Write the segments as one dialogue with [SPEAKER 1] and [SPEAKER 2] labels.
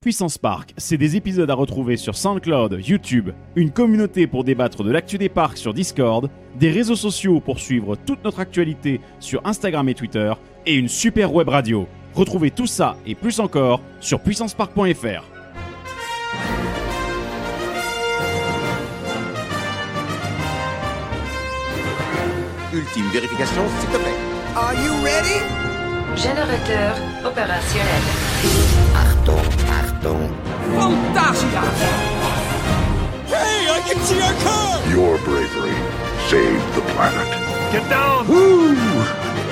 [SPEAKER 1] Puissance Park, c'est des épisodes à retrouver sur SoundCloud, YouTube, une communauté pour débattre de l'actu des parcs sur Discord, des réseaux sociaux pour suivre toute notre actualité sur Instagram et Twitter, et une super web radio. Retrouvez tout ça et plus encore sur puissancepark.fr.
[SPEAKER 2] Ultime vérification, s'il te plaît.
[SPEAKER 3] Are you ready?
[SPEAKER 4] Générateur opérationnel.
[SPEAKER 2] Arton, Arton.
[SPEAKER 3] Fantasia! Hey, I can see our car!
[SPEAKER 5] Your bravery saved the planet.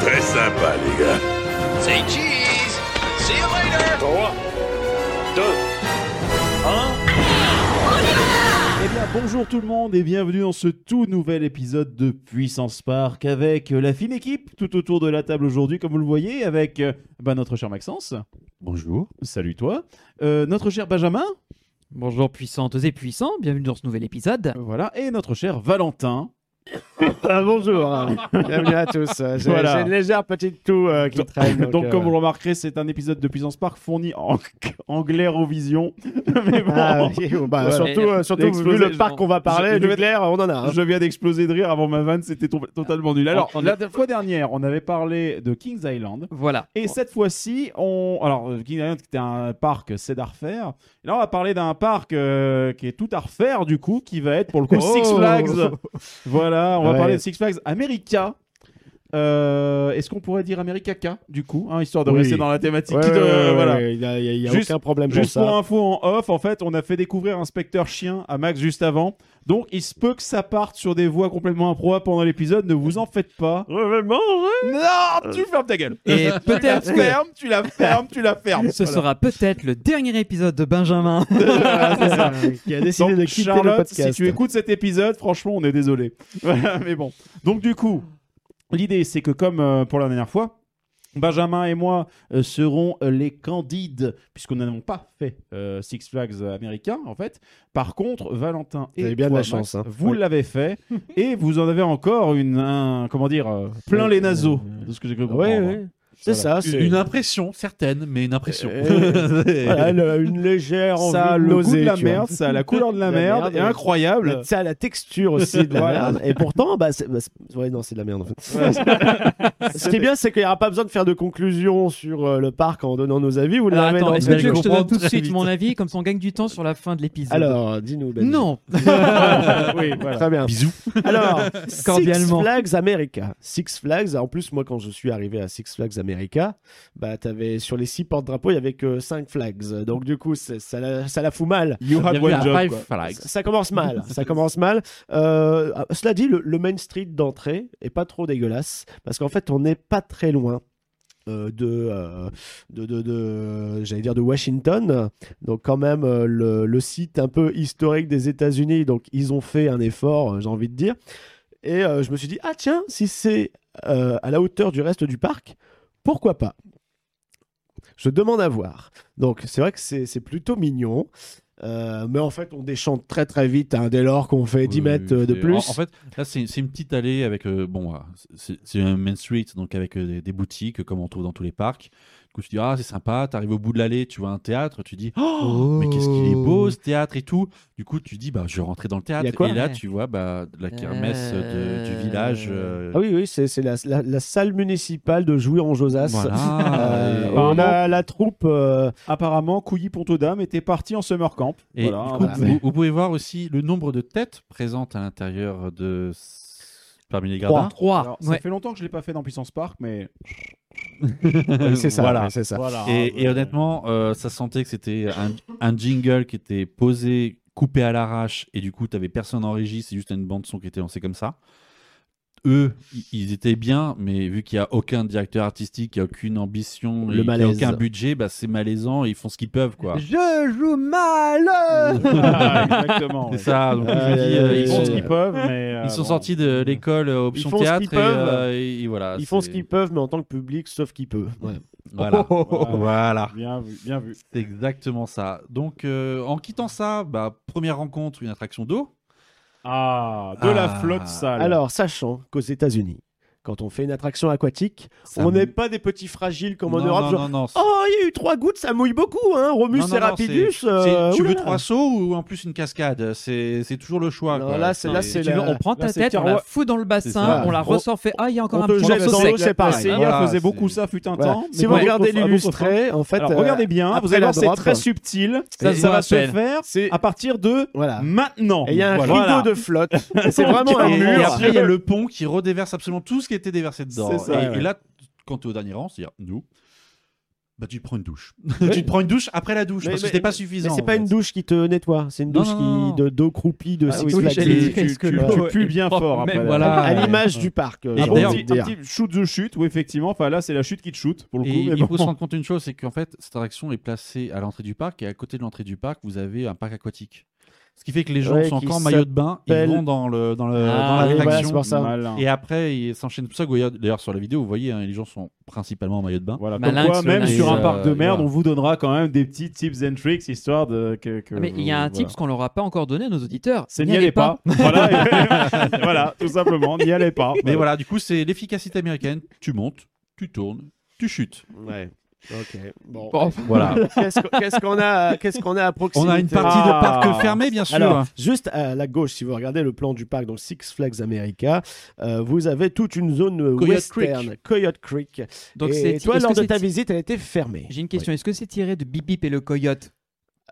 [SPEAKER 6] Très sympa, les gars.
[SPEAKER 3] Say cheese! See you later!
[SPEAKER 6] 3, 2, 1.
[SPEAKER 1] Eh bien, bonjour tout le monde et bienvenue dans ce tout nouvel épisode de Puissance Park avec euh, la fine équipe tout autour de la table aujourd'hui, comme vous le voyez, avec euh, bah, notre cher Maxence. Bonjour. Salut toi. Euh, notre cher Benjamin.
[SPEAKER 7] Bonjour puissantes et puissants, bienvenue dans ce nouvel épisode.
[SPEAKER 1] Voilà. Et notre cher Valentin.
[SPEAKER 8] Ah, bonjour, hein. bienvenue à tous. Euh, J'ai
[SPEAKER 1] Voilà.
[SPEAKER 8] j'ai une légère petite toux euh, qui traîne.
[SPEAKER 1] Donc,
[SPEAKER 8] Donc, euh,
[SPEAKER 1] comme vous le remarquerez, c'est un épisode de Puissance Park fourni en, en glairovision. Mais bon.
[SPEAKER 8] ah, oui, oh, bah,
[SPEAKER 1] Ouais.
[SPEAKER 8] surtout, euh, surtout
[SPEAKER 1] Exploser,
[SPEAKER 8] vu le
[SPEAKER 1] je-
[SPEAKER 8] parc qu'on va
[SPEAKER 1] je- je
[SPEAKER 8] parler, du
[SPEAKER 1] vais-
[SPEAKER 8] clair, on en a. hein.
[SPEAKER 1] Je viens d'exploser de rire avant ma vanne, c'était to- totalement nul. Alors,
[SPEAKER 7] On- on
[SPEAKER 1] la fois dernière, on avait parlé de Kings Island.
[SPEAKER 7] Voilà.
[SPEAKER 1] Et cette fois-ci, on. Alors, euh, King Island, qui était un parc, euh, c'est d'à refaire. Et là, on va parler d'un parc euh, qui est tout à refaire, du coup, qui va être pour le coup
[SPEAKER 8] Oh.
[SPEAKER 1] Six Flags. voilà, on va
[SPEAKER 8] Ouais.
[SPEAKER 1] parler de Six Flags America. Euh, Est-ce qu'on pourrait dire America K, du coup, hein, histoire de
[SPEAKER 8] Oui.
[SPEAKER 1] rester dans la thématique
[SPEAKER 8] Ouais,
[SPEAKER 1] de-
[SPEAKER 8] ouais, ouais,
[SPEAKER 1] voilà.
[SPEAKER 8] ouais, Il n'y a, il y a- il y a
[SPEAKER 1] Juste-
[SPEAKER 8] aucun problème pour
[SPEAKER 1] Juste pour
[SPEAKER 8] ça.
[SPEAKER 1] info en off, en fait, on a fait découvrir Inspecteur Chien à Max juste avant. Donc, il se peut que ça parte sur des voies complètement improbables pendant l'épisode. Ne vous en faites pas. Non, tu fermes ta gueule.
[SPEAKER 7] Et peut-être que
[SPEAKER 1] fermes, tu la fermes, tu la fermes.
[SPEAKER 7] ce sera peut-être le dernier épisode de Benjamin.
[SPEAKER 8] Ah, Qui a décidé de
[SPEAKER 1] Donc,
[SPEAKER 8] quitter
[SPEAKER 1] Charlotte,
[SPEAKER 8] le podcast.
[SPEAKER 1] si tu écoutes cet épisode, franchement, on est désolé. Voilà, mais bon. Donc, du coup, l'idée, c'est que comme euh, pour la dernière fois, Benjamin et moi euh, serons euh, les candides, puisqu'on n'avons pas fait euh, Six Flags américain, en fait. Par contre, Valentin
[SPEAKER 8] Vous
[SPEAKER 1] et
[SPEAKER 8] avez bien de
[SPEAKER 1] toi,
[SPEAKER 8] la
[SPEAKER 1] Max,
[SPEAKER 8] chance, hein.
[SPEAKER 1] vous
[SPEAKER 8] Oui.
[SPEAKER 1] l'avez fait, et vous en avez encore une, un- comment dire, euh, plein les naseaux, de ce que j'ai cru
[SPEAKER 8] Ouais,
[SPEAKER 1] comprendre.
[SPEAKER 8] ouais. C'est ça, c'est
[SPEAKER 9] Une impression, certaine, mais une impression.
[SPEAKER 8] Euh, voilà, elle a une légère envie
[SPEAKER 1] Ça a
[SPEAKER 8] de
[SPEAKER 1] le goût
[SPEAKER 8] nausée,
[SPEAKER 1] de la
[SPEAKER 8] tu vois.
[SPEAKER 1] merde, ça a la couleur de la,
[SPEAKER 8] La
[SPEAKER 1] merde,
[SPEAKER 8] merde,
[SPEAKER 1] et
[SPEAKER 8] ouais.
[SPEAKER 1] incroyable.
[SPEAKER 8] Ça a la texture aussi de la
[SPEAKER 1] Voilà.
[SPEAKER 8] merde. Et pourtant, bah, c'est, bah, c'est- ouais, non, c'est de la merde en fait. Ce qui est bien, c'est qu'il n'y aura pas besoin de faire de conclusion sur euh, le parc en donnant nos avis. Vous
[SPEAKER 7] Alors,
[SPEAKER 8] l'avez
[SPEAKER 7] Ah, attends,
[SPEAKER 8] dans
[SPEAKER 7] est-ce
[SPEAKER 8] le-
[SPEAKER 7] que tu veux que je te donne tout de
[SPEAKER 9] très
[SPEAKER 7] suite
[SPEAKER 9] vite.
[SPEAKER 7] mon avis comme ça on gagne du temps sur la fin de l'épisode
[SPEAKER 8] Alors, ben, dis-nous. Benji.
[SPEAKER 7] non,
[SPEAKER 1] oui, voilà.
[SPEAKER 8] Très bien.
[SPEAKER 9] Bisous.
[SPEAKER 8] Alors,
[SPEAKER 7] Cordialement.
[SPEAKER 8] Six Flags America. Six Flags. En plus, moi, quand je suis arrivé à Six Flags America, bah, t'avais sur les six porte-drapeaux, il y avait que cinq flags. Donc, du coup, c'est- ça la, ça la fout mal.
[SPEAKER 1] You had one job. quoi.
[SPEAKER 8] Ça, ça commence mal, ça commence mal. Euh, ah, cela dit, le, le Main Street d'entrée est pas trop dégueulasse parce qu'en fait, on n'est pas très loin. euh, de, euh, de, de, de- j'allais dire de Washington donc quand même euh, le, le site un peu historique des États-Unis donc ils ont fait un effort euh, j'ai envie de dire et euh, je me suis dit ah tiens si c'est euh, à la hauteur du reste du parc pourquoi pas je demande à voir donc c'est vrai que c'est c'est plutôt mignon euh, mais en fait, on déchante très très vite hein, dès lors qu'on fait 10
[SPEAKER 9] Oui,
[SPEAKER 8] mètres euh, de
[SPEAKER 9] c'est-
[SPEAKER 8] plus.
[SPEAKER 9] En, en fait, là, c'est c'est une petite allée avec. euh, bon, euh, c'est c'est un main street, donc avec euh, des, des boutiques, euh, comme on trouve dans tous les parcs. Du coup, tu dis, ah, c'est sympa, t'arrives au bout de l'allée, tu vois un théâtre, tu dis, oh, mais qu'est-ce qu'il est beau ce théâtre et tout. Du coup, tu dis, bah, je vais rentrer dans le théâtre.
[SPEAKER 8] Y a quoi
[SPEAKER 9] et là,
[SPEAKER 7] Ouais.
[SPEAKER 9] tu vois bah, la kermesse de- du village. euh,
[SPEAKER 8] Ah oui, oui, c'est c'est la, la- la salle municipale de Jouy-en-Josas.
[SPEAKER 9] Voilà. Ah,
[SPEAKER 8] Euh,
[SPEAKER 9] Et-
[SPEAKER 8] on a la troupe. euh,
[SPEAKER 1] Apparemment, Couilly Pontodame était parti en summer camp.
[SPEAKER 9] Et
[SPEAKER 1] Voilà, hein, bah,
[SPEAKER 9] du coup,
[SPEAKER 1] voilà.
[SPEAKER 9] vous, vous pouvez voir aussi le nombre de têtes présentes à l'intérieur de s- parmi les
[SPEAKER 8] Trois.
[SPEAKER 9] gardins.
[SPEAKER 7] 3.
[SPEAKER 1] Alors, Ça fait longtemps que je l'ai pas fait dans Puissance Park, mais
[SPEAKER 8] c'est ça.
[SPEAKER 9] Voilà.
[SPEAKER 8] ouais, c'est ça.
[SPEAKER 1] voilà. hein, bah,
[SPEAKER 9] Et, et honnêtement, euh, ça sentait que c'était un, un jingle qui était posé, coupé à l'arrache, et du coup, t'avais personne en régie, c'est juste une bande son qui était lancée comme ça. Eux, i- ils étaient bien, mais vu qu'il n'y a aucun directeur artistique, il n'y a aucune ambition,
[SPEAKER 8] Le
[SPEAKER 9] et qu'il y a
[SPEAKER 8] malaise.
[SPEAKER 9] aucun budget, bah, c'est malaisant et ils font ce qu'ils peuvent, quoi.
[SPEAKER 7] Je joue mal
[SPEAKER 1] Ah, exactement.
[SPEAKER 9] C'est
[SPEAKER 1] ouais.
[SPEAKER 9] ça. donc je me dis,
[SPEAKER 8] Euh,
[SPEAKER 9] euh,
[SPEAKER 1] Ils
[SPEAKER 9] ils
[SPEAKER 1] font
[SPEAKER 9] sont,
[SPEAKER 1] ce qu'ils peuvent, mais euh,
[SPEAKER 9] ils sont
[SPEAKER 1] bon.
[SPEAKER 9] sortis de l'école euh, option
[SPEAKER 8] Ils font ce
[SPEAKER 9] théâtre,
[SPEAKER 8] qu'ils
[SPEAKER 9] et,
[SPEAKER 8] peuvent.
[SPEAKER 9] euh, et- et voilà.
[SPEAKER 8] Ils font ce
[SPEAKER 9] c'est-
[SPEAKER 8] qu'ils peuvent, mais en tant que public, sauf qu'ils peuvent.
[SPEAKER 9] Voilà.
[SPEAKER 1] Voilà.
[SPEAKER 9] voilà.
[SPEAKER 1] Bien vu, bien vu.
[SPEAKER 9] C'est exactement ça. Donc, euh, en quittant ça, bah, première rencontre, une attraction d'eau.
[SPEAKER 1] Ah, de la
[SPEAKER 9] Ah.
[SPEAKER 1] flotte sale.
[SPEAKER 8] Alors, sachant qu'aux États-Unis, quand on fait une attraction aquatique,
[SPEAKER 9] Ça
[SPEAKER 8] on
[SPEAKER 9] mou-
[SPEAKER 8] n'est pas des petits fragiles comme en
[SPEAKER 9] Non,
[SPEAKER 8] Europe.
[SPEAKER 9] non,
[SPEAKER 8] genre,
[SPEAKER 9] non, non, c'est-
[SPEAKER 8] Oh, il y a eu trois gouttes, ça mouille beaucoup, hein. Romus
[SPEAKER 9] Non, non,
[SPEAKER 8] et
[SPEAKER 9] non,
[SPEAKER 8] Rapidus.
[SPEAKER 9] c'est-
[SPEAKER 8] euh,
[SPEAKER 9] c'est- Tu
[SPEAKER 8] oulala.
[SPEAKER 9] veux trois sauts ou en plus une cascade C'est c'est toujours le choix.
[SPEAKER 8] Non,
[SPEAKER 9] quoi.
[SPEAKER 8] là, c'est- là,
[SPEAKER 9] C'est-
[SPEAKER 8] c'est
[SPEAKER 7] Tu
[SPEAKER 8] la-
[SPEAKER 7] veux, on prend
[SPEAKER 8] là,
[SPEAKER 7] ta
[SPEAKER 8] c'est
[SPEAKER 7] tête, on la
[SPEAKER 8] Kerouac.
[SPEAKER 7] fout dans le
[SPEAKER 9] ça.
[SPEAKER 7] bassin, on la
[SPEAKER 8] On-
[SPEAKER 7] ressort, fait ah, il y a encore
[SPEAKER 8] on
[SPEAKER 7] un
[SPEAKER 8] te
[SPEAKER 7] petit
[SPEAKER 8] jette
[SPEAKER 7] morceau
[SPEAKER 8] dans
[SPEAKER 7] sec.
[SPEAKER 8] l'eau, c'est
[SPEAKER 1] La
[SPEAKER 8] pareil.
[SPEAKER 1] CIA
[SPEAKER 9] Voilà,
[SPEAKER 1] faisait beaucoup
[SPEAKER 9] c'est-
[SPEAKER 1] ça fut un
[SPEAKER 8] Voilà.
[SPEAKER 1] temps. mais
[SPEAKER 8] Si vous
[SPEAKER 1] bon,
[SPEAKER 8] regardez
[SPEAKER 1] à d'autres fins.
[SPEAKER 8] l'illustré, en fait,
[SPEAKER 1] Alors,
[SPEAKER 8] euh,
[SPEAKER 1] regardez bien,
[SPEAKER 8] après
[SPEAKER 1] vous allez
[SPEAKER 8] la
[SPEAKER 1] voir, c'est
[SPEAKER 8] drop,
[SPEAKER 1] très subtil. Ça,
[SPEAKER 7] Ça se
[SPEAKER 1] va se
[SPEAKER 7] rappelle.
[SPEAKER 1] faire
[SPEAKER 8] c'est
[SPEAKER 1] à partir de
[SPEAKER 8] voilà.
[SPEAKER 1] maintenant.
[SPEAKER 8] Et il y a un
[SPEAKER 1] Ah, Voilà.
[SPEAKER 8] rideau de flotte. c'est vraiment
[SPEAKER 1] Donc,
[SPEAKER 8] un
[SPEAKER 1] il y a-
[SPEAKER 9] Et
[SPEAKER 8] mur.
[SPEAKER 9] après, il y a le pont qui redéverse absolument tout ce qui était déversé dedans.
[SPEAKER 1] C'est ça,
[SPEAKER 9] et,
[SPEAKER 1] ouais.
[SPEAKER 9] et là, quand tu es au dernier rang, c'est-à-dire nous, bah, tu te prends une douche.
[SPEAKER 8] Oui.
[SPEAKER 9] tu te prends une douche après la douche
[SPEAKER 8] Mais- mais-
[SPEAKER 9] parce que c'était pas
[SPEAKER 8] Mais
[SPEAKER 9] suffisant.
[SPEAKER 8] c'est
[SPEAKER 9] en
[SPEAKER 8] pas
[SPEAKER 9] fait.
[SPEAKER 8] une douche qui te nettoie, c'est une
[SPEAKER 9] Non,
[SPEAKER 8] douche
[SPEAKER 9] non, non, non.
[SPEAKER 8] qui de d'eau croupie de
[SPEAKER 1] Ah
[SPEAKER 8] Six
[SPEAKER 1] oui,
[SPEAKER 8] Flags.
[SPEAKER 1] j'allais
[SPEAKER 8] Et-
[SPEAKER 1] dire, tu- tu-
[SPEAKER 7] l'eau
[SPEAKER 1] tu pues
[SPEAKER 7] est
[SPEAKER 1] bien
[SPEAKER 7] propre,
[SPEAKER 1] fort après
[SPEAKER 7] mais
[SPEAKER 1] la-
[SPEAKER 7] voilà.
[SPEAKER 8] à l'image du parc. euh,
[SPEAKER 9] Et
[SPEAKER 8] j'ai
[SPEAKER 1] Un
[SPEAKER 8] envie
[SPEAKER 9] d'ailleurs,
[SPEAKER 8] de
[SPEAKER 1] petit,
[SPEAKER 8] dire.
[SPEAKER 1] un petit shoot the shoot, oui, effectivement. Enfin, là, c'est la chute qui te shoot, pour le coup.
[SPEAKER 9] Et
[SPEAKER 1] mais
[SPEAKER 9] il faut
[SPEAKER 1] bon.
[SPEAKER 9] se rendre compte d'une chose, c'est qu'en fait, cette attraction est placée à l'entrée du parc et à côté de l'entrée du parc, vous avez un parc aquatique. Ce qui fait que les gens
[SPEAKER 8] Ouais,
[SPEAKER 9] sont
[SPEAKER 8] qui
[SPEAKER 9] encore en maillot de bain, ils
[SPEAKER 8] s'appelle-
[SPEAKER 9] vont dans le dans le
[SPEAKER 7] Ah,
[SPEAKER 9] dans
[SPEAKER 8] oui, voilà,
[SPEAKER 9] l'attraction.
[SPEAKER 8] c'est pour ça.
[SPEAKER 1] Malin.
[SPEAKER 9] Et après, ils s'enchaînent tout ça. Vous voyez, D'ailleurs, sur la vidéo, vous voyez, hein, les gens sont principalement en maillot de bain.
[SPEAKER 1] Voilà,
[SPEAKER 7] Malinx,
[SPEAKER 1] comme quoi,
[SPEAKER 7] le
[SPEAKER 1] même
[SPEAKER 7] naze,
[SPEAKER 1] sur un
[SPEAKER 7] euh,
[SPEAKER 1] parc de merde,
[SPEAKER 7] voilà.
[SPEAKER 1] on vous donnera quand même des petits tips and tricks histoire de que. que
[SPEAKER 7] Ah, Mais il y a un
[SPEAKER 1] voilà.
[SPEAKER 7] tips qu'on leur a pas encore donné à nos auditeurs.
[SPEAKER 1] C'est
[SPEAKER 7] N'y
[SPEAKER 1] n'y allez pas. Voilà, et- voilà, tout simplement, n'y allez pas.
[SPEAKER 9] Mais voilà, du coup, c'est l'efficacité américaine. Tu montes, tu tournes, tu chutes.
[SPEAKER 8] Ouais. Ok. Bon.
[SPEAKER 7] Bon,
[SPEAKER 1] Bah,
[SPEAKER 9] Voilà.
[SPEAKER 8] Qu'est-ce qu'on- qu'est-ce qu'on a, qu'est-ce qu'on a à
[SPEAKER 9] On
[SPEAKER 8] proximité
[SPEAKER 9] a une partie
[SPEAKER 1] Ah.
[SPEAKER 9] de parc fermé, bien sûr.
[SPEAKER 7] hein.
[SPEAKER 9] hein.
[SPEAKER 8] Alors, juste à la gauche, si vous regardez le plan du parc, donc Six Flags America, euh, vous avez toute une zone euh,
[SPEAKER 9] Coyote
[SPEAKER 8] western, Coyote Creek.
[SPEAKER 7] Donc
[SPEAKER 8] et
[SPEAKER 7] c'est.
[SPEAKER 8] toi,
[SPEAKER 7] est-ce
[SPEAKER 8] lors
[SPEAKER 7] que
[SPEAKER 8] de
[SPEAKER 7] c'est-
[SPEAKER 8] ta visite, elle était fermée.
[SPEAKER 7] J'ai une question. Est-ce que c'est tiré de Bip Bip et le Coyote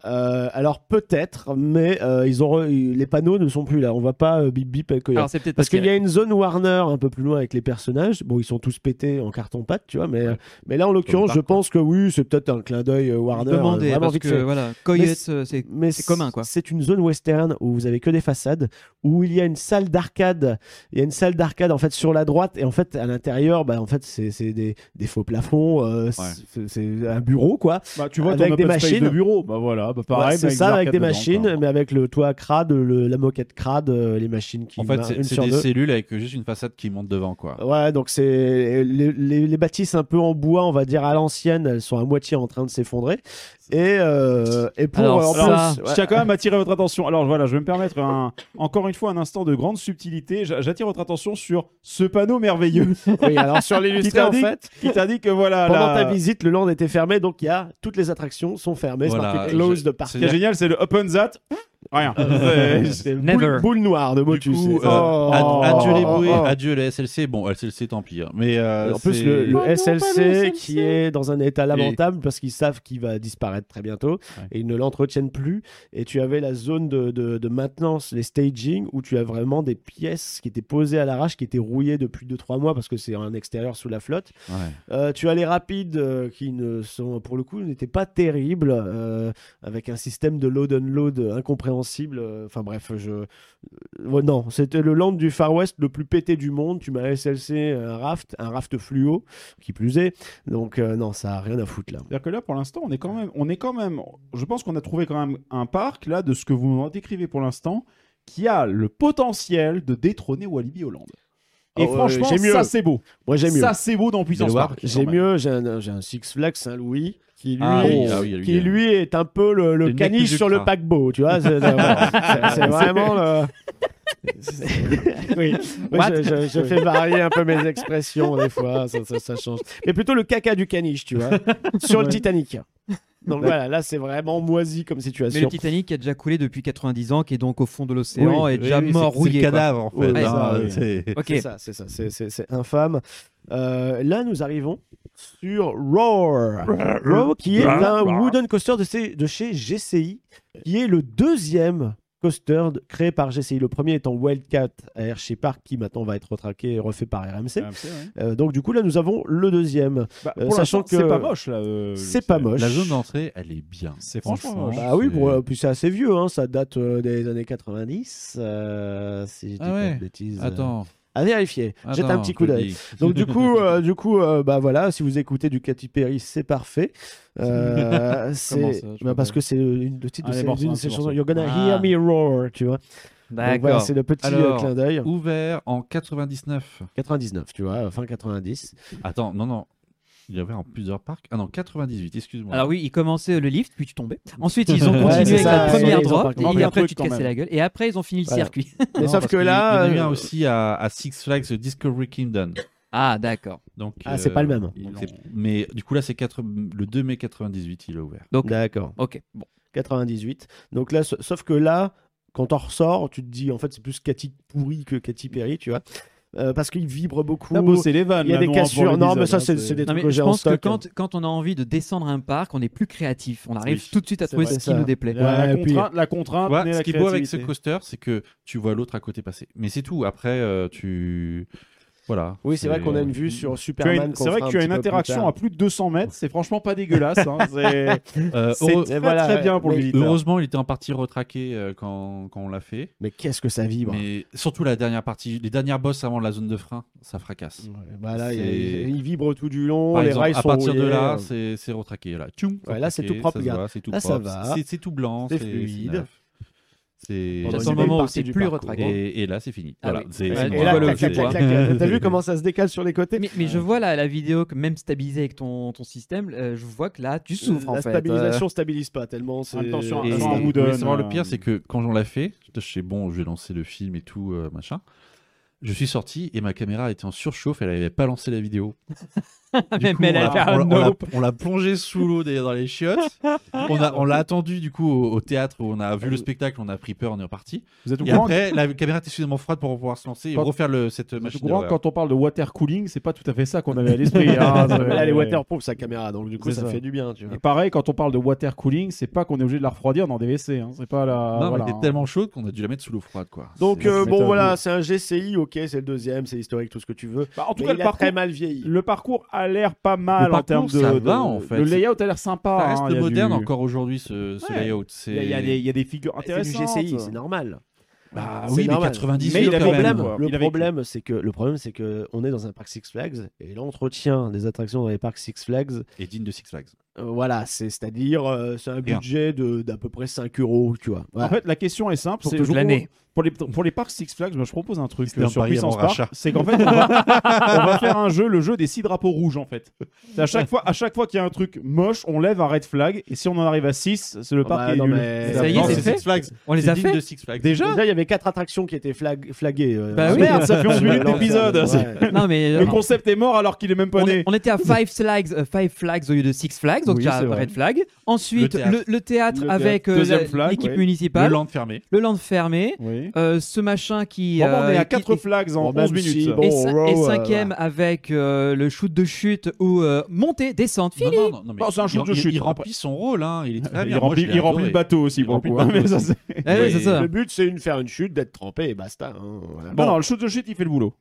[SPEAKER 8] Euh, alors peut-être, mais euh, ils ont re- les panneaux ne sont plus là. On va pas euh, bip bip et Coyote.
[SPEAKER 7] Alors c'est peut-être
[SPEAKER 8] Parce
[SPEAKER 7] parce
[SPEAKER 8] qu'il y
[SPEAKER 7] que
[SPEAKER 8] a une zone Warner un peu plus loin avec les personnages. Bon, ils sont tous pétés en carton pâte, tu vois. Mais, mais là, en l'occurrence,
[SPEAKER 9] parc,
[SPEAKER 8] je pense que oui, c'est peut-être un clin d'œil euh, Warner. euh,
[SPEAKER 7] demander
[SPEAKER 8] vraiment
[SPEAKER 7] parce
[SPEAKER 8] vite
[SPEAKER 7] que
[SPEAKER 8] fait.
[SPEAKER 7] voilà,
[SPEAKER 8] Mais
[SPEAKER 7] Coyote,
[SPEAKER 8] c'est-
[SPEAKER 7] euh, c'est
[SPEAKER 8] Mais
[SPEAKER 7] c'est commun, quoi.
[SPEAKER 8] C'est une zone western où vous avez que des façades, où il y a une salle d'arcade. Il y a une salle d'arcade en fait sur la droite et en fait à l'intérieur, bah, en fait c'est c'est des, des faux plafonds, euh, c'est- c'est un bureau quoi.
[SPEAKER 1] Bah, tu vois,
[SPEAKER 8] Avec
[SPEAKER 1] ton
[SPEAKER 8] des
[SPEAKER 1] open space
[SPEAKER 8] machines.
[SPEAKER 1] de bureau. Bah voilà, bah, pareil.
[SPEAKER 8] Ouais,
[SPEAKER 1] mais
[SPEAKER 8] c'est ça avec
[SPEAKER 1] arcades
[SPEAKER 8] des
[SPEAKER 1] dedans,
[SPEAKER 8] machines,
[SPEAKER 1] quoi.
[SPEAKER 8] mais avec le toit crade, le- la moquette crade, euh, les machines qui
[SPEAKER 9] en fait,
[SPEAKER 8] marchent
[SPEAKER 9] c'est
[SPEAKER 8] une
[SPEAKER 9] c'est
[SPEAKER 8] sur
[SPEAKER 9] des
[SPEAKER 8] deux. Ah,
[SPEAKER 9] cellules avec juste une façade qui monte devant, quoi.
[SPEAKER 8] Ouais, donc c'est les, les, les bâtisses un peu en bois, on va dire à l'ancienne, elles sont à moitié en train de s'effondrer. Et, euh, et pour
[SPEAKER 7] Alors
[SPEAKER 8] euh, en
[SPEAKER 7] ça-
[SPEAKER 8] plus,
[SPEAKER 1] Je
[SPEAKER 8] ouais,
[SPEAKER 1] tiens quand même à attirer votre attention. Alors voilà, je vais me permettre un, encore une fois un instant de grande subtilité. J'a- J'attire votre attention sur ce panneau merveilleux
[SPEAKER 8] oui, alors Ah, sur
[SPEAKER 1] qui
[SPEAKER 8] l'illustré en
[SPEAKER 1] t'indique
[SPEAKER 8] fait,
[SPEAKER 1] qui t'indique que voilà.
[SPEAKER 8] pendant
[SPEAKER 1] la-
[SPEAKER 8] ta visite, le land était fermé, donc il y a toutes les attractions sont fermées,
[SPEAKER 9] Voilà,
[SPEAKER 8] c'est marqué close
[SPEAKER 9] je-
[SPEAKER 8] de
[SPEAKER 1] Ce
[SPEAKER 8] parc.
[SPEAKER 1] qui est génial, c'est le open that. Rien.
[SPEAKER 8] C'est
[SPEAKER 7] Never.
[SPEAKER 8] boule, boule noire de
[SPEAKER 9] Du
[SPEAKER 8] Motus.
[SPEAKER 9] coup,
[SPEAKER 8] c'est-
[SPEAKER 9] euh,
[SPEAKER 8] Oh,
[SPEAKER 9] ad- adieu les
[SPEAKER 8] oh,
[SPEAKER 9] bruits,
[SPEAKER 8] oh.
[SPEAKER 9] adieu les SLC. Bon, SLC, tant pis. hein. Mais euh,
[SPEAKER 8] en plus,
[SPEAKER 9] c'est-
[SPEAKER 8] le, le
[SPEAKER 9] Ouais,
[SPEAKER 8] SLC qui est dans un état lamentable parce qu'ils savent qu'il va disparaître très bientôt
[SPEAKER 1] Ouais.
[SPEAKER 8] et ils ne l'entretiennent plus. Et tu avais la zone de, de- de maintenance, les staging, où tu as vraiment des pièces qui étaient posées à l'arrache, qui étaient rouillées depuis 2-3 mois parce que c'est un extérieur sous la flotte. Euh, tu as les rapides euh, qui ne sont, pour le coup, n'étaient pas terribles euh, avec un système de load-unload incompréhensible. Euh, Enfin bref, je. euh, ouais, non, c'était le land du Far West le plus pété du monde. Tu m'as SLC euh, un raft, un raft fluo, qui plus est. Donc euh, non, ça a rien à foutre là.
[SPEAKER 1] C'est-à-dire que là, pour l'instant, on est quand même, on est quand même, je pense qu'on a trouvé quand même un parc là de ce que vous me décrivez pour l'instant, qui a le potentiel de détrôner Walibi Hollande. Et
[SPEAKER 8] Oh, ouais,
[SPEAKER 1] franchement,
[SPEAKER 8] j'ai mieux.
[SPEAKER 1] ça c'est beau.
[SPEAKER 8] Moi j'aime mieux.
[SPEAKER 1] Ça c'est beau dans Puissance
[SPEAKER 9] voir,
[SPEAKER 1] Park.
[SPEAKER 8] J'ai
[SPEAKER 1] quand même.
[SPEAKER 8] mieux, j'ai un, j'ai un Six Flags Saint-Louis qui lui,
[SPEAKER 9] Ah oui, ah oui, lui,
[SPEAKER 8] qui
[SPEAKER 9] euh,
[SPEAKER 8] lui est un peu le, le
[SPEAKER 9] c'est le mec
[SPEAKER 8] caniche
[SPEAKER 9] du
[SPEAKER 8] sur le
[SPEAKER 9] Ultra.
[SPEAKER 8] paquebot, tu vois. C'est, c'est- c'est- c'est vraiment le. oui, Oui,
[SPEAKER 7] What
[SPEAKER 8] je, je- je fais varier un peu mes expressions des fois, ça, ça- ça change. Mais plutôt le caca du caniche, tu vois, sur le Titanic. Donc voilà, là c'est vraiment moisi comme
[SPEAKER 7] mais le
[SPEAKER 8] situation.
[SPEAKER 7] Titanic qui a déjà coulé depuis 90 ans, qui est donc au fond de l'océan
[SPEAKER 8] Oui,
[SPEAKER 7] et déjà
[SPEAKER 9] oui, c'est-
[SPEAKER 7] mort
[SPEAKER 9] C'est
[SPEAKER 7] rouillé.
[SPEAKER 9] le
[SPEAKER 7] quoi.
[SPEAKER 9] cadavre, en fait.
[SPEAKER 8] Ouais,
[SPEAKER 9] hein,
[SPEAKER 8] ça, oui.
[SPEAKER 9] c'est-
[SPEAKER 7] Ok.
[SPEAKER 8] C'est ça, c'est ça, c'est, c'est- c'est infâme. Euh, là, nous arrivons sur Roar. Roar, qui est un wooden coaster de chez, de chez GCI, qui est le deuxième coaster de- créé par GCI. Le premier étant Wildcat à Hershey Park, qui maintenant va être retraqué et refait par RMC.
[SPEAKER 1] Ah, c'est vrai.
[SPEAKER 8] Euh, donc, du coup, là, nous avons le deuxième.
[SPEAKER 1] Bah,
[SPEAKER 8] Euh,
[SPEAKER 1] pour
[SPEAKER 8] sachant
[SPEAKER 1] l'instant,
[SPEAKER 8] que-
[SPEAKER 1] c'est pas moche là. euh,
[SPEAKER 8] C'est pas moche.
[SPEAKER 9] La zone d'entrée, elle est bien.
[SPEAKER 1] C'est franchement moche.
[SPEAKER 8] Bah oui,
[SPEAKER 9] c'est-
[SPEAKER 8] pour- euh, puis c'est assez vieux, hein, ça date euh, des années 90, euh, si je dis
[SPEAKER 9] Ah
[SPEAKER 8] pas
[SPEAKER 9] ouais.
[SPEAKER 8] de bêtises. euh.
[SPEAKER 9] Attends,
[SPEAKER 8] À vérifier, jette un
[SPEAKER 9] attends,
[SPEAKER 8] petit
[SPEAKER 9] je
[SPEAKER 8] coup
[SPEAKER 9] le
[SPEAKER 8] d'œil.
[SPEAKER 9] dis.
[SPEAKER 8] Donc du coup, euh, du coup, euh, bah voilà, si vous écoutez du Katy Perry, c'est parfait. Euh,
[SPEAKER 7] Comment
[SPEAKER 8] c'est
[SPEAKER 7] ça, je
[SPEAKER 8] bah, parce
[SPEAKER 7] comprends.
[SPEAKER 8] que c'est une- le titre
[SPEAKER 1] Ah,
[SPEAKER 8] de
[SPEAKER 1] les
[SPEAKER 8] ses-
[SPEAKER 1] morceaux,
[SPEAKER 8] d'une de
[SPEAKER 1] hein,
[SPEAKER 8] ses
[SPEAKER 1] ces
[SPEAKER 8] chansons.
[SPEAKER 1] morceaux.
[SPEAKER 8] You're gonna
[SPEAKER 7] Ah.
[SPEAKER 8] hear me roar, tu vois. Donc, voilà,
[SPEAKER 7] D'accord.
[SPEAKER 8] c'est le petit euh,
[SPEAKER 9] Alors,
[SPEAKER 8] clin d'œil.
[SPEAKER 9] Ouvert en 99.
[SPEAKER 8] 99, tu vois, fin 90.
[SPEAKER 9] Attends, non, non. Il y avait en plusieurs parcs. Ah non, 98, excuse-moi.
[SPEAKER 7] Alors oui, ils commençaient le lift, puis tu tombais. Ensuite, ils ont
[SPEAKER 8] Ouais,
[SPEAKER 7] continué
[SPEAKER 8] c'est
[SPEAKER 7] avec la
[SPEAKER 8] ça, ils ont-
[SPEAKER 7] première
[SPEAKER 8] ils ont pas
[SPEAKER 7] drop,
[SPEAKER 1] compris
[SPEAKER 7] et
[SPEAKER 1] le
[SPEAKER 7] après
[SPEAKER 1] truc,
[SPEAKER 7] tu te
[SPEAKER 1] quand
[SPEAKER 7] cassais
[SPEAKER 1] même.
[SPEAKER 7] la gueule. Et après, ils ont fini le
[SPEAKER 8] Voilà.
[SPEAKER 7] circuit.
[SPEAKER 8] Mais
[SPEAKER 9] Non,
[SPEAKER 8] sauf
[SPEAKER 9] parce
[SPEAKER 8] que
[SPEAKER 9] qu'il-
[SPEAKER 8] là,
[SPEAKER 9] Il y en a eu un
[SPEAKER 8] euh,
[SPEAKER 9] aussi à, à Six Flags Discovery Kingdom.
[SPEAKER 7] Ah, d'accord.
[SPEAKER 9] Donc,
[SPEAKER 8] Ah, c'est pas le même.
[SPEAKER 9] donc c'est- Mais du coup, là, c'est quatre- le 2 mai 98, il a ouvert.
[SPEAKER 7] Donc,
[SPEAKER 8] D'accord.
[SPEAKER 7] ok. Bon.
[SPEAKER 8] 98. Donc là, sa- sauf que là, quand t'en ressors, tu te dis en fait c'est plus Cathy pourri que Cathy Perry, tu vois. Euh, parce qu'il vibre beaucoup.
[SPEAKER 1] T'as bossé les vannes.
[SPEAKER 8] Il y a
[SPEAKER 1] là,
[SPEAKER 8] des
[SPEAKER 1] non,
[SPEAKER 8] cassures.
[SPEAKER 1] avant les
[SPEAKER 8] Non, mais
[SPEAKER 1] Blizzard,
[SPEAKER 8] ça,
[SPEAKER 1] hein,
[SPEAKER 8] c'est c'est des
[SPEAKER 7] Non,
[SPEAKER 8] trucs
[SPEAKER 7] mais
[SPEAKER 8] que
[SPEAKER 7] je
[SPEAKER 8] j'ai en
[SPEAKER 7] pense que
[SPEAKER 8] stock.
[SPEAKER 7] quand, quand on a envie de descendre un parc, on est plus créatif. On arrive
[SPEAKER 9] Oui,
[SPEAKER 7] tout de suite à
[SPEAKER 8] c'est
[SPEAKER 7] trouver
[SPEAKER 8] vrai,
[SPEAKER 7] ce qui
[SPEAKER 8] ça.
[SPEAKER 7] nous déplaît.
[SPEAKER 1] La, la
[SPEAKER 8] Ouais, et puis-
[SPEAKER 1] contrainte, la
[SPEAKER 8] Ah,
[SPEAKER 1] contrainte
[SPEAKER 9] Tu vois,
[SPEAKER 1] naît
[SPEAKER 9] ce
[SPEAKER 1] la
[SPEAKER 9] qui est beau avec ce
[SPEAKER 1] créativité.
[SPEAKER 9] coaster, c'est que tu vois l'autre à côté passer. Mais c'est tout. Après, euh, tu. Voilà.
[SPEAKER 8] Oui, c'est vrai qu'on a une vue
[SPEAKER 1] Tu as
[SPEAKER 8] sur
[SPEAKER 1] une-
[SPEAKER 8] Superman. qu'on
[SPEAKER 1] C'est vrai que
[SPEAKER 8] fera un
[SPEAKER 1] tu as
[SPEAKER 8] petit
[SPEAKER 1] une
[SPEAKER 8] peu plus
[SPEAKER 1] interaction
[SPEAKER 8] tard.
[SPEAKER 1] à plus de 200 mètres. C'est franchement pas dégueulasse. hein, c'est-
[SPEAKER 9] Euh,
[SPEAKER 1] C'est
[SPEAKER 9] heureux-
[SPEAKER 1] très,
[SPEAKER 8] Et voilà,
[SPEAKER 1] très
[SPEAKER 8] ouais.
[SPEAKER 1] bien pour le
[SPEAKER 8] Mais-
[SPEAKER 1] militaire.
[SPEAKER 9] Heureusement, il était en partie retraqué euh, quand, quand on l'a fait.
[SPEAKER 8] Mais qu'est-ce que ça vibre
[SPEAKER 9] Mais surtout la dernière partie, les dernières bosses avant la zone de frein, ça fracasse.
[SPEAKER 8] Ouais, bah là, il,
[SPEAKER 9] C'est-
[SPEAKER 8] il vibre tout du long.
[SPEAKER 9] Par
[SPEAKER 8] les
[SPEAKER 9] exemple,
[SPEAKER 8] rails
[SPEAKER 9] à
[SPEAKER 8] sont
[SPEAKER 9] partir de
[SPEAKER 8] rouillés,
[SPEAKER 9] là,
[SPEAKER 8] euh,
[SPEAKER 9] c'est c'est retraqué. Là, Tchoum,
[SPEAKER 8] Ouais, là, c'est
[SPEAKER 9] retraqué,
[SPEAKER 8] tout propre,
[SPEAKER 9] ça se
[SPEAKER 8] regarde.
[SPEAKER 9] voit, C'est tout
[SPEAKER 8] Là, ça
[SPEAKER 9] propre.
[SPEAKER 8] va.
[SPEAKER 9] C'est- C'est tout blanc.
[SPEAKER 8] C'est
[SPEAKER 9] C'est
[SPEAKER 8] fluide.
[SPEAKER 9] neuf. C'est-
[SPEAKER 8] Pendant
[SPEAKER 7] Ça,
[SPEAKER 8] une
[SPEAKER 7] c'est le
[SPEAKER 8] belle
[SPEAKER 7] moment où
[SPEAKER 8] partie
[SPEAKER 7] c'est
[SPEAKER 8] du
[SPEAKER 7] plus
[SPEAKER 8] parcours.
[SPEAKER 7] retraqué.
[SPEAKER 9] Et, et là, c'est fini.
[SPEAKER 7] Ah
[SPEAKER 9] voilà.
[SPEAKER 7] oui.
[SPEAKER 9] C'est-
[SPEAKER 7] Ouais,
[SPEAKER 9] c'est
[SPEAKER 7] tu
[SPEAKER 8] Et
[SPEAKER 9] voilà
[SPEAKER 8] là,
[SPEAKER 7] vois le
[SPEAKER 9] le
[SPEAKER 8] clac, clac,
[SPEAKER 9] jeu.
[SPEAKER 8] clac, clac. t'as vu comment ça se décale sur les côtés
[SPEAKER 7] Mais, mais je vois la, la vidéo que même stabilisée avec ton, ton système, euh, je vois que là, tu souffres en
[SPEAKER 8] La
[SPEAKER 7] fait.
[SPEAKER 8] stabilisation stabilise pas tellement. c'est-
[SPEAKER 1] même temps, sur un- sur
[SPEAKER 9] Et vous
[SPEAKER 1] un bout
[SPEAKER 9] voulez
[SPEAKER 1] d'un,
[SPEAKER 9] savoir le
[SPEAKER 1] euh,
[SPEAKER 9] pire, c'est que quand on l'a fait, je sais bon, je vais lancer le film et tout, euh, machin. Je suis sorti et ma caméra était en surchauffe, elle n'avait pas lancé la vidéo. Du
[SPEAKER 7] Mais-
[SPEAKER 9] coup,
[SPEAKER 7] mais elle
[SPEAKER 9] on
[SPEAKER 7] a
[SPEAKER 9] l'a-
[SPEAKER 7] fait un
[SPEAKER 9] on l'a- on l'a-
[SPEAKER 7] nope.
[SPEAKER 9] on l'a plongé sous l'eau d'ailleurs dans les chiottes. on a- on l'a attendu du coup au, au théâtre où on a vu le spectacle, on a pris peur, on est reparti.
[SPEAKER 1] Vous êtes au
[SPEAKER 9] Et
[SPEAKER 1] courant
[SPEAKER 9] après, la caméra était suffisamment froide pour pouvoir se lancer et
[SPEAKER 1] Quand-
[SPEAKER 9] refaire le, cette
[SPEAKER 1] vous êtes au
[SPEAKER 9] machine.
[SPEAKER 1] courant,
[SPEAKER 9] d'horreur.
[SPEAKER 1] quand on parle de water cooling, c'est pas tout à fait ça qu'on avait à l'esprit. hein, c'est-
[SPEAKER 8] Mais là, elle est waterproof sa caméra, donc du coup,
[SPEAKER 1] C'est
[SPEAKER 8] ça,
[SPEAKER 1] ça.
[SPEAKER 8] fait du bien. Tu vois.
[SPEAKER 1] Et pareil, quand on parle de water cooling, c'est pas qu'on est obligé de la refroidir dans des WC. hein, C'est pas la.
[SPEAKER 9] Non, mais
[SPEAKER 1] voilà,
[SPEAKER 9] elle était
[SPEAKER 1] hein.
[SPEAKER 9] tellement chaude qu'on a dû la mettre sous l'eau froide quoi.
[SPEAKER 8] Donc,
[SPEAKER 9] C'est-
[SPEAKER 8] euh,
[SPEAKER 1] c'est
[SPEAKER 8] bon,
[SPEAKER 1] un
[SPEAKER 8] voilà,
[SPEAKER 1] goût.
[SPEAKER 8] c'est un GCI, ok, c'est le deuxième, c'est historique, tout ce que tu veux.
[SPEAKER 1] Bah, en tout
[SPEAKER 8] Mais
[SPEAKER 1] cas,
[SPEAKER 8] il
[SPEAKER 1] le
[SPEAKER 8] a très
[SPEAKER 1] parcours,
[SPEAKER 8] mal vieilli.
[SPEAKER 1] le parcours a l'air pas mal
[SPEAKER 9] Le
[SPEAKER 1] en
[SPEAKER 9] parcours,
[SPEAKER 1] termes de.
[SPEAKER 9] ça
[SPEAKER 1] de-
[SPEAKER 9] va, en fait.
[SPEAKER 1] Le layout a l'air sympa.
[SPEAKER 9] ça reste
[SPEAKER 1] hein, il y a
[SPEAKER 9] moderne
[SPEAKER 1] du-
[SPEAKER 9] encore aujourd'hui ce, ce
[SPEAKER 1] Ouais.
[SPEAKER 9] layout. C'est-
[SPEAKER 1] Il y a- il y a des- il y a des figures
[SPEAKER 8] Ah, C'est du
[SPEAKER 1] intéressantes.
[SPEAKER 8] GCI, c'est normal.
[SPEAKER 9] Bah
[SPEAKER 8] C'est
[SPEAKER 9] oui, mais
[SPEAKER 8] normal.
[SPEAKER 9] 98
[SPEAKER 8] Mais
[SPEAKER 1] il
[SPEAKER 8] le
[SPEAKER 1] avait
[SPEAKER 9] quand même.
[SPEAKER 8] problème,
[SPEAKER 1] quoi.
[SPEAKER 8] le
[SPEAKER 1] Il avait-
[SPEAKER 8] problème, c'est que le problème, c'est que on est dans un parc Six Flags et l'entretien des attractions dans les parcs Six Flags,
[SPEAKER 9] est digne de Six Flags.
[SPEAKER 8] euh, voilà, c'est c'est-à-dire euh, c'est un
[SPEAKER 9] Rien.
[SPEAKER 8] budget de d'à peu près 5 euros, tu vois. Voilà.
[SPEAKER 1] En fait, la question est simple.
[SPEAKER 7] euh, Pour
[SPEAKER 1] c'est
[SPEAKER 7] toute l'année.
[SPEAKER 1] Pour les, pour les parcs Six Flags, moi, je propose un truc
[SPEAKER 9] C'était
[SPEAKER 1] euh,
[SPEAKER 9] un
[SPEAKER 1] sur
[SPEAKER 9] pari
[SPEAKER 1] Puissance
[SPEAKER 9] avant
[SPEAKER 1] Park.
[SPEAKER 9] rachat.
[SPEAKER 1] C'est qu'en fait, on va, on va faire un jeu, le jeu des six drapeaux rouges, en fait. C'est à chaque fois, à chaque fois qu'il y a un truc moche, on lève un red flag. Et si on en arrive à 6, c'est le
[SPEAKER 8] Ah
[SPEAKER 1] parc
[SPEAKER 8] bah,
[SPEAKER 1] qui est
[SPEAKER 8] non,
[SPEAKER 1] nul.
[SPEAKER 8] mais-
[SPEAKER 7] Ça y est,
[SPEAKER 9] Non,
[SPEAKER 7] c'est
[SPEAKER 9] c'est
[SPEAKER 7] fait
[SPEAKER 9] Six Flags.
[SPEAKER 7] On les
[SPEAKER 9] C'est
[SPEAKER 7] a
[SPEAKER 9] digne
[SPEAKER 7] fait
[SPEAKER 9] de Six Flags.
[SPEAKER 1] Déjà
[SPEAKER 8] Déjà, il y avait quatre attractions qui étaient flag- flaguées. euh,
[SPEAKER 7] Bah
[SPEAKER 1] Ah
[SPEAKER 7] oui.
[SPEAKER 1] Merde, ça fait 11 minutes
[SPEAKER 8] Ouais,
[SPEAKER 1] d'épisode.
[SPEAKER 8] ouais.
[SPEAKER 7] Non, mais euh,
[SPEAKER 1] Le concept est mort alors qu'il est même pas
[SPEAKER 7] on,
[SPEAKER 1] né.
[SPEAKER 7] on était à five flags, euh, five flags au lieu de six flags, donc
[SPEAKER 1] Oui,
[SPEAKER 7] tu as
[SPEAKER 1] c'est vrai.
[SPEAKER 7] red flag. Ensuite,
[SPEAKER 9] Le
[SPEAKER 7] le
[SPEAKER 9] théâtre.
[SPEAKER 7] le théâtre,
[SPEAKER 1] Le
[SPEAKER 7] avec
[SPEAKER 1] théâtre.
[SPEAKER 7] euh,
[SPEAKER 1] Deuxième
[SPEAKER 7] la-
[SPEAKER 1] flag,
[SPEAKER 7] l'équipe
[SPEAKER 1] ouais.
[SPEAKER 9] Le
[SPEAKER 7] municipale,
[SPEAKER 9] land fermé.
[SPEAKER 7] le land fermé,
[SPEAKER 1] Oui.
[SPEAKER 7] euh, ce machin qui.
[SPEAKER 1] Bon, on est
[SPEAKER 7] euh,
[SPEAKER 1] à
[SPEAKER 7] qui-
[SPEAKER 1] 4
[SPEAKER 7] qui-
[SPEAKER 1] flags en
[SPEAKER 8] Bon, même
[SPEAKER 1] 11 minutes.
[SPEAKER 8] si, bon,
[SPEAKER 7] Et, cin-
[SPEAKER 8] row,
[SPEAKER 7] et
[SPEAKER 8] euh,
[SPEAKER 7] cinquième avec euh, le shoot de chute ou euh, montée, descente,
[SPEAKER 9] Non,
[SPEAKER 7] fini.
[SPEAKER 9] non, non, non, mais
[SPEAKER 1] Non, c'est un
[SPEAKER 9] il-
[SPEAKER 1] shoot de
[SPEAKER 9] il-
[SPEAKER 1] chute.
[SPEAKER 9] Il remplit son rôle, hein. Il est très
[SPEAKER 1] Ah, il
[SPEAKER 9] bien. Moi,
[SPEAKER 1] remplit,
[SPEAKER 9] je l'ai
[SPEAKER 1] il remplit
[SPEAKER 9] adoré.
[SPEAKER 1] le bateau aussi,
[SPEAKER 9] Il
[SPEAKER 1] pour le
[SPEAKER 9] remplit
[SPEAKER 1] coup.
[SPEAKER 9] le
[SPEAKER 1] hein,
[SPEAKER 9] bateau
[SPEAKER 1] mais ça,
[SPEAKER 9] aussi.
[SPEAKER 1] c'est-
[SPEAKER 7] Ah oui,
[SPEAKER 9] Oui.
[SPEAKER 7] c'est ça.
[SPEAKER 8] Le but, c'est de faire une chute, d'être trempé et basta. hein, voilà.
[SPEAKER 1] Non, non, le shoot de chute, il fait le boulot.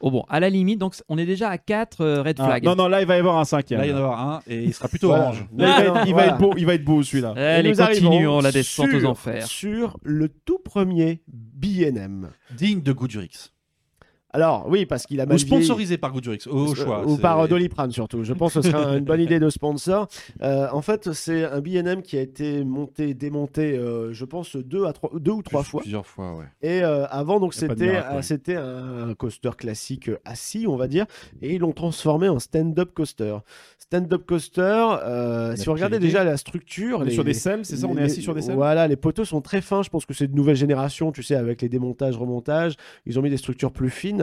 [SPEAKER 7] Oh, bon, à la limite, donc on est déjà à 4 red
[SPEAKER 1] Ah,
[SPEAKER 7] flags.
[SPEAKER 1] non, non, là, il va y avoir un cinquième.
[SPEAKER 9] Là, il y en a un et il sera plutôt
[SPEAKER 8] Voilà.
[SPEAKER 9] orange.
[SPEAKER 1] Là, il va être- il va
[SPEAKER 8] Voilà.
[SPEAKER 1] être beau, il va être beau celui-là.
[SPEAKER 7] Allez,
[SPEAKER 8] Ah Et nous arrivons
[SPEAKER 7] continuons hein, la descente aux
[SPEAKER 8] sur-
[SPEAKER 7] enfers.
[SPEAKER 8] Sur le tout premier BNM.
[SPEAKER 9] Digne de Goodurix.
[SPEAKER 1] Eh
[SPEAKER 8] Alors, oui, parce qu'il a
[SPEAKER 1] ben,
[SPEAKER 9] Ou
[SPEAKER 8] mal vieilli.
[SPEAKER 9] sponsorisé par Goodurix. Au
[SPEAKER 8] Parce que-
[SPEAKER 9] choix.
[SPEAKER 8] Ou
[SPEAKER 9] c'est-
[SPEAKER 8] par euh, Doliprane surtout. Je pense que ce serait une bonne idée de sponsor. Euh, en fait, c'est un BNM qui a été monté, démonté, euh, je pense, deux, à trois, deux ou trois
[SPEAKER 9] Plus-
[SPEAKER 8] fois.
[SPEAKER 9] Plusieurs fois, ouais.
[SPEAKER 8] Et euh, avant, donc,
[SPEAKER 1] Y a pas de
[SPEAKER 8] c'était
[SPEAKER 1] miracle,
[SPEAKER 8] un-
[SPEAKER 1] ouais.
[SPEAKER 8] c'était un coaster classique euh, assis, on va dire. Et ils l'ont transformé en stand-up coaster. Stand-up coaster, euh, si vous regardez
[SPEAKER 9] qualité.
[SPEAKER 8] déjà la structure.
[SPEAKER 1] On est
[SPEAKER 8] les-
[SPEAKER 1] sur des selles, c'est ça On
[SPEAKER 8] les-
[SPEAKER 1] est assis
[SPEAKER 8] les-
[SPEAKER 1] sur des selles
[SPEAKER 8] Voilà, les poteaux sont très fins. Je pense que c'est de nouvelle génération, tu sais, avec les démontages, remontages. Ils ont mis des structures plus fines.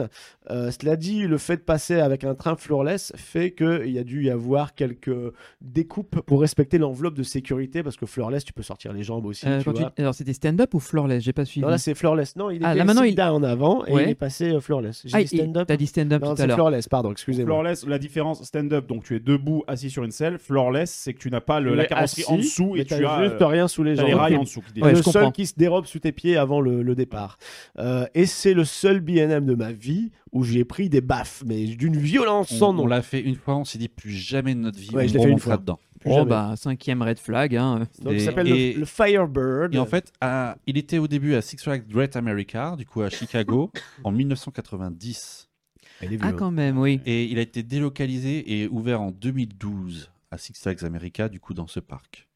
[SPEAKER 8] Euh, cela dit, le fait de passer avec un train floorless fait qu'il y a dû y avoir quelques découpes pour respecter l'enveloppe de sécurité parce que floorless, tu peux sortir les jambes aussi.
[SPEAKER 7] Euh,
[SPEAKER 8] tu
[SPEAKER 7] quand tu-
[SPEAKER 8] vois.
[SPEAKER 7] Alors, c'était stand-up ou floorless J'ai pas suivi.
[SPEAKER 8] Non, là, c'est floorless. Non, il était
[SPEAKER 7] Ah, là, maintenant, il-
[SPEAKER 8] Sida en avant et
[SPEAKER 7] Ouais.
[SPEAKER 8] il est passé euh, floorless. J'ai
[SPEAKER 7] Ah,
[SPEAKER 8] dit
[SPEAKER 7] il-
[SPEAKER 8] stand-up.
[SPEAKER 7] T'as dit stand-up
[SPEAKER 8] Non,
[SPEAKER 7] tout à
[SPEAKER 8] c'est
[SPEAKER 7] l'heure.
[SPEAKER 8] floorless, pardon, excusez-moi.
[SPEAKER 1] Floorless, la différence stand-up, donc tu es debout assis sur une selle. Floorless, c'est que tu n'as pas le- la
[SPEAKER 8] Mais
[SPEAKER 1] carrosserie
[SPEAKER 8] assis,
[SPEAKER 1] en dessous
[SPEAKER 8] mais
[SPEAKER 1] et tu
[SPEAKER 8] t'as
[SPEAKER 1] as,
[SPEAKER 8] juste
[SPEAKER 1] euh,
[SPEAKER 8] rien sous les
[SPEAKER 1] t'as
[SPEAKER 8] jambes.
[SPEAKER 1] les
[SPEAKER 8] Ok.
[SPEAKER 1] rails en dessous. qui
[SPEAKER 7] Ouais,
[SPEAKER 1] dépassent.
[SPEAKER 8] le
[SPEAKER 7] je comprends.
[SPEAKER 8] seul qui se dérobe sous tes pieds avant le, le départ. Euh, et c'est le seul BNM de ma vie où j'ai pris des baffes, mais d'une violence
[SPEAKER 9] On,
[SPEAKER 8] sans
[SPEAKER 9] on
[SPEAKER 8] nom.
[SPEAKER 9] l'a fait une fois, on s'est dit plus jamais de notre vie.
[SPEAKER 8] Ouais, je l'ai
[SPEAKER 9] on
[SPEAKER 8] fait une
[SPEAKER 9] remontera
[SPEAKER 8] fois.
[SPEAKER 9] dedans.
[SPEAKER 8] Plus
[SPEAKER 7] Oh,
[SPEAKER 8] jamais.
[SPEAKER 7] bah, cinquième red flag. Hein.
[SPEAKER 8] Donc
[SPEAKER 9] Et-
[SPEAKER 8] il s'appelle
[SPEAKER 9] et-
[SPEAKER 8] le, le Firebird.
[SPEAKER 9] Et en fait, à- il était au début à Six Flags Great America, du coup à Chicago, en 1990.
[SPEAKER 8] Elle est
[SPEAKER 7] Ah,
[SPEAKER 8] violente.
[SPEAKER 7] quand même, oui.
[SPEAKER 9] Et il a été délocalisé et ouvert en 2012 à Six Flags America, du coup dans ce parc,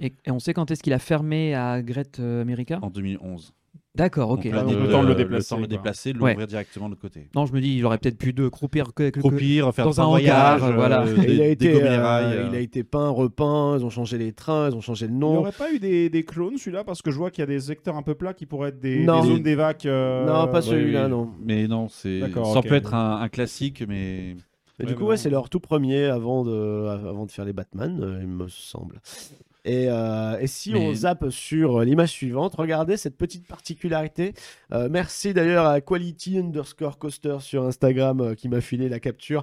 [SPEAKER 7] Et, et on sait quand est-ce qu'il a fermé à Great euh, America
[SPEAKER 9] en 2011.
[SPEAKER 7] D'accord, ok.
[SPEAKER 9] Donc là,
[SPEAKER 8] Ah,
[SPEAKER 9] de-
[SPEAKER 8] on peut
[SPEAKER 9] de-
[SPEAKER 10] temps de le
[SPEAKER 9] le temps
[SPEAKER 10] déplacer,
[SPEAKER 9] de le
[SPEAKER 10] quoi.
[SPEAKER 9] déplacer, de
[SPEAKER 7] Ouais.
[SPEAKER 9] l'ouvrir directement de l'autre côté.
[SPEAKER 7] Non, je me dis, il aurait peut-être pu deux croupir quelque
[SPEAKER 9] Au pire, faire
[SPEAKER 7] dans
[SPEAKER 9] trois
[SPEAKER 7] un
[SPEAKER 9] voyages,
[SPEAKER 7] hangar, voilà.
[SPEAKER 9] euh,
[SPEAKER 8] Et il, a
[SPEAKER 9] dé-
[SPEAKER 8] été,
[SPEAKER 9] dégommer les
[SPEAKER 8] euh,
[SPEAKER 9] rails, euh.
[SPEAKER 8] il a été peint, repeint, ils ont changé les trains, ils ont changé le
[SPEAKER 10] Il n'y
[SPEAKER 8] nom.
[SPEAKER 10] aurait pas eu des, des clones celui-là parce que je vois qu'il y a des secteurs un peu plats qui pourraient être des,
[SPEAKER 8] Non.
[SPEAKER 10] des zones d'évac. euh,
[SPEAKER 8] Non, pas
[SPEAKER 10] ouais,
[SPEAKER 8] celui-là,
[SPEAKER 10] oui.
[SPEAKER 8] non.
[SPEAKER 9] Mais non, c'est ça
[SPEAKER 10] D'accord, ok.
[SPEAKER 9] peut être un, un classique, mais
[SPEAKER 8] Et
[SPEAKER 10] Ouais,
[SPEAKER 8] du coup,
[SPEAKER 10] mais
[SPEAKER 8] ouais,
[SPEAKER 10] non.
[SPEAKER 8] c'est leur tout premier avant de, avant de faire les Batman, euh, il me semble. Et, euh, et si
[SPEAKER 9] Mais-
[SPEAKER 8] on zappe sur euh, l'image suivante, regardez cette petite particularité. Euh, merci d'ailleurs à Quality underscore Coaster sur Instagram euh, qui m'a filé la capture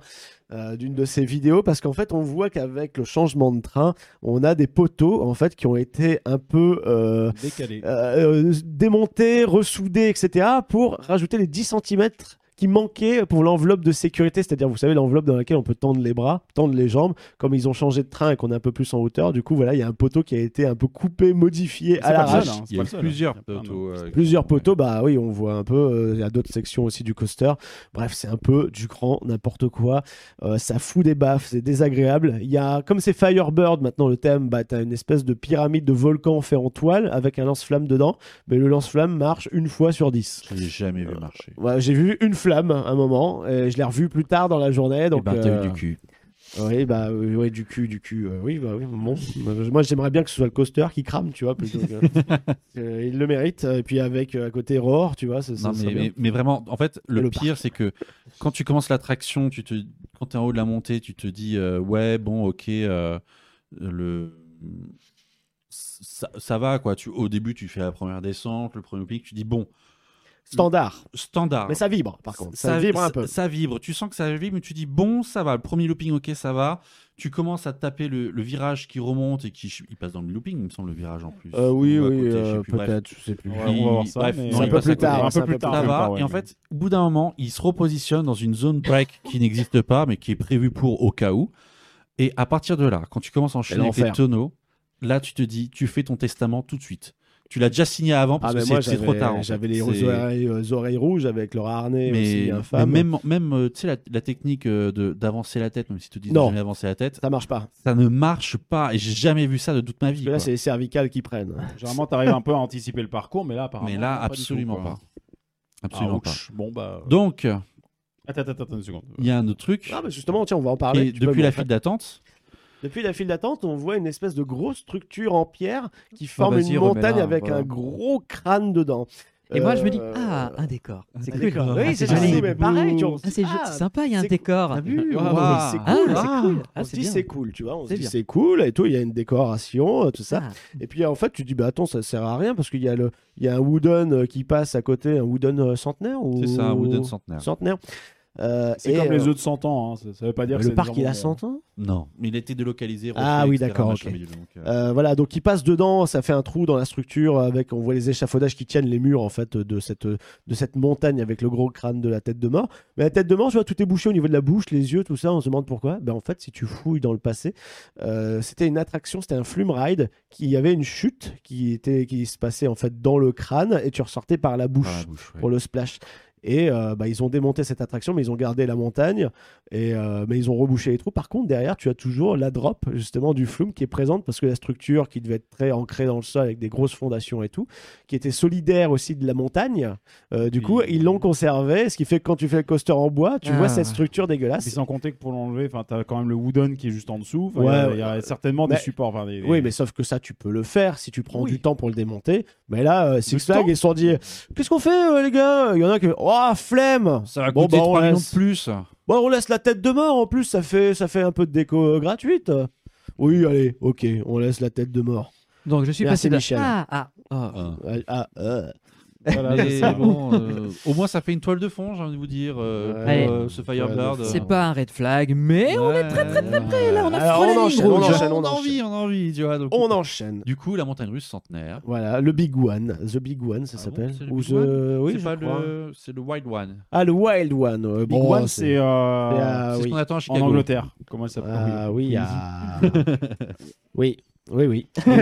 [SPEAKER 8] euh, d'une de ses vidéos parce qu'en fait, on voit qu'avec le changement de train, on a des poteaux en fait qui ont été un peu euh,
[SPEAKER 10] Décalé.
[SPEAKER 8] euh, euh, démonter, ressouder, etc. pour rajouter les 10 cm qui manquaient pour l'enveloppe de sécurité, c'est-à-dire, vous savez, l'enveloppe dans laquelle on peut tendre les bras, tendre les jambes, comme ils ont changé de train et qu'on est un peu plus en hauteur, du coup, voilà, il y a un poteau qui a été un peu coupé, modifié à
[SPEAKER 10] C'est pas le
[SPEAKER 8] l'arrache.
[SPEAKER 10] seul, hein, c'est
[SPEAKER 9] il y
[SPEAKER 10] pas
[SPEAKER 9] a
[SPEAKER 10] le
[SPEAKER 9] eu
[SPEAKER 10] seul.
[SPEAKER 9] plusieurs
[SPEAKER 10] Il y a plein de-
[SPEAKER 9] poteaux. euh,
[SPEAKER 8] Plusieurs
[SPEAKER 9] qui-
[SPEAKER 8] poteaux, bah oui, on voit un peu, euh, il y a d'autres sections aussi du coaster. Bref, c'est un peu du grand n'importe quoi. Euh, ça fout des baffes, c'est désagréable. Il y a, comme c'est Firebird maintenant le thème, bah t'as une espèce de pyramide de volcan fait en toile avec un lance-flamme dedans, mais le lance-flamme marche une fois sur dix.
[SPEAKER 9] Je l'ai jamais
[SPEAKER 8] euh,
[SPEAKER 9] vu marcher.
[SPEAKER 8] Ouais, j'ai vu une flamme à un moment, et je l'ai revue plus tard dans la journée.
[SPEAKER 9] Eh
[SPEAKER 8] Donc,
[SPEAKER 9] ben, t'as eu
[SPEAKER 8] euh,
[SPEAKER 9] du cul.
[SPEAKER 8] Oui, bah, euh, ouais, du cul, du cul. euh, oui, bah, oui, bon. Euh, Moi, j'aimerais bien que ce soit le coaster qui crame, tu vois, plutôt que. Euh, il le mérite. Et puis, avec euh, à côté Roar, tu vois, ça, ça
[SPEAKER 9] Non,
[SPEAKER 8] serait
[SPEAKER 9] mais,
[SPEAKER 8] bien.
[SPEAKER 9] mais- mais vraiment, en fait, le,
[SPEAKER 8] Le
[SPEAKER 9] pire, c'est que quand tu commences l'attraction, tu te, quand t'es en haut de la montée, tu te dis, euh, ouais, bon, ok, euh, le, ça, ça va, quoi. Tu, au début, tu fais la première descente, le premier pic, tu dis, bon,
[SPEAKER 8] Standard.
[SPEAKER 9] standard.
[SPEAKER 8] Mais ça vibre, par contre. Ça, vibre un peu.
[SPEAKER 9] Ah. Ça, vibre. Tu sens que ça vibre, mais tu dis, bon, ça va. Le premier looping, ok, ça va. Tu commenches à taper le, le virage qui remonte et qui. Il passe dans le looping, il me semble, le virage en plus.
[SPEAKER 8] Euh, oui,
[SPEAKER 9] Ou à
[SPEAKER 8] oui,
[SPEAKER 9] côté, je sais
[SPEAKER 8] euh,
[SPEAKER 9] plus, bref.
[SPEAKER 8] peut-être, je sais plus.
[SPEAKER 10] Ouais,
[SPEAKER 9] Puis,
[SPEAKER 10] on va voir ça.
[SPEAKER 9] bref,
[SPEAKER 10] mais-
[SPEAKER 9] non,
[SPEAKER 8] un
[SPEAKER 9] il
[SPEAKER 8] peu
[SPEAKER 9] passe à
[SPEAKER 8] plus
[SPEAKER 9] côté.
[SPEAKER 8] tard,
[SPEAKER 10] Un
[SPEAKER 8] c'est
[SPEAKER 10] peu plus tard.
[SPEAKER 9] Ça
[SPEAKER 10] je
[SPEAKER 9] va.
[SPEAKER 10] crois, ouais.
[SPEAKER 9] Et en fait, au bout d'un moment, il se repositionne dans une zone break qui n'existe pas, mais qui est prévue pour au cas où. Et à partir de là, quand tu commences à enchaîner avec les
[SPEAKER 8] l'enfer.
[SPEAKER 9] tonneaux, là, tu te dis, tu fais ton testament tout de suite. Tu l'as déjà signé avant
[SPEAKER 8] Ah,
[SPEAKER 9] parce
[SPEAKER 8] mais
[SPEAKER 9] que
[SPEAKER 8] moi,
[SPEAKER 9] c'est- c'est trop
[SPEAKER 8] j'avais
[SPEAKER 9] tard. en fait.
[SPEAKER 8] j'avais les
[SPEAKER 9] C'est-
[SPEAKER 8] oreilles, euh, oreilles rouges avec leur harnais aussi
[SPEAKER 9] mais, mais
[SPEAKER 8] infâme.
[SPEAKER 9] même, même euh, tu sais, la, la technique euh, de- d'avancer la tête, même si tu te dis
[SPEAKER 8] Non.
[SPEAKER 9] jamais avancer la tête,
[SPEAKER 8] Ça marche pas.
[SPEAKER 9] ça ne marche pas. Et j'ai jamais vu ça de toute ma vie.
[SPEAKER 8] Parce que là,
[SPEAKER 9] quoi.
[SPEAKER 8] c'est les cervicales qui prennent.
[SPEAKER 10] Généralement, t'arrives un peu à anticiper le parcours, mais là, apparemment.
[SPEAKER 9] Mais là,
[SPEAKER 10] pas du tout,
[SPEAKER 9] absolument
[SPEAKER 10] quoi.
[SPEAKER 9] pas. Absolument
[SPEAKER 10] Ah,
[SPEAKER 9] pas.
[SPEAKER 10] ouch. Bon, bah.
[SPEAKER 9] Donc,
[SPEAKER 10] Attends, attends, attends une seconde.
[SPEAKER 9] il y a un autre truc.
[SPEAKER 8] Ah, mais justement, tiens, on va en parler.
[SPEAKER 9] Et
[SPEAKER 8] Tu peux
[SPEAKER 9] depuis
[SPEAKER 8] me
[SPEAKER 9] la
[SPEAKER 8] montrer.
[SPEAKER 9] file d'attente,
[SPEAKER 8] Depuis la file d'attente, on voit une espèce de grosse structure en pierre qui forme
[SPEAKER 7] vas-y,
[SPEAKER 8] une
[SPEAKER 7] remets-la,
[SPEAKER 8] montagne avec
[SPEAKER 7] voilà.
[SPEAKER 8] un gros crâne dedans.
[SPEAKER 7] Et moi, je me dis,
[SPEAKER 8] Euh,
[SPEAKER 7] ah, un décor. C'est
[SPEAKER 8] un
[SPEAKER 7] cool.
[SPEAKER 8] décor. Oui,
[SPEAKER 7] Ah,
[SPEAKER 8] c'est
[SPEAKER 7] c'est joli.
[SPEAKER 8] joli, mais pareil, tu vois, on se
[SPEAKER 7] Ah,
[SPEAKER 8] dit,
[SPEAKER 7] c'est
[SPEAKER 8] ah,
[SPEAKER 7] c'est sympa, il y a un
[SPEAKER 8] c'est-
[SPEAKER 7] décor.
[SPEAKER 8] T'as vu
[SPEAKER 9] Waouh.
[SPEAKER 8] Ah, C'est
[SPEAKER 7] Ah,
[SPEAKER 8] cool.
[SPEAKER 7] c'est cool. Ah,
[SPEAKER 8] on se dit
[SPEAKER 7] bien.
[SPEAKER 8] c'est cool, tu vois, on se
[SPEAKER 7] C'est
[SPEAKER 8] dit
[SPEAKER 7] bien.
[SPEAKER 8] c'est cool et tout, il y a une décoration, euh, tout ça.
[SPEAKER 7] Ah.
[SPEAKER 8] Et puis en fait, tu dis bah attends, ça sert à rien parce qu'il y a le il y a un wooden euh, qui passe à côté, un wooden euh, centenaire ou
[SPEAKER 9] c'est ça, un Wooden Centenaire.
[SPEAKER 8] centenaire. Euh,
[SPEAKER 10] C'est
[SPEAKER 8] et,
[SPEAKER 10] comme
[SPEAKER 8] euh, bah,
[SPEAKER 10] les œufs de 100 ans, hein, ça, ça veut pas dire que
[SPEAKER 8] le
[SPEAKER 10] c'est hein.
[SPEAKER 8] parc il a
[SPEAKER 1] euh,
[SPEAKER 10] vraiment-
[SPEAKER 8] 100 ans
[SPEAKER 9] Non, mais il était délocalisé.
[SPEAKER 8] Ah
[SPEAKER 9] refait,
[SPEAKER 8] oui,
[SPEAKER 9] etc.,
[SPEAKER 8] d'accord,
[SPEAKER 9] machin,
[SPEAKER 8] ok.
[SPEAKER 9] bidule, donc, euh,
[SPEAKER 8] Euh, voilà, donc il passe dedans, ça fait un trou dans la structure avec, on voit les échafaudages qui tiennent les murs en fait de cette de cette montagne avec le gros crâne de la tête de mort. Mais la tête de mort, tu vois, tout est bouché au niveau de la bouche, les yeux, tout ça. On se demande pourquoi. Ben en fait, si tu fouilles dans le passé, euh, c'était une attraction, c'était un flume ride qui avait une chute qui était qui se passait en fait dans le crâne et tu ressortais par la bouche
[SPEAKER 9] par la bouche, ouais.
[SPEAKER 8] pour le splash. Et euh, bah, ils ont démonté cette attraction, mais ils ont gardé la montagne, et, euh, mais ils ont rebouché les trous. Par contre, derrière, tu as toujours la drop justement du flume qui est présente parce que la structure qui devait être très ancrée dans le sol avec des grosses fondations et tout, qui était solidaire aussi de la montagne, euh, du
[SPEAKER 10] Oui.
[SPEAKER 8] coup, ils l'ont conservé. Ce qui fait que quand tu fais le coaster en bois, tu
[SPEAKER 7] Ah.
[SPEAKER 8] vois cette structure
[SPEAKER 10] Puis
[SPEAKER 8] dégueulasse.
[SPEAKER 10] sans compter que pour l'enlever, enfin, t'as quand même le wooden qui est juste en dessous. Enfin, Il
[SPEAKER 8] Ouais,
[SPEAKER 10] y a-
[SPEAKER 8] ouais.
[SPEAKER 10] il y, a certainement
[SPEAKER 8] Mais-
[SPEAKER 10] des supports. enfin, des- des-
[SPEAKER 8] Oui, mais sauf que ça, tu peux le faire si tu prends
[SPEAKER 10] Oui.
[SPEAKER 8] du temps pour le démonter. Mais là, euh, Six
[SPEAKER 10] Le
[SPEAKER 8] Flags,
[SPEAKER 10] temps Mmh.
[SPEAKER 8] ils se sont dit Qu'est-ce qu'on fait, euh, les gars Il y en a qui Oh, flemme
[SPEAKER 9] Ça va
[SPEAKER 8] Bon,
[SPEAKER 9] coûter
[SPEAKER 8] bah, on
[SPEAKER 9] 3 millions
[SPEAKER 8] laisse.
[SPEAKER 9] de plus.
[SPEAKER 8] Bon, Bah, on laisse la tête de mort en plus, ça fait, ça fait un peu de déco euh, gratuite. Oui, allez, ok, on laisse la tête de mort.
[SPEAKER 7] Donc, je suis passé
[SPEAKER 8] Merci,
[SPEAKER 7] de...
[SPEAKER 8] Michel.
[SPEAKER 7] Ah, ah, oh.
[SPEAKER 9] Ah.
[SPEAKER 8] Ah, ah, euh.
[SPEAKER 10] Voilà,
[SPEAKER 9] Mais
[SPEAKER 10] c'est ça.
[SPEAKER 9] bon, euh, au moins ça fait une toile de fond, j'ai envie de vous dire, euh, pour,
[SPEAKER 7] Allez.
[SPEAKER 9] euh, ce Firebird.
[SPEAKER 8] C'est
[SPEAKER 7] C'est pas un red flag, mais on
[SPEAKER 9] est très très très très
[SPEAKER 7] là, on a
[SPEAKER 8] Alors,
[SPEAKER 7] frôlé la
[SPEAKER 8] on
[SPEAKER 7] ligne
[SPEAKER 8] enchaîne, on
[SPEAKER 7] rouge.
[SPEAKER 8] enchaîne, on
[SPEAKER 9] a envie,
[SPEAKER 8] enchaîne.
[SPEAKER 9] on a envie, tu vois. donc-
[SPEAKER 8] On enchaîne.
[SPEAKER 9] Du coup, la montagne russe centenaire.
[SPEAKER 8] Voilà, le Big One, The Big One, ça
[SPEAKER 9] Ah bon,
[SPEAKER 8] s'appelle.
[SPEAKER 9] c'est le
[SPEAKER 8] Ou
[SPEAKER 9] Big
[SPEAKER 8] the-
[SPEAKER 9] One
[SPEAKER 8] Oui,
[SPEAKER 9] c'est
[SPEAKER 8] je
[SPEAKER 9] pas
[SPEAKER 8] crois.
[SPEAKER 9] le, Oh, c'est le Wild One.
[SPEAKER 8] Ah, le Wild One. euh,
[SPEAKER 10] Big
[SPEAKER 8] bon,
[SPEAKER 10] One, c'est euh,
[SPEAKER 8] c'est à-
[SPEAKER 9] c'est
[SPEAKER 8] Ah oui.
[SPEAKER 9] ce qu'on attend à Chicago.
[SPEAKER 10] en Angleterre. Comment elle s'appelle
[SPEAKER 8] Ah, oui, à- oui. Oui, oui.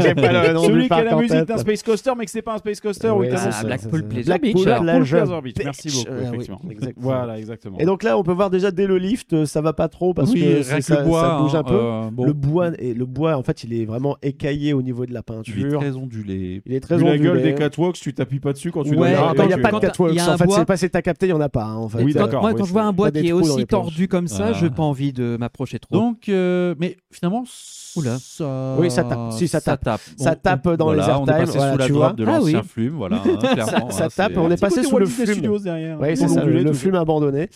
[SPEAKER 11] J'ai pas le nom
[SPEAKER 1] Celui
[SPEAKER 11] du
[SPEAKER 1] qui a
[SPEAKER 11] parc
[SPEAKER 1] la
[SPEAKER 11] en
[SPEAKER 1] musique
[SPEAKER 11] tête.
[SPEAKER 1] d'un Space Coaster, mais que c'est pas un Space Coaster.
[SPEAKER 8] Ouais,
[SPEAKER 1] oui, t'as
[SPEAKER 8] c'est
[SPEAKER 1] raison.
[SPEAKER 8] ça,
[SPEAKER 7] Blackpool
[SPEAKER 8] c'est ça.
[SPEAKER 7] Pleasure
[SPEAKER 8] Blackpool
[SPEAKER 7] Beach.
[SPEAKER 1] Blackpool
[SPEAKER 8] Plage
[SPEAKER 1] Pleasure Beach.
[SPEAKER 8] Beach.
[SPEAKER 1] Merci beaucoup,
[SPEAKER 8] Ah oui,
[SPEAKER 1] effectivement.
[SPEAKER 8] exactement.
[SPEAKER 1] Voilà, exactement.
[SPEAKER 8] Et donc là, on peut voir déjà dès le lift, euh, ça va pas trop parce
[SPEAKER 9] oui,
[SPEAKER 8] que
[SPEAKER 9] rien
[SPEAKER 8] c'est-
[SPEAKER 9] que
[SPEAKER 8] ça,
[SPEAKER 9] le bois,
[SPEAKER 8] ça bouge
[SPEAKER 9] hein,
[SPEAKER 8] un peu.
[SPEAKER 9] euh, bon,
[SPEAKER 8] Le bois et le bois, en fait, il est vraiment écaillé au niveau de la
[SPEAKER 9] il est
[SPEAKER 8] peinture.
[SPEAKER 9] très ondulé.
[SPEAKER 8] Il est très
[SPEAKER 1] Vu la gueule
[SPEAKER 8] ondulé.
[SPEAKER 1] des catwalks, tu t'appuies pas dessus quand tu
[SPEAKER 7] Ouais,
[SPEAKER 1] dois y
[SPEAKER 7] attends,
[SPEAKER 8] Ah, bah,
[SPEAKER 1] arriver,
[SPEAKER 8] Il n'y a
[SPEAKER 1] tu-
[SPEAKER 8] pas de
[SPEAKER 7] Quand il y
[SPEAKER 8] catwalk.
[SPEAKER 7] a un
[SPEAKER 8] En fait,
[SPEAKER 7] bois-
[SPEAKER 8] c'est pas c'est t'as capté, il n'y en a pas. hein, en fait.
[SPEAKER 1] Oui,
[SPEAKER 8] Euh,
[SPEAKER 1] d'accord.
[SPEAKER 7] Moi, quand
[SPEAKER 1] oui,
[SPEAKER 7] je vois
[SPEAKER 1] c'est-
[SPEAKER 7] un bois
[SPEAKER 8] des
[SPEAKER 7] qui est
[SPEAKER 8] trous dans
[SPEAKER 7] aussi
[SPEAKER 8] les planches.
[SPEAKER 7] tordu comme ça,
[SPEAKER 9] Ah.
[SPEAKER 7] j'ai pas envie de m'approcher trop.
[SPEAKER 9] Donc, euh, mais finalement,
[SPEAKER 7] Oula.
[SPEAKER 9] ça.
[SPEAKER 8] Oui, ça tape. Si, ça tape. Ça tape euh, dans
[SPEAKER 9] voilà,
[SPEAKER 8] les
[SPEAKER 9] On est
[SPEAKER 8] airtime,
[SPEAKER 9] passé
[SPEAKER 8] voilà,
[SPEAKER 9] sous la
[SPEAKER 8] tu
[SPEAKER 9] droite
[SPEAKER 8] vois.
[SPEAKER 9] de
[SPEAKER 7] Ah oui.
[SPEAKER 9] l'ancien flume, voilà. hein, clairement,
[SPEAKER 8] ça
[SPEAKER 9] hein,
[SPEAKER 8] tape, on est
[SPEAKER 1] C'est quoi,
[SPEAKER 8] passé
[SPEAKER 1] t'es
[SPEAKER 8] sous le
[SPEAKER 1] Walt Disney
[SPEAKER 8] film.
[SPEAKER 1] Studios derrière.
[SPEAKER 8] Ouais,
[SPEAKER 1] Ils
[SPEAKER 8] c'est
[SPEAKER 1] ont
[SPEAKER 8] ça, le,
[SPEAKER 1] ondulé,
[SPEAKER 8] le
[SPEAKER 1] tout
[SPEAKER 8] film abandonné.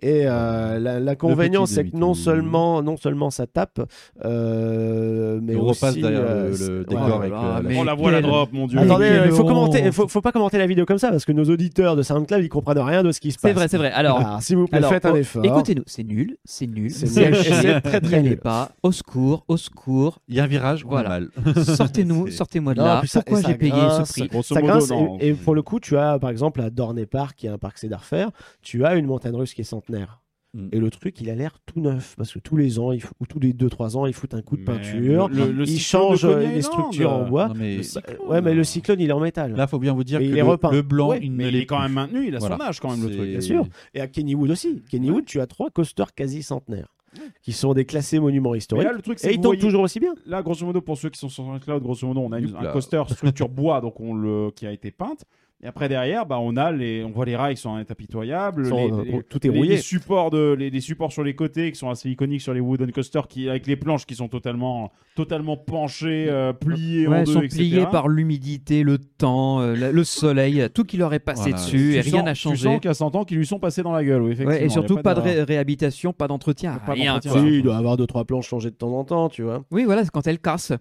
[SPEAKER 8] Et euh, la- l'inconvénient,
[SPEAKER 9] petit
[SPEAKER 8] c'est que
[SPEAKER 9] débit.
[SPEAKER 8] non seulement, non seulement ça tape, euh, mais
[SPEAKER 9] On
[SPEAKER 8] aussi,
[SPEAKER 9] repasse derrière
[SPEAKER 8] euh,
[SPEAKER 9] le-
[SPEAKER 8] c'est-
[SPEAKER 9] le
[SPEAKER 8] ouais,
[SPEAKER 9] décor avec
[SPEAKER 7] là,
[SPEAKER 9] euh, la
[SPEAKER 7] mais-
[SPEAKER 1] On la voit la drop, mon dieu.
[SPEAKER 8] Attendez, euh,
[SPEAKER 7] Quelle
[SPEAKER 8] il faut commenter, il
[SPEAKER 7] honte.
[SPEAKER 8] faut, faut pas commenter la vidéo comme ça parce que nos auditeurs de SoundCloud ils comprennent rien de ce qui se passe.
[SPEAKER 7] C'est vrai, c'est vrai. Alors,
[SPEAKER 8] Alors, s'il vous plaît,
[SPEAKER 7] alors,
[SPEAKER 8] faites un
[SPEAKER 7] oh,
[SPEAKER 8] effort.
[SPEAKER 7] écoutez-nous, c'est nul, c'est nul,
[SPEAKER 8] Ah, C'est
[SPEAKER 7] c'est
[SPEAKER 8] nul,
[SPEAKER 7] à chier,
[SPEAKER 8] c'est très, très
[SPEAKER 7] n'y allez
[SPEAKER 8] nul.
[SPEAKER 7] pas, au secours, au secours,
[SPEAKER 9] Il y a un virage,
[SPEAKER 7] Voilà.
[SPEAKER 9] voilà.
[SPEAKER 7] sortez-nous,
[SPEAKER 9] C'est-
[SPEAKER 7] sortez-moi de
[SPEAKER 8] Non,
[SPEAKER 7] là.
[SPEAKER 8] puis ça-
[SPEAKER 7] Pourquoi
[SPEAKER 8] et ça
[SPEAKER 7] j'ai payé
[SPEAKER 8] grince,
[SPEAKER 7] ce prix
[SPEAKER 1] Grosso
[SPEAKER 8] Ça
[SPEAKER 1] modo,
[SPEAKER 8] grince,
[SPEAKER 1] non.
[SPEAKER 8] et, et pour le coup, tu as par exemple à Dorney Park, qui est un parc Cédarfaire, tu as une montagne russe qui est centenaire.
[SPEAKER 9] Mm.
[SPEAKER 8] Et le truc, il a l'air tout neuf parce que tous les ans, il faut- ou tous les 2-3 ans, ils foutent un coup de
[SPEAKER 1] Mais
[SPEAKER 8] peinture,
[SPEAKER 1] le- le- le cyclone de
[SPEAKER 8] ils changent euh,
[SPEAKER 1] Coney
[SPEAKER 8] les
[SPEAKER 1] Island.
[SPEAKER 8] structures en bois.
[SPEAKER 9] Non, mais, bah,
[SPEAKER 8] Ouais,
[SPEAKER 1] euh,
[SPEAKER 8] mais le cyclone, il est en métal.
[SPEAKER 9] là, faut bien vous dire
[SPEAKER 8] Mais
[SPEAKER 9] que
[SPEAKER 8] il est
[SPEAKER 9] le,
[SPEAKER 8] repeint.
[SPEAKER 9] le blanc,
[SPEAKER 8] Ouais,
[SPEAKER 9] il ne
[SPEAKER 1] Mais il
[SPEAKER 9] l'est
[SPEAKER 1] est quand
[SPEAKER 9] plus.
[SPEAKER 1] même maintenu, il a son
[SPEAKER 9] Voilà.
[SPEAKER 1] âge quand même le
[SPEAKER 9] C'est-
[SPEAKER 1] truc.
[SPEAKER 8] bien sûr. Et à Kennywood aussi. Kennywood, tu as trois coasters quasi centenaires qui sont des classés monuments
[SPEAKER 1] Mais
[SPEAKER 8] historiques.
[SPEAKER 1] là, le truc, c'est
[SPEAKER 8] et
[SPEAKER 1] que
[SPEAKER 8] ils
[SPEAKER 1] vous
[SPEAKER 8] tombent
[SPEAKER 1] voyez-
[SPEAKER 8] toujours aussi bien.
[SPEAKER 1] Là, grosso modo, pour ceux qui sont sur SoundCloud, grosso modo, on a une, un
[SPEAKER 9] Youpla.
[SPEAKER 1] coaster structure bois donc on le, qui a été peinte. Et après, derrière, bah, on, a les, on voit les rails qui sont en état pitoyable.
[SPEAKER 8] Ils sont,
[SPEAKER 1] les-
[SPEAKER 8] euh,
[SPEAKER 1] les-
[SPEAKER 8] bon, tout est
[SPEAKER 1] les,
[SPEAKER 8] rouillé.
[SPEAKER 1] les supports de, les, les supports sur les côtés qui sont assez iconiques sur les wooden coasters qui, avec les planches qui sont totalement, totalement penchées, euh, pliées
[SPEAKER 7] Ouais,
[SPEAKER 1] en
[SPEAKER 7] ils
[SPEAKER 1] deux,
[SPEAKER 7] sont
[SPEAKER 1] etc.
[SPEAKER 7] pliés par l'humidité, le temps, euh, la- le soleil, tout qui leur est passé
[SPEAKER 9] Voilà.
[SPEAKER 7] dessus et
[SPEAKER 1] Tu
[SPEAKER 7] rien
[SPEAKER 1] sens-
[SPEAKER 7] n'a
[SPEAKER 1] Tu
[SPEAKER 7] changé.
[SPEAKER 1] sens qu'il y a 100 ans qui lui sont passés dans la gueule, oui, effectivement.
[SPEAKER 7] Ouais, et surtout
[SPEAKER 1] Il y a
[SPEAKER 7] pas de ré- réhabilitation, pas d'entretien,
[SPEAKER 1] Pas
[SPEAKER 7] rien.
[SPEAKER 1] d'entretien.
[SPEAKER 7] quoi.
[SPEAKER 1] Voilà.
[SPEAKER 8] Si, il doit avoir deux trois planches changées de temps en temps, tu vois.
[SPEAKER 7] Oui, voilà, c'est quand elle casse.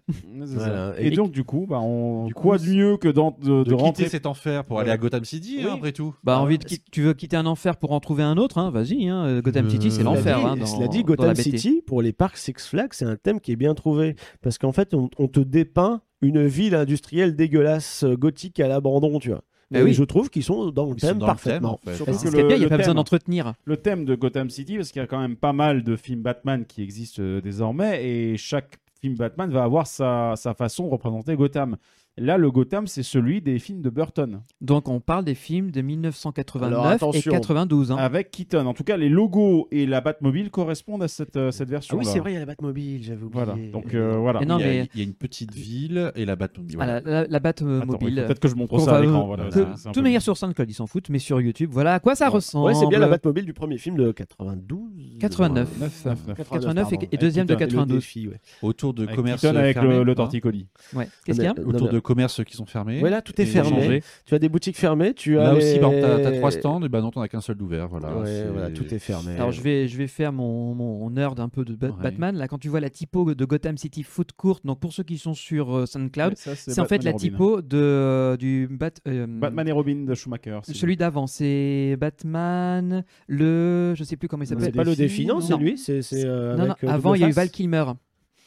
[SPEAKER 1] C'est ça.
[SPEAKER 8] Voilà.
[SPEAKER 1] Et, donc, du coup, bah, on...
[SPEAKER 9] Du
[SPEAKER 1] quoi
[SPEAKER 9] coup,
[SPEAKER 1] de mieux que d'en- de, de,
[SPEAKER 9] De
[SPEAKER 1] rentrer
[SPEAKER 9] quitter cet enfer pour aller à Gotham City, hein, après tout.
[SPEAKER 7] Bah, envie de quitter- tu veux quitter un enfer pour en trouver un autre, hein, vas-y. hein, euh, Gotham
[SPEAKER 9] Euh,
[SPEAKER 7] City, c'est
[SPEAKER 9] cela
[SPEAKER 7] l'enfer.
[SPEAKER 8] dit,
[SPEAKER 7] hein, dans-
[SPEAKER 8] cela dit,
[SPEAKER 7] dans la
[SPEAKER 8] Gotham
[SPEAKER 7] BT.
[SPEAKER 8] City, pour les parcs Six Flags, c'est un thème qui est bien trouvé. Parce qu'en fait, on, on te dépeint une ville industrielle dégueulasse, euh, gothique à l'abandon, tu vois.
[SPEAKER 7] Bah
[SPEAKER 8] Et
[SPEAKER 7] oui.
[SPEAKER 8] je trouve qu'ils sont dans le
[SPEAKER 9] Ils sont
[SPEAKER 8] thème
[SPEAKER 9] dans le thème,
[SPEAKER 8] parfaitement.
[SPEAKER 9] en fait.
[SPEAKER 1] Surtout
[SPEAKER 8] Et
[SPEAKER 1] que
[SPEAKER 7] Ce qui est
[SPEAKER 1] le-
[SPEAKER 7] bien, il n'y a
[SPEAKER 1] le
[SPEAKER 7] pas besoin
[SPEAKER 1] thème-
[SPEAKER 7] d'entretenir.
[SPEAKER 1] le thème de Gotham City parce qu'il y a quand même pas mal de films Batman qui existent euh, désormais et chaque film Batman va avoir sa, sa façon de représenter Gotham. Là, le Gotham, c'est celui des films de Burton,
[SPEAKER 7] Donc on parle des films de 1989
[SPEAKER 8] Alors,
[SPEAKER 7] et
[SPEAKER 8] attention.
[SPEAKER 7] 92. hein.
[SPEAKER 1] avec Keaton. En tout cas, les logos et la Batmobile correspondent à cette, euh, cette
[SPEAKER 8] Ah
[SPEAKER 1] version.
[SPEAKER 8] oui, c'est vrai, il y a la Batmobile, j'avais oublié.
[SPEAKER 1] Voilà. Donc euh, voilà.
[SPEAKER 7] Et non,
[SPEAKER 9] il, y a,
[SPEAKER 7] mais-
[SPEAKER 9] il y a une petite ville et la Batmobile.
[SPEAKER 7] Ah,
[SPEAKER 9] voilà.
[SPEAKER 7] la, la, la
[SPEAKER 1] Attends,
[SPEAKER 7] Batmobile.
[SPEAKER 1] Peut-être que je montre
[SPEAKER 7] Qu'on
[SPEAKER 1] ça
[SPEAKER 7] va,
[SPEAKER 1] à l'écran.
[SPEAKER 7] euh,
[SPEAKER 1] voilà,
[SPEAKER 7] que-
[SPEAKER 1] c'est- c'est un
[SPEAKER 7] de
[SPEAKER 1] peu-
[SPEAKER 7] toute manière, sur SoundCloud, ils s'en foutent, mais sur YouTube, voilà à quoi ça
[SPEAKER 1] Ouais.
[SPEAKER 7] ressemble.
[SPEAKER 8] Ouais, c'est bien la Batmobile du premier film de 92.
[SPEAKER 7] 89.
[SPEAKER 1] 9, 9, 9.
[SPEAKER 7] 89 et-
[SPEAKER 8] pardon.
[SPEAKER 7] et deuxième de
[SPEAKER 8] Avec Keaton, le
[SPEAKER 7] 92.
[SPEAKER 8] défi, ouais.
[SPEAKER 9] Autour de
[SPEAKER 1] Avec
[SPEAKER 9] commerces
[SPEAKER 1] Keaton avec
[SPEAKER 9] fermés,
[SPEAKER 1] le, le
[SPEAKER 9] hein,
[SPEAKER 1] torticolis.
[SPEAKER 7] Ouais. Qu'est-ce qu'il y a
[SPEAKER 8] Non, mais-
[SPEAKER 9] Autour de commerces qui sont fermés.
[SPEAKER 8] Ouais, là, tout est
[SPEAKER 9] Et-
[SPEAKER 8] fermé.
[SPEAKER 9] Changé.
[SPEAKER 8] Tu as des boutiques fermées, tu as.
[SPEAKER 9] Là
[SPEAKER 8] les-
[SPEAKER 9] aussi, par exemple, t'as t'as trois stands, et ben non, t'en as qu'un seul d'ouvert. Voilà,
[SPEAKER 8] ouais,
[SPEAKER 9] c'est-
[SPEAKER 8] voilà, tout est fermé.
[SPEAKER 7] Alors je vais, je vais faire mon, mon nerd un peu de Bat-
[SPEAKER 9] Ouais.
[SPEAKER 7] Batman. Là, quand tu vois la typo de Gotham City Food Court, donc pour ceux qui sont sur euh, SoundCloud,
[SPEAKER 1] Ouais, ça,
[SPEAKER 7] c'est en fait
[SPEAKER 1] Batman
[SPEAKER 7] la
[SPEAKER 1] et Robin.
[SPEAKER 7] typo de, du Bat, euh,
[SPEAKER 1] Batman et Robin de Schumacher. c'est-
[SPEAKER 7] Celui d'avant, c'est Batman, le. Je sais plus comment il
[SPEAKER 8] C'est
[SPEAKER 7] s'appelle.
[SPEAKER 8] pas le défi, non, c'est
[SPEAKER 7] Non.
[SPEAKER 8] lui c'est, c'est, euh,
[SPEAKER 7] Non, non,
[SPEAKER 8] avec, euh,
[SPEAKER 7] avant il y a eu
[SPEAKER 8] Double Face
[SPEAKER 7] Val Kilmer.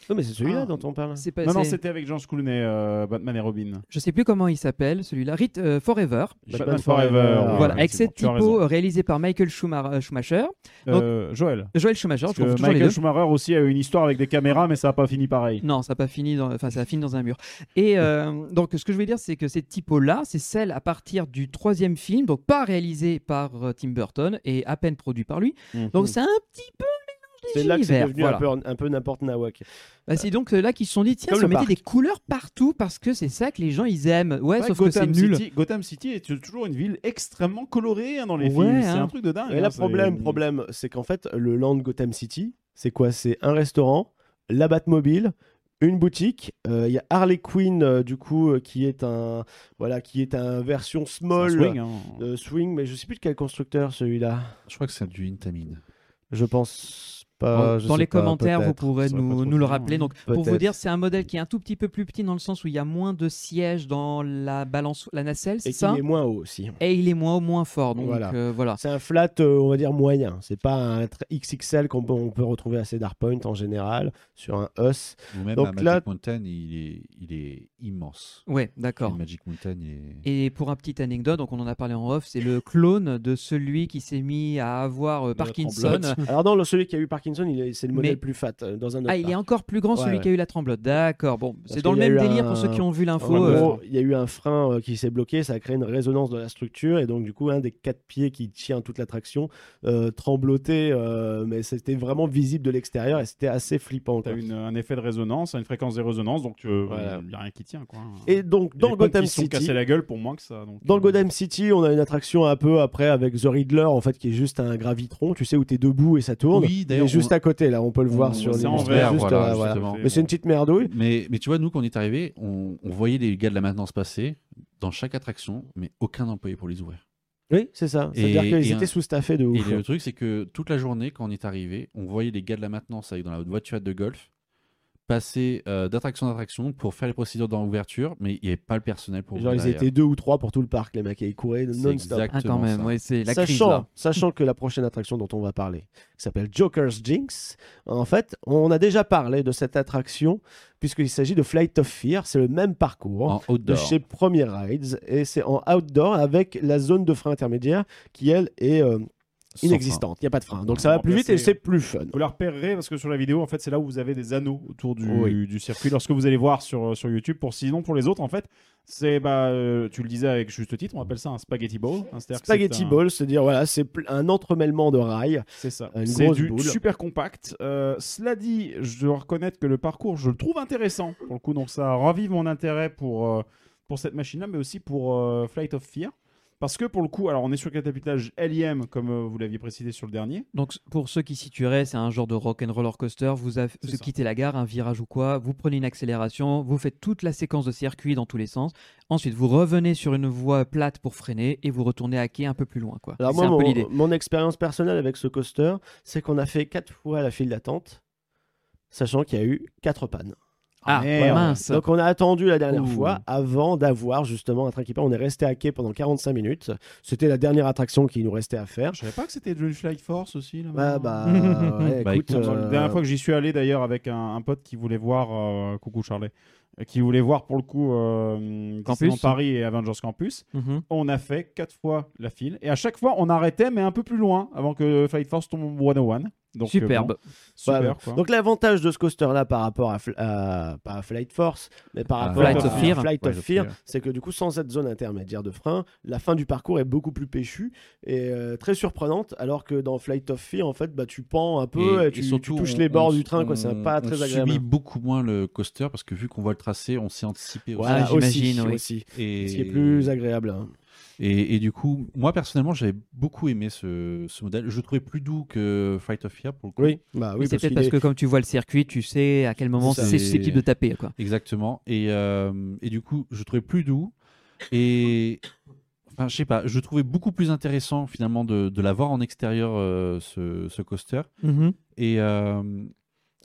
[SPEAKER 8] Non, mais c'est celui-là
[SPEAKER 1] Ah.
[SPEAKER 8] dont on parle.
[SPEAKER 7] C'est pas-
[SPEAKER 1] Non, non,
[SPEAKER 7] c'est-
[SPEAKER 1] c'était avec Jean Clooney, euh, Batman et Robin.
[SPEAKER 7] Je sais plus comment il s'appelle, celui-là. Rit euh, Forever.
[SPEAKER 1] Batman Forever, Ah,
[SPEAKER 7] voilà,
[SPEAKER 1] ouais,
[SPEAKER 7] avec
[SPEAKER 1] c'est bon,
[SPEAKER 7] cette
[SPEAKER 1] tu as
[SPEAKER 7] typo réalisée par Michael Schumar- euh, Schumacher. Donc-
[SPEAKER 1] Euh, Joël.
[SPEAKER 7] Joël Schumacher,
[SPEAKER 1] Parce
[SPEAKER 7] je confonds
[SPEAKER 1] que
[SPEAKER 7] toujours les
[SPEAKER 1] Michael
[SPEAKER 7] deux.
[SPEAKER 1] Schumacher aussi a eu une histoire avec des caméras, mais ça n'a pas fini pareil.
[SPEAKER 7] Non, ça a pas fini. Dans... Enfin, ça a fini dans un mur. Et euh, donc, ce que je voulais dire, c'est que cette typo-là, c'est celle à partir du troisième film, donc pas réalisé par euh, Tim Burton et à peine produit par lui.
[SPEAKER 1] Hmm.
[SPEAKER 7] Donc, c'est un petit peu le mélange des
[SPEAKER 8] Mhm. c'est là que c'est
[SPEAKER 7] univers,
[SPEAKER 8] devenu
[SPEAKER 7] voilà.
[SPEAKER 8] un, peu, un peu n'importe Nawak.
[SPEAKER 7] Bah, c'est donc euh, là qu'ils se sont dit tiens,
[SPEAKER 8] Comme
[SPEAKER 7] si on
[SPEAKER 8] le
[SPEAKER 7] mettait
[SPEAKER 8] parc.
[SPEAKER 7] des couleurs partout parce que c'est ça que les gens ils aiment. Ouais,
[SPEAKER 1] Ouais,
[SPEAKER 7] sauf que c'est
[SPEAKER 1] Gotham
[SPEAKER 7] nul.
[SPEAKER 1] City, Gotham City est toujours une ville extrêmement colorée hein, dans les
[SPEAKER 7] Ouais,
[SPEAKER 1] films. C'est
[SPEAKER 7] hein.
[SPEAKER 1] un truc de dingue.
[SPEAKER 8] Et
[SPEAKER 1] hein,
[SPEAKER 8] là,
[SPEAKER 1] c'est-
[SPEAKER 8] problème, problème, c'est qu'en fait, le land Gotham City, c'est quoi C'est un restaurant, la Batmobile. Une boutique, euh, il y a Harley Quinn euh, du coup euh, qui est un voilà qui est un version
[SPEAKER 1] c'est un
[SPEAKER 8] small
[SPEAKER 1] swing, hein.
[SPEAKER 8] euh, swing, mais je sais plus de quel constructeur celui-là.
[SPEAKER 9] Je crois que c'est du Intamine.
[SPEAKER 8] Je pense pas. Euh, je
[SPEAKER 7] dans
[SPEAKER 8] sais
[SPEAKER 7] les
[SPEAKER 8] pas,
[SPEAKER 7] commentaires, vous
[SPEAKER 8] peut-être.
[SPEAKER 7] pourrez
[SPEAKER 1] Ça va pas
[SPEAKER 7] nous,
[SPEAKER 1] trop
[SPEAKER 7] nous le
[SPEAKER 1] loin,
[SPEAKER 7] rappeler.
[SPEAKER 1] hein.
[SPEAKER 7] Donc, pour vous
[SPEAKER 8] Peut-être.
[SPEAKER 7] dire, c'est un modèle qui est un tout petit peu plus petit dans le sens où il y a moins de sièges dans la balance, la nacelle,
[SPEAKER 8] Et
[SPEAKER 7] c'est
[SPEAKER 8] qui
[SPEAKER 7] ça
[SPEAKER 8] est moins haut aussi.
[SPEAKER 7] Et il est moins haut, moins fort. Donc,
[SPEAKER 8] Voilà.
[SPEAKER 7] euh, voilà.
[SPEAKER 8] C'est un flat, euh, on va dire moyen. C'est pas un tr- XXL qu'on peut, on peut retrouver à Cedar Point en général sur un os.
[SPEAKER 9] Ou même
[SPEAKER 8] Donc
[SPEAKER 9] à Magic
[SPEAKER 8] là-
[SPEAKER 9] Mountain, il est, il est immense.
[SPEAKER 7] Ouais,
[SPEAKER 9] Le
[SPEAKER 7] d'accord.
[SPEAKER 9] Magic Mountain est.
[SPEAKER 7] Et pour un petite anecdote, donc on en a parlé en off, c'est le clone de celui qui s'est mis à avoir euh, Parkinson.
[SPEAKER 8] Alors non, le- celui qui a eu Parkinson, il est- c'est le modèle
[SPEAKER 7] Mais-
[SPEAKER 8] plus fat euh, dans un autre.
[SPEAKER 7] Ah, il est
[SPEAKER 8] parc.
[SPEAKER 7] encore plus grand
[SPEAKER 8] Ouais,
[SPEAKER 7] celui
[SPEAKER 8] ouais.
[SPEAKER 7] qui a eu la tremblote. D'accord. Bon,
[SPEAKER 8] Parce
[SPEAKER 7] c'est dans le
[SPEAKER 8] qu'il y a
[SPEAKER 7] même
[SPEAKER 8] eu
[SPEAKER 7] délire
[SPEAKER 8] un-
[SPEAKER 7] pour ceux qui ont vu
[SPEAKER 8] En
[SPEAKER 7] l'info. euh,
[SPEAKER 8] gros, il y a eu un frein euh, qui s'est bloqué, ça a créé une résonance dans la structure et donc du coup un des quatre pieds qui tient toute l'attraction euh, tremblotait, euh, mais c'était vraiment visible de l'extérieur et c'était assez flippant.
[SPEAKER 1] T'as
[SPEAKER 8] quoi.
[SPEAKER 1] une- euh, un effet de résonance, une fréquence de résonance, donc il
[SPEAKER 8] Voilà.
[SPEAKER 1] n'y a rien qui tient. Quoi.
[SPEAKER 8] Et donc
[SPEAKER 1] Les
[SPEAKER 8] dans le
[SPEAKER 1] ponts qui
[SPEAKER 8] Gotham
[SPEAKER 1] se sont
[SPEAKER 8] City,
[SPEAKER 1] cassés la gueule pour moins que ça. Donc,
[SPEAKER 8] Dans le
[SPEAKER 1] euh,
[SPEAKER 8] Gotham City, on a une attraction un peu après avec The Riddler, en fait, qui est juste un gravitron, tu sais, où t'es debout et ça tourne.
[SPEAKER 9] Oui,
[SPEAKER 8] il
[SPEAKER 9] d'ailleurs,
[SPEAKER 8] est juste
[SPEAKER 9] on-
[SPEAKER 8] à côté, là, on peut le voir
[SPEAKER 9] on-
[SPEAKER 8] sur
[SPEAKER 1] c'est
[SPEAKER 8] les
[SPEAKER 1] en
[SPEAKER 8] juste,
[SPEAKER 1] vert,
[SPEAKER 8] euh,
[SPEAKER 9] voilà,
[SPEAKER 8] voilà.
[SPEAKER 9] justement.
[SPEAKER 8] Mais c'est une petite merdouille.
[SPEAKER 9] Mais, mais tu vois, nous, quand on est arrivé, on, on voyait les gars de la maintenance passer dans chaque attraction, mais aucun employé pour les ouvrir.
[SPEAKER 8] Oui, c'est ça.
[SPEAKER 9] Et-
[SPEAKER 8] C'est-à-dire
[SPEAKER 9] et
[SPEAKER 8] qu'ils
[SPEAKER 9] un-
[SPEAKER 8] étaient sous-staffés de
[SPEAKER 9] Et
[SPEAKER 8] ouf.
[SPEAKER 9] le truc, c'est que toute la journée, quand on est arrivé, on voyait les gars de la maintenance avec dans la voiturette de golf passer euh, d'attraction en attraction pour faire les procédures dans l'ouverture, mais il n'y avait pas le personnel pour
[SPEAKER 8] Genre,
[SPEAKER 9] ouvrir
[SPEAKER 8] ils
[SPEAKER 9] derrière.
[SPEAKER 8] étaient deux ou trois pour tout le parc, les mecs, et ils couraient
[SPEAKER 9] C'est
[SPEAKER 8] non-stop.
[SPEAKER 7] Ah, quand
[SPEAKER 9] exactement
[SPEAKER 7] même.
[SPEAKER 9] ça.
[SPEAKER 7] ouais, c'est la crise.
[SPEAKER 8] Sachant,
[SPEAKER 7] là.
[SPEAKER 8] sachant que la prochaine attraction dont on va parler qui s'appelle Joker's Jinx, en fait, on a déjà parlé de cette attraction puisqu'il s'agit de Flight of Fear, c'est le même parcours.
[SPEAKER 9] en
[SPEAKER 8] de
[SPEAKER 9] outdoor.
[SPEAKER 8] chez Premier Rides et c'est en outdoor avec la zone de frein intermédiaire qui elle est euh,
[SPEAKER 9] Sans
[SPEAKER 8] inexistante. Il n'y a pas de frein. Donc
[SPEAKER 1] On
[SPEAKER 8] ça va
[SPEAKER 1] va
[SPEAKER 8] plus vite et
[SPEAKER 1] remplacer-
[SPEAKER 8] c'est plus fun.
[SPEAKER 1] Vous la repérerez parce que sur la vidéo, en fait, c'est là où vous avez des anneaux autour du,
[SPEAKER 8] Oui.
[SPEAKER 1] du circuit. Lorsque vous allez voir sur, sur YouTube, pour sinon pour les autres, en fait, c'est bah, euh, tu le disais avec juste titre, on appelle ça un spaghetti ball. hein, c'est-à-dire que c'est
[SPEAKER 8] Spaghetti
[SPEAKER 1] un-
[SPEAKER 8] Ball, c'est-à-dire voilà, c'est pl- un entremêlement de rails.
[SPEAKER 1] C'est ça.
[SPEAKER 8] Une
[SPEAKER 1] C'est
[SPEAKER 8] grosse
[SPEAKER 1] du
[SPEAKER 8] boule.
[SPEAKER 1] super compact. Euh, cela dit, je dois reconnaître que le parcours, je le trouve intéressant pour le coup. Donc ça ravive mon intérêt pour, euh, pour cette machine-là, mais aussi pour euh, Flight of Fear. Parce que pour le coup, alors on est sur le catapultage LIM, comme euh, vous l'aviez précisé sur le dernier.
[SPEAKER 7] Donc pour ceux qui situeraient, c'est un genre de rock and roller coaster. Vous, avez-
[SPEAKER 1] C'est
[SPEAKER 7] vous
[SPEAKER 1] ça.
[SPEAKER 7] quittez la gare, un virage ou quoi, vous prenez une accélération, vous faites toute la séquence de circuit dans tous les sens. Ensuite, vous revenez sur une voie plate pour freiner et vous retournez à quai un peu plus loin. Quoi.
[SPEAKER 8] Alors
[SPEAKER 7] c'est
[SPEAKER 8] moi,
[SPEAKER 7] un peu l'idée.
[SPEAKER 8] mon, mon expérience personnelle avec ce coaster, c'est qu'on a fait quatre fois la file d'attente, sachant qu'il y a eu quatre pannes.
[SPEAKER 7] Ah,
[SPEAKER 1] merde.
[SPEAKER 7] mince.
[SPEAKER 8] Donc on a attendu la dernière
[SPEAKER 7] Ouh.
[SPEAKER 8] fois avant d'avoir justement un train qui part. On est resté à quai pendant 45 minutes. C'était la dernière attraction qui nous restait à faire.
[SPEAKER 1] Je savais pas que c'était du Flight Force aussi. Là,
[SPEAKER 8] Bah, bah, ouais,
[SPEAKER 9] Bah,
[SPEAKER 8] écoute,
[SPEAKER 9] écoute,
[SPEAKER 1] Dans-
[SPEAKER 8] euh,
[SPEAKER 1] La dernière fois que j'y suis allé d'ailleurs avec un, un pote qui voulait voir, euh, coucou Charlet, euh, qui voulait voir pour le coup euh,
[SPEAKER 7] Campus.
[SPEAKER 1] Disneyland Paris et Avengers Campus,
[SPEAKER 8] euh,
[SPEAKER 7] Mhm.
[SPEAKER 1] on a fait quatre fois la file et à chaque fois on arrêtait mais un peu plus loin avant que Flight Force tombe au 101. Donc, euh,
[SPEAKER 7] Superbe.
[SPEAKER 1] bon, super
[SPEAKER 8] Voilà.
[SPEAKER 1] quoi.
[SPEAKER 8] Donc l'avantage de ce coaster-là par rapport à, Fl- à- pas à Flight Force, mais par
[SPEAKER 9] Ah,
[SPEAKER 8] rapport
[SPEAKER 7] Flight
[SPEAKER 8] à
[SPEAKER 7] of Fear.
[SPEAKER 8] Flight of
[SPEAKER 9] Flight of
[SPEAKER 8] Fear,
[SPEAKER 9] Fear.
[SPEAKER 8] c'est que du coup, sans cette zone intermédiaire de frein, la fin du parcours est beaucoup plus péchue et euh, très surprenante, alors que dans Flight of Fear, en fait, bah, tu pends un peu et, tu, tu touches
[SPEAKER 9] on-
[SPEAKER 8] les bords
[SPEAKER 9] on-
[SPEAKER 8] du train, quoi. C'est
[SPEAKER 9] on-
[SPEAKER 8] pas
[SPEAKER 9] on
[SPEAKER 8] très
[SPEAKER 9] subit
[SPEAKER 8] agréable.
[SPEAKER 9] beaucoup moins le coaster parce que vu qu'on voit le tracé, on s'est anticipé. aussi.
[SPEAKER 8] Voilà,
[SPEAKER 7] Ah, j'imagine,
[SPEAKER 8] aussi,
[SPEAKER 7] oui.
[SPEAKER 8] aussi.
[SPEAKER 9] Et...
[SPEAKER 8] Ce qui est plus agréable. hein.
[SPEAKER 9] Et, et du coup, moi personnellement, j'avais beaucoup aimé ce, ce modèle. Je le trouvais plus doux que Fight of Fear pour le coup.
[SPEAKER 8] Oui, bah oui,
[SPEAKER 7] Mais c'est
[SPEAKER 8] parce
[SPEAKER 7] peut-être
[SPEAKER 8] qu'il
[SPEAKER 7] parce
[SPEAKER 8] est-
[SPEAKER 7] que comme tu vois le circuit, tu sais à quel moment
[SPEAKER 9] C'est ça.
[SPEAKER 7] c'est susceptible de taper. Quoi.
[SPEAKER 9] Exactement. Et, euh, et du coup, je le trouvais plus doux. Et enfin, je sais pas, je le trouvais beaucoup plus intéressant finalement de, de l'avoir en extérieur euh, ce, ce coaster.
[SPEAKER 7] Mhm.
[SPEAKER 9] Et, euh,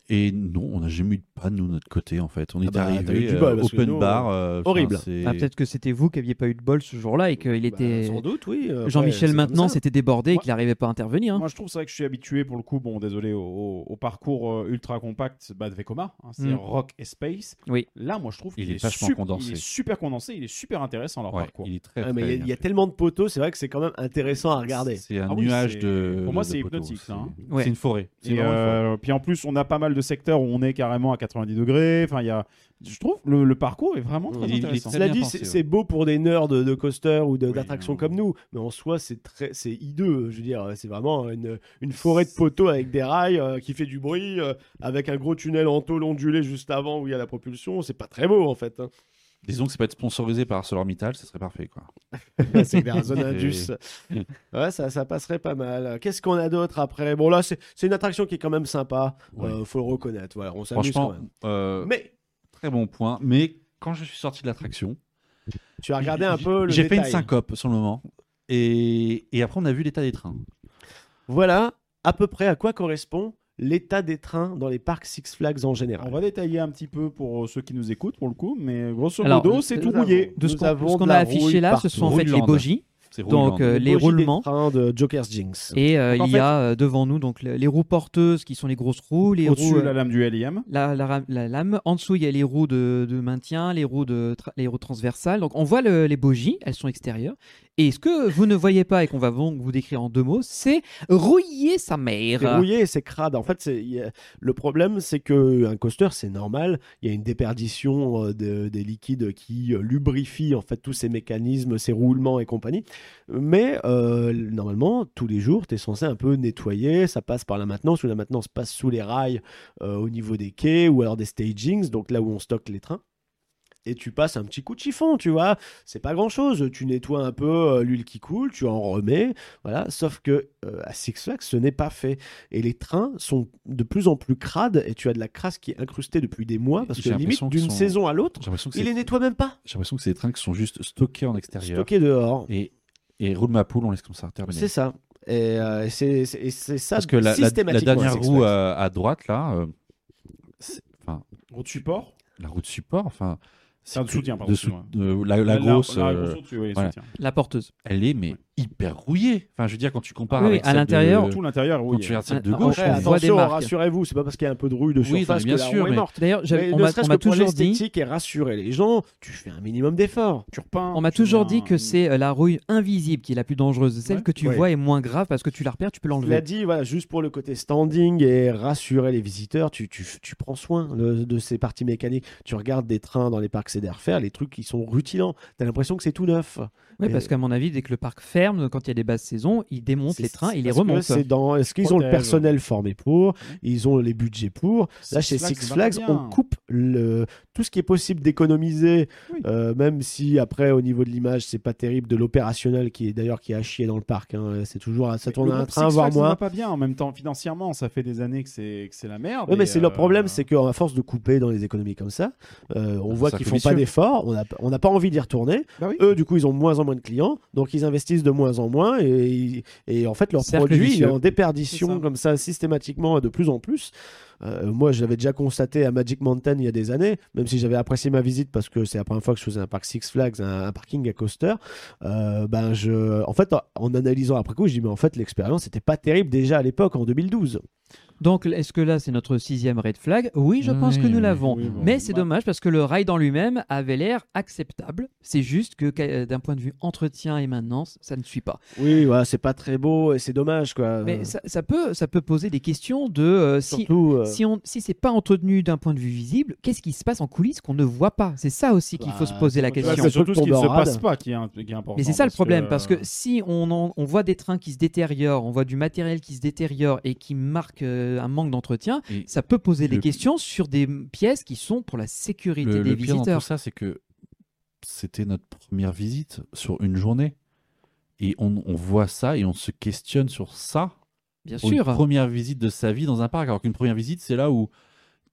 [SPEAKER 9] et non, on n'a jamais eu de panne nous, de notre côté en fait. On est
[SPEAKER 8] bah, t'as eu
[SPEAKER 9] arrivé
[SPEAKER 8] du bol,
[SPEAKER 9] euh,
[SPEAKER 8] parce que
[SPEAKER 9] open
[SPEAKER 8] nous,
[SPEAKER 9] bar. euh, enfin,
[SPEAKER 8] horrible.
[SPEAKER 9] c'est-
[SPEAKER 7] Ah, peut-être que c'était vous qui aviez pas eu de bol ce jour-là et qu'il
[SPEAKER 8] Bah,
[SPEAKER 7] était.
[SPEAKER 8] sans doute, oui. Après, c'est
[SPEAKER 7] Jean-Michel
[SPEAKER 8] comme
[SPEAKER 7] maintenant
[SPEAKER 8] ça.
[SPEAKER 7] s'était débordé et
[SPEAKER 1] Moi-
[SPEAKER 7] qu'il n'arrivait pas à intervenir. hein.
[SPEAKER 1] Moi, je trouve c'est vrai que je suis habitué pour le coup, bon, désolé, au, au- au parcours euh, ultra compact bah, de Vekoma, hein, c'est
[SPEAKER 7] Mm.
[SPEAKER 1] Rock et Space.
[SPEAKER 7] Oui.
[SPEAKER 1] Là, moi, je trouve
[SPEAKER 9] Il
[SPEAKER 1] qu'il
[SPEAKER 9] est vachement
[SPEAKER 1] sup-
[SPEAKER 9] condensé.
[SPEAKER 1] Il est super condensé, il est super intéressant leur
[SPEAKER 9] ouais,
[SPEAKER 1] parcours.
[SPEAKER 9] il est très.
[SPEAKER 8] Ah, mais il
[SPEAKER 9] très
[SPEAKER 8] y a-
[SPEAKER 9] bien
[SPEAKER 8] il y a
[SPEAKER 9] fait.
[SPEAKER 8] tellement de poteaux, c'est vrai que c'est quand même intéressant à regarder.
[SPEAKER 9] C'est un
[SPEAKER 1] Ah oui,
[SPEAKER 9] nuage
[SPEAKER 1] c'est-
[SPEAKER 9] de.
[SPEAKER 1] pour moi,
[SPEAKER 9] de
[SPEAKER 1] c'est
[SPEAKER 9] poteaux.
[SPEAKER 1] hypnotique, ça, hein.
[SPEAKER 9] C'est-
[SPEAKER 7] Ouais.
[SPEAKER 9] C'est une forêt. C'est
[SPEAKER 1] Et
[SPEAKER 9] vraiment une forêt.
[SPEAKER 1] euh, puis en plus, on a pas mal de secteurs où on est carrément à 90 degrés. Enfin, il y a, je trouve le, le parcours est vraiment très
[SPEAKER 9] Il est- il est
[SPEAKER 1] intéressant.
[SPEAKER 9] très
[SPEAKER 8] Cela
[SPEAKER 9] bien
[SPEAKER 8] dit,
[SPEAKER 9] pensé,
[SPEAKER 8] c'est
[SPEAKER 9] ouais.
[SPEAKER 8] c'est beau pour des nerds de, de coaster ou de-
[SPEAKER 1] Oui,
[SPEAKER 8] d'attractions
[SPEAKER 1] non.
[SPEAKER 8] comme nous, mais en soi, c'est très, c'est hideux. Je veux dire, c'est vraiment une, une forêt de poteaux avec des rails euh, qui fait du bruit, euh, avec un gros tunnel en tôle ondulé juste avant où il y a la propulsion. C'est pas très beau en fait. hein.
[SPEAKER 9] Disons que c'est pas être sponsorisé par ArcelorMittal, ce serait parfait. Quoi.
[SPEAKER 8] c'est vers la zone
[SPEAKER 9] Eh
[SPEAKER 8] Indus. Ouais, ça, ça passerait pas mal. Qu'est-ce qu'on a d'autre après Bon là, c'est c'est une attraction qui est quand même sympa.
[SPEAKER 9] Ouais.
[SPEAKER 8] euh, faut le reconnaître. Voilà, on s'amuse quand
[SPEAKER 9] Franchement,
[SPEAKER 8] même.
[SPEAKER 9] euh,
[SPEAKER 8] Mais
[SPEAKER 9] très bon point. Mais quand je suis sorti de l'attraction,
[SPEAKER 8] tu as regardé un peu le
[SPEAKER 9] j'ai fait une
[SPEAKER 8] détail.
[SPEAKER 9] syncope sur le moment. Et, et après, on a vu l'état des trains.
[SPEAKER 8] Voilà à peu près à quoi correspond l'état des trains dans les parcs Six Flags en général.
[SPEAKER 1] On va détailler un petit peu pour euh, ceux qui nous écoutent pour le coup, mais grosso
[SPEAKER 7] Alors,
[SPEAKER 1] modo, c'est
[SPEAKER 7] euh,
[SPEAKER 1] tout
[SPEAKER 8] nous
[SPEAKER 1] mouillé.
[SPEAKER 8] avons-
[SPEAKER 7] De ce
[SPEAKER 8] Nous
[SPEAKER 7] qu'on
[SPEAKER 8] avons
[SPEAKER 7] ce qu'on
[SPEAKER 8] de
[SPEAKER 7] a
[SPEAKER 8] la
[SPEAKER 7] affiché
[SPEAKER 8] rouille
[SPEAKER 7] là,
[SPEAKER 8] partout.
[SPEAKER 7] ce sont en fait les
[SPEAKER 9] Rouille-lande.
[SPEAKER 7] bogies.
[SPEAKER 9] C'est roulant.
[SPEAKER 7] Donc euh,
[SPEAKER 8] Le
[SPEAKER 7] les
[SPEAKER 8] beau gilet de
[SPEAKER 7] roulements.
[SPEAKER 8] train de Joker's Jinx.
[SPEAKER 7] Et euh,
[SPEAKER 8] Donc, en
[SPEAKER 7] il y a euh, devant nous donc le- les roues porteuses qui sont les grosses roues, les
[SPEAKER 10] Au-dessus
[SPEAKER 7] roues euh,
[SPEAKER 10] de la lame du LIM.
[SPEAKER 7] la, la ra- la lame. En dessous, il y a les roues de, de maintien, les roues, de tra- les roues transversales. Donc, on voit le- les bogies, elles sont extérieures. Et ce que vous ne voyez pas et qu'on va donc vous décrire en deux mots, c'est rouiller sa mère.
[SPEAKER 8] C'est rouillé et c'est crade. En fait, c'est- il y a- le problème, c'est que euh, un coaster, c'est normal. Il y a une déperdition euh, de- des liquides qui euh, lubrifient en fait tous ces mécanismes, ces roulements et compagnie. Mais euh, normalement, tous les jours, tu es censé un peu nettoyer. Ça passe par la maintenance ou la maintenance passe sous les rails euh, au niveau des quais ou alors des stagings, donc là où on stocke les trains et tu passes un petit coup de chiffon, tu vois. C'est pas grand chose. Tu nettoies un peu euh, l'huile qui coule, tu en remets, voilà. Sauf que euh, à Six Flags, ce n'est pas fait. Et les trains sont de plus en plus crades et tu as de la crasse qui est incrustée depuis des mois parce
[SPEAKER 9] J'ai
[SPEAKER 8] que limite
[SPEAKER 9] l'impression
[SPEAKER 8] d'une
[SPEAKER 9] qu'ils sont-
[SPEAKER 8] saison à l'autre,
[SPEAKER 9] J'ai l'impression que
[SPEAKER 8] ils
[SPEAKER 9] c'est-
[SPEAKER 8] les nettoient même pas.
[SPEAKER 9] j'ai l'impression que c'est des trains qui sont juste stockés en extérieur.
[SPEAKER 8] Stockés dehors.
[SPEAKER 9] Et, et roule ma poule, on laisse comme ça. Terminé.
[SPEAKER 8] C'est ça. Et euh, c'est c'est- et c'est ça
[SPEAKER 9] Parce que la, la- la
[SPEAKER 8] systématiquement à
[SPEAKER 9] dernière
[SPEAKER 8] Six
[SPEAKER 9] roue
[SPEAKER 8] Flags.
[SPEAKER 9] à, à droite, là, euh, c'est- enfin,
[SPEAKER 10] Gros support.
[SPEAKER 9] la roue de support, enfin. c'est
[SPEAKER 10] Ah, de
[SPEAKER 9] que-
[SPEAKER 10] soutien, pardon,
[SPEAKER 9] de
[SPEAKER 10] excuse-moi.
[SPEAKER 9] de- la, la grosse.
[SPEAKER 10] La,
[SPEAKER 9] euh,
[SPEAKER 10] grosse au-dessus, oui,
[SPEAKER 9] voilà.
[SPEAKER 10] soutien.
[SPEAKER 7] La porteuse.
[SPEAKER 9] elle est mais hyper rouillée. Enfin, je veux dire quand tu compares
[SPEAKER 7] Oui,
[SPEAKER 9] avec
[SPEAKER 7] à
[SPEAKER 9] celle de-
[SPEAKER 7] l'intérieur,
[SPEAKER 10] Tout l'intérieur,
[SPEAKER 9] quand
[SPEAKER 10] oui.
[SPEAKER 9] tu regardes celle de
[SPEAKER 7] Ah,
[SPEAKER 9] gauche,
[SPEAKER 8] Après,
[SPEAKER 7] on voit des
[SPEAKER 8] attention,
[SPEAKER 7] marques.
[SPEAKER 8] rassurez-vous, c'est pas parce qu'il y a un peu de rouille de
[SPEAKER 9] Oui, non, mais
[SPEAKER 8] surface
[SPEAKER 9] bien
[SPEAKER 8] que la
[SPEAKER 9] sûr,
[SPEAKER 8] roue est
[SPEAKER 9] mais-
[SPEAKER 8] morte.
[SPEAKER 7] D'ailleurs, j'avais-
[SPEAKER 8] Mais
[SPEAKER 7] on
[SPEAKER 8] ne
[SPEAKER 7] m'a
[SPEAKER 8] serait-ce
[SPEAKER 7] on m'a
[SPEAKER 8] que pour
[SPEAKER 7] toujours dit.
[SPEAKER 8] l'esthétique et rassurer les gens, tu fais un minimum d'efforts.
[SPEAKER 10] Tu repeins.
[SPEAKER 7] On m'a
[SPEAKER 10] tu
[SPEAKER 7] toujours
[SPEAKER 10] mets
[SPEAKER 7] dit
[SPEAKER 10] un-
[SPEAKER 7] que c'est euh, la rouille invisible qui est la plus dangereuse. Celle
[SPEAKER 10] Ouais.
[SPEAKER 7] que tu
[SPEAKER 8] Ouais.
[SPEAKER 7] vois est moins grave parce que tu la repères, tu peux
[SPEAKER 8] Tu l'as
[SPEAKER 7] l'enlever.
[SPEAKER 8] dit, voilà, juste pour le côté standing et rassurer les visiteurs, tu, tu, tu prends soin de, de ces parties mécaniques. Tu regardes des trains dans les parcs CDR-Fer, les trucs qui sont rutilants. T'as l'impression que c'est tout neuf.
[SPEAKER 7] Oui,
[SPEAKER 8] Et-
[SPEAKER 7] parce qu'à mon avis, dès que le parc ferme, quand il y a des basses saisons, ils démontent
[SPEAKER 8] C'est-
[SPEAKER 7] les trains,
[SPEAKER 8] c'est
[SPEAKER 7] ils les
[SPEAKER 8] parce que
[SPEAKER 7] remontent.
[SPEAKER 8] c'est dans- Est-ce qu'ils ont le
[SPEAKER 10] Protège.
[SPEAKER 8] personnel formé pour Ils ont les budgets pour Là, chez Six
[SPEAKER 10] va pas
[SPEAKER 8] Flags,
[SPEAKER 10] bien.
[SPEAKER 8] on coupe le... tout ce qui est possible d'économiser,
[SPEAKER 10] Oui.
[SPEAKER 8] euh, même si après, au niveau de l'image, c'est pas terrible, de l'opérationnel qui est d'ailleurs qui a chier dans le parc. hein. C'est toujours ça tourne
[SPEAKER 10] Le
[SPEAKER 8] à un
[SPEAKER 10] groupe
[SPEAKER 8] train,
[SPEAKER 10] Six
[SPEAKER 8] voire
[SPEAKER 10] Flags, ça
[SPEAKER 8] moins.
[SPEAKER 10] va pas bien en même temps financièrement. Ça fait des années que c'est que c'est la merde.
[SPEAKER 8] Oui, mais
[SPEAKER 10] et,
[SPEAKER 8] c'est le
[SPEAKER 10] euh,
[SPEAKER 8] problème, c'est qu'à force de couper dans les économies comme ça, euh, on
[SPEAKER 9] Un
[SPEAKER 8] voit
[SPEAKER 9] cercle
[SPEAKER 8] qu'ils font pas
[SPEAKER 9] vicieux.
[SPEAKER 8] d'efforts, on n'a on n'a pas envie d'y retourner.
[SPEAKER 10] Bah oui.
[SPEAKER 8] Eux, du coup, ils ont de moins en moins de clients, donc ils investissent de moins en moins et, ils- et en fait, leur
[SPEAKER 7] Cercle
[SPEAKER 8] produit il est
[SPEAKER 7] vicieux.
[SPEAKER 8] en déperdition
[SPEAKER 10] C'est ça.
[SPEAKER 8] comme ça systématiquement de plus en plus. Euh, moi, je l'avais déjà constaté à Magic Mountain il y a des années, même si j'avais apprécié ma visite parce que c'est la première fois que je faisais un parc Six Flags, un, un parking à coaster. euh, ben, je, en fait, en- en analysant après coup, je dis mais en fait, l'expérience n'était pas terrible déjà à l'époque en 2012.
[SPEAKER 7] Donc, est-ce que là, c'est notre sixième red flag Oui, je pense
[SPEAKER 9] Oui,
[SPEAKER 7] que nous
[SPEAKER 9] oui.
[SPEAKER 7] l'avons.
[SPEAKER 10] Oui, bon.
[SPEAKER 7] Mais c'est
[SPEAKER 10] Bah,
[SPEAKER 7] dommage parce que le ride en lui-même avait l'air acceptable. C'est juste que euh, d'un point de vue entretien et maintenance, ça ne suit pas.
[SPEAKER 8] Oui, voilà, c'est pas très beau et c'est dommage quoi.
[SPEAKER 7] Mais ça, ça peut, ça peut poser des questions de euh, si,
[SPEAKER 8] Euh. Surtout, euh,
[SPEAKER 7] si, on, si c'est pas entretenu d'un point de vue visible, qu'est-ce qui se passe en coulisses qu'on ne voit pas C'est ça aussi qu'il faut
[SPEAKER 8] Bah,
[SPEAKER 7] se poser la
[SPEAKER 8] c'est
[SPEAKER 10] Ouais,
[SPEAKER 7] question.
[SPEAKER 10] C'est surtout ce qui ne se
[SPEAKER 8] Tombe en
[SPEAKER 10] passe
[SPEAKER 8] rade.
[SPEAKER 10] pas qui est, un- qui est important.
[SPEAKER 7] Mais c'est ça le problème,
[SPEAKER 10] euh,
[SPEAKER 7] parce que si on, en- on voit des trains qui se détériorent, on voit du matériel qui se détériore et qui marque euh, un manque d'entretien,
[SPEAKER 9] Et
[SPEAKER 7] ça peut poser des
[SPEAKER 9] le-
[SPEAKER 7] questions sur des pièces qui sont pour la sécurité
[SPEAKER 9] le,
[SPEAKER 7] des
[SPEAKER 9] le pire dans tout
[SPEAKER 7] visiteurs.
[SPEAKER 9] ça, c'est que c'était notre première visite sur une journée, et on, on voit ça et on se questionne sur ça.
[SPEAKER 7] Bien
[SPEAKER 9] pour une
[SPEAKER 7] sûr.
[SPEAKER 9] première visite de sa vie dans un parc, alors qu'une première visite, c'est là où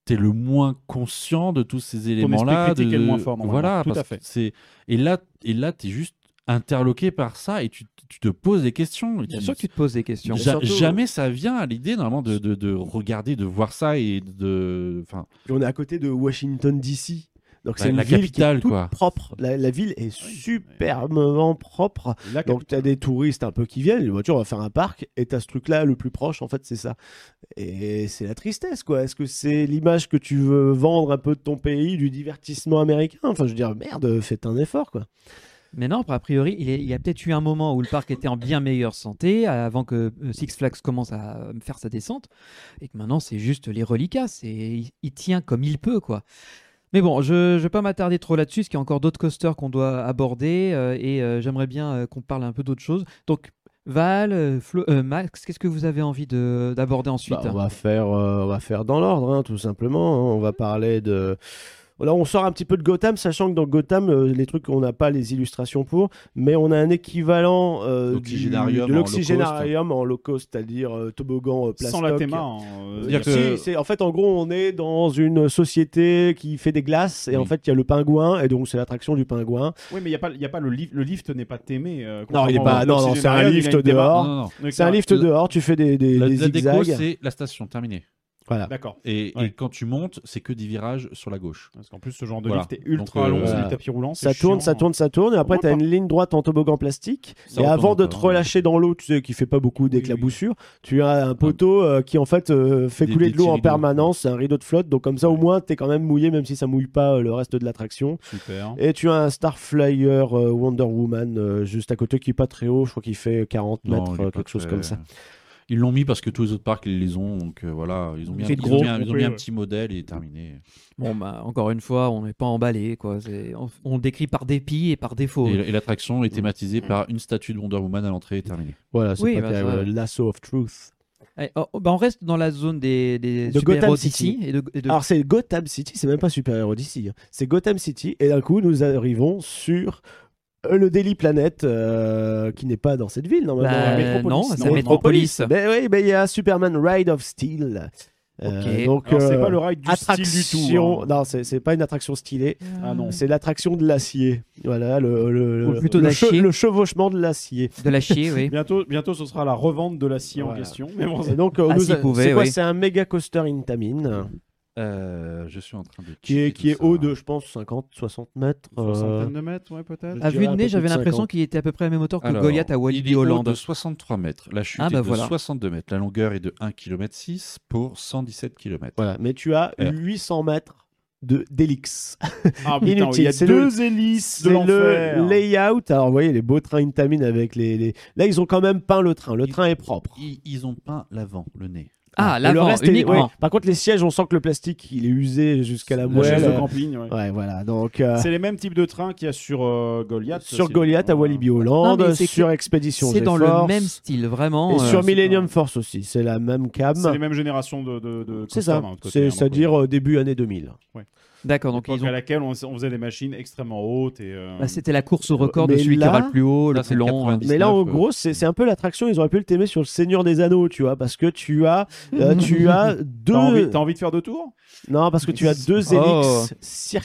[SPEAKER 9] tu es le moins conscient de tous ces éléments-là.
[SPEAKER 10] esprit critique
[SPEAKER 9] de-
[SPEAKER 10] est le moins fort, normalement.
[SPEAKER 9] voilà,
[SPEAKER 10] Tout à
[SPEAKER 9] parce que
[SPEAKER 10] fait.
[SPEAKER 9] c'est- Et là, et là tu es juste interloqué par ça et tu, tu te poses des questions. Et
[SPEAKER 7] Bien
[SPEAKER 9] tu-
[SPEAKER 7] sûr que tu te poses des questions.
[SPEAKER 9] Ja-
[SPEAKER 8] Surtout-
[SPEAKER 9] Jamais ça vient à l'idée normalement de, de, de regarder, de voir ça et de. Enfin,
[SPEAKER 8] Puis on est à côté de Washington DC. Donc
[SPEAKER 9] Ouais,
[SPEAKER 8] c'est une
[SPEAKER 9] Bah, la
[SPEAKER 8] ville qui
[SPEAKER 9] capitale,
[SPEAKER 8] est toute
[SPEAKER 9] quoi.
[SPEAKER 8] propre. La, la ville est superbement propre.
[SPEAKER 10] la
[SPEAKER 8] Donc tu as des touristes un peu qui viennent, les voitures, on va faire un parc, et tu ce truc-là le plus proche, en fait, c'est ça. Et c'est la tristesse, quoi. Est-ce que c'est l'image que tu veux vendre un peu de ton pays, du divertissement américain Enfin, je veux dire, merde, faites un effort, quoi.
[SPEAKER 7] Mais non, a priori, il, est- il y a peut-être eu un moment où le parc était en bien meilleure santé, euh, avant que euh, Six Flags commence à euh, faire sa descente, et que maintenant c'est juste les reliquats, c'est, il, il tient comme il peut, quoi. Mais bon, je ne vais pas m'attarder trop là-dessus, parce qu'il y a encore d'autres coasters qu'on doit aborder, euh, et euh, j'aimerais bien euh, qu'on parle un peu d'autre chose. Donc, Val, euh, Flo- euh, Max, qu'est-ce que vous avez envie de- d'aborder ensuite hein
[SPEAKER 8] Bah,
[SPEAKER 9] hein.
[SPEAKER 8] on, va faire, euh, on va faire dans l'ordre, hein, tout simplement. hein. On va parler de. Là, on sort un petit peu de Gotham, sachant que dans Gotham, euh, les trucs, on n'a pas les illustrations pour, mais on a un équivalent euh, du-
[SPEAKER 9] L'oxygénarium
[SPEAKER 8] de
[SPEAKER 9] en
[SPEAKER 8] l'oxygénarium en low cost, c'est-à-dire euh, toboggan euh,
[SPEAKER 10] sans
[SPEAKER 8] plastoc.
[SPEAKER 10] la théma.
[SPEAKER 1] hein,
[SPEAKER 10] en- euh,
[SPEAKER 9] hein. C'est-à-dire
[SPEAKER 10] y a-
[SPEAKER 9] que-
[SPEAKER 8] Si, c'est- en fait, en gros, on est dans une société qui fait des glaces, et
[SPEAKER 9] Oui.
[SPEAKER 8] en fait, il y a le pingouin, et donc c'est l'attraction du pingouin.
[SPEAKER 10] Oui, mais il y a pas, il y a pas le lift. Le lift n'est pas témé. euh,
[SPEAKER 8] Non, il est
[SPEAKER 10] contrairement
[SPEAKER 8] pas-
[SPEAKER 10] au-
[SPEAKER 8] non, non,
[SPEAKER 10] au
[SPEAKER 8] c'est un
[SPEAKER 10] Césarium,
[SPEAKER 8] lift
[SPEAKER 10] il a une
[SPEAKER 8] dehors.
[SPEAKER 10] théma.
[SPEAKER 9] non, non, non.
[SPEAKER 10] Donc,
[SPEAKER 8] C'est un lift
[SPEAKER 9] la-
[SPEAKER 8] dehors, tu fais des, des-
[SPEAKER 9] La,
[SPEAKER 8] des
[SPEAKER 9] la déco,
[SPEAKER 8] zigzags.
[SPEAKER 9] c'est la station, terminée.
[SPEAKER 8] Voilà.
[SPEAKER 1] D'accord.
[SPEAKER 9] Et, et
[SPEAKER 1] Ouais.
[SPEAKER 9] quand tu montes, c'est que des virages sur la gauche.
[SPEAKER 1] Parce qu'en plus, ce genre de
[SPEAKER 9] Voilà.
[SPEAKER 1] lift est ultra
[SPEAKER 9] Donc, euh,
[SPEAKER 1] long,
[SPEAKER 9] voilà.
[SPEAKER 1] c'est du tapis roulant.
[SPEAKER 8] Ça
[SPEAKER 1] c'est
[SPEAKER 8] tourne,
[SPEAKER 1] chiant.
[SPEAKER 8] ça tourne, ça tourne, et après tu as une ligne droite en toboggan plastique.
[SPEAKER 9] Ça
[SPEAKER 8] et
[SPEAKER 9] retombe
[SPEAKER 8] avant de te
[SPEAKER 9] encore, hein.
[SPEAKER 8] relâcher dans l'eau, tu sais, qui fait pas beaucoup d'éclaboussures, tu as un poteau euh, qui en fait euh, fait
[SPEAKER 9] Des-
[SPEAKER 8] couler
[SPEAKER 9] des
[SPEAKER 8] de l'eau en
[SPEAKER 9] petits rideaux.
[SPEAKER 8] permanence, c'est un rideau de flotte, donc comme ça au moins tu es quand même mouillé, même si ça mouille pas euh, le reste de l'attraction.
[SPEAKER 9] Super.
[SPEAKER 8] Et tu as un Starflyer euh, Wonder Woman euh, juste à côté qui est pas très haut, je crois qu'il fait 40
[SPEAKER 9] Non,
[SPEAKER 8] mètres,
[SPEAKER 9] il est
[SPEAKER 8] euh,
[SPEAKER 9] pas
[SPEAKER 8] quelque chose
[SPEAKER 9] très-
[SPEAKER 8] comme ça.
[SPEAKER 9] Ils l'ont mis parce que tous les autres parcs ils les ont, donc euh, voilà, ils ont mis, un,
[SPEAKER 8] fait de
[SPEAKER 9] ils ont
[SPEAKER 8] gros,
[SPEAKER 9] mis un- ils ont
[SPEAKER 8] on
[SPEAKER 9] mis
[SPEAKER 8] peut,
[SPEAKER 9] un
[SPEAKER 8] ouais.
[SPEAKER 9] petit modèle et terminé.
[SPEAKER 7] Bon, bah, encore une fois, on n'est pas emballé. quoi. C'est- On, on le décrit par dépit et par défaut. hein.
[SPEAKER 9] Et, et l'attraction est thématisée par une statue de Wonder Woman à l'entrée Oh. et terminée.
[SPEAKER 8] Voilà, c'est
[SPEAKER 7] Oui,
[SPEAKER 8] pas
[SPEAKER 7] bah,
[SPEAKER 8] terrible,
[SPEAKER 7] ça-
[SPEAKER 8] euh, Lasso of Truth.
[SPEAKER 7] Allez, oh, oh, bah, on reste dans la zone des, des
[SPEAKER 8] de
[SPEAKER 7] super-héros
[SPEAKER 8] Gotham City. Ah.
[SPEAKER 7] d'ici et de- et de-
[SPEAKER 8] Alors c'est Gotham City, c'est même pas Super Héros d'ici. hein. C'est Gotham City et d'un coup nous arrivons sur euh, le Daily Planet euh, qui n'est pas dans cette ville normalement.
[SPEAKER 7] Bah,
[SPEAKER 8] la métropolis.
[SPEAKER 7] non, c'est la métropolis.
[SPEAKER 8] Mais oui, mais il y a Superman Ride of Steel.
[SPEAKER 7] Ok.
[SPEAKER 8] donc
[SPEAKER 1] Alors, c'est
[SPEAKER 8] euh,
[SPEAKER 1] pas le ride du
[SPEAKER 8] attraction...
[SPEAKER 1] style du tout. hein.
[SPEAKER 8] Non, c'est c'est pas une attraction stylée.
[SPEAKER 1] Ah non.
[SPEAKER 8] C'est l'attraction de l'acier. Voilà le le,
[SPEAKER 7] Ou
[SPEAKER 8] le-
[SPEAKER 7] plutôt
[SPEAKER 8] le
[SPEAKER 7] d'acier.
[SPEAKER 8] che- le chevauchement de l'acier.
[SPEAKER 7] de la chier, oui.
[SPEAKER 1] Bientôt, bientôt, ce sera la revente de l'acier en
[SPEAKER 8] Voilà.
[SPEAKER 1] question. Mais bon,
[SPEAKER 8] Et donc euh,
[SPEAKER 7] Ah,
[SPEAKER 8] nous-
[SPEAKER 7] s'il
[SPEAKER 8] c'est
[SPEAKER 7] pouvait,
[SPEAKER 8] quoi
[SPEAKER 7] oui.
[SPEAKER 8] C'est un méga coaster Intamin.
[SPEAKER 9] Euh, je suis en train de.
[SPEAKER 8] qui est,
[SPEAKER 9] checker
[SPEAKER 8] qui
[SPEAKER 9] tout
[SPEAKER 8] est
[SPEAKER 9] ça.
[SPEAKER 8] haut de, je pense, 50, 60 mètres. euh, Ah,
[SPEAKER 1] centaine de mètres, ouais, peut-être.
[SPEAKER 8] je
[SPEAKER 7] À
[SPEAKER 8] dirais
[SPEAKER 7] vue de
[SPEAKER 8] un peu
[SPEAKER 7] nez,
[SPEAKER 8] plus
[SPEAKER 7] j'avais
[SPEAKER 8] 50.
[SPEAKER 7] l'impression qu'il était à peu près à la même hauteur que
[SPEAKER 9] Alors,
[SPEAKER 7] Goliath à
[SPEAKER 9] il
[SPEAKER 7] Walibi
[SPEAKER 9] est haut de
[SPEAKER 7] Hollande.
[SPEAKER 9] 63 mètres. La chute
[SPEAKER 7] Ah, bah
[SPEAKER 9] est de
[SPEAKER 7] voilà.
[SPEAKER 9] 62 mètres. La longueur est de 1 km 6 pour 117 km.
[SPEAKER 8] Voilà, mais tu as
[SPEAKER 9] Ouais.
[SPEAKER 8] 800 mètres de d'hélices.
[SPEAKER 1] Ah putain, il
[SPEAKER 8] Inutile,
[SPEAKER 1] y a
[SPEAKER 8] c'est
[SPEAKER 1] deux hélices
[SPEAKER 8] C'est
[SPEAKER 1] de
[SPEAKER 8] le
[SPEAKER 1] l'enfer.
[SPEAKER 8] layout. Alors, vous voyez, les beaux trains Intamin avec les, les- Là, ils ont quand même peint le train. Le train est propre.
[SPEAKER 9] Ils, ils ont peint l'avant, le nez.
[SPEAKER 7] Ah,
[SPEAKER 8] Et le
[SPEAKER 7] l'avant,
[SPEAKER 8] reste est-
[SPEAKER 7] uniquement.
[SPEAKER 8] ouais. Par contre, les sièges, on sent que le plastique, il est usé jusqu'à la
[SPEAKER 1] La chaise
[SPEAKER 8] moelle.
[SPEAKER 1] de camping, ouais.
[SPEAKER 8] Ouais, voilà. Donc, euh,
[SPEAKER 1] C'est les mêmes types de trains qu'il y a sur euh, Goliath.
[SPEAKER 8] sur
[SPEAKER 1] c'est-
[SPEAKER 8] Goliath à Walibi
[SPEAKER 7] Non,
[SPEAKER 8] Hollande,
[SPEAKER 7] mais c'est
[SPEAKER 8] sur Expédition
[SPEAKER 7] C'est dans le
[SPEAKER 8] GeForce,
[SPEAKER 7] même style,
[SPEAKER 8] Et
[SPEAKER 7] vraiment. euh,
[SPEAKER 8] sur
[SPEAKER 1] c'est
[SPEAKER 8] Millennium
[SPEAKER 1] pas-
[SPEAKER 8] Force aussi. C'est la même cam.
[SPEAKER 1] euh, C'est les mêmes générations de. de, de
[SPEAKER 8] C'est
[SPEAKER 1] coasters,
[SPEAKER 8] ça.
[SPEAKER 1] d'un autre côté, hein,
[SPEAKER 8] C'est-
[SPEAKER 1] donc,
[SPEAKER 8] C'est-à-dire euh, début année 2000.
[SPEAKER 7] D'accord, donc
[SPEAKER 1] Époque
[SPEAKER 7] ils ont-
[SPEAKER 1] à laquelle on, on faisait des machines extrêmement hautes et euh,
[SPEAKER 7] Bah, c'était la course au record de
[SPEAKER 8] Mais
[SPEAKER 7] celui
[SPEAKER 8] là-
[SPEAKER 7] qui aura le plus haut, le
[SPEAKER 9] Là, c'est
[SPEAKER 7] plus long.
[SPEAKER 9] 90.
[SPEAKER 8] Mais là,
[SPEAKER 9] 19,
[SPEAKER 8] en
[SPEAKER 9] euh,
[SPEAKER 8] gros, c'est c'est un peu l'attraction. Ils auraient pu le t'aimer sur le Seigneur des Anneaux, tu vois, parce que tu as, euh, tu as deux.
[SPEAKER 1] t'as envie, t'as envie de faire deux tours
[SPEAKER 8] Non, parce que tu as deux
[SPEAKER 7] Oh.
[SPEAKER 8] hélices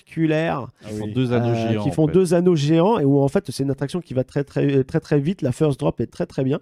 [SPEAKER 8] circulaires
[SPEAKER 1] Ah
[SPEAKER 9] Ils font
[SPEAKER 1] oui.
[SPEAKER 9] deux anneaux
[SPEAKER 8] euh,
[SPEAKER 9] géants.
[SPEAKER 8] qui
[SPEAKER 9] en
[SPEAKER 8] font
[SPEAKER 9] fait.
[SPEAKER 8] deux anneaux géants et où en fait c'est une attraction qui va très très très très vite. La first drop est très très bien.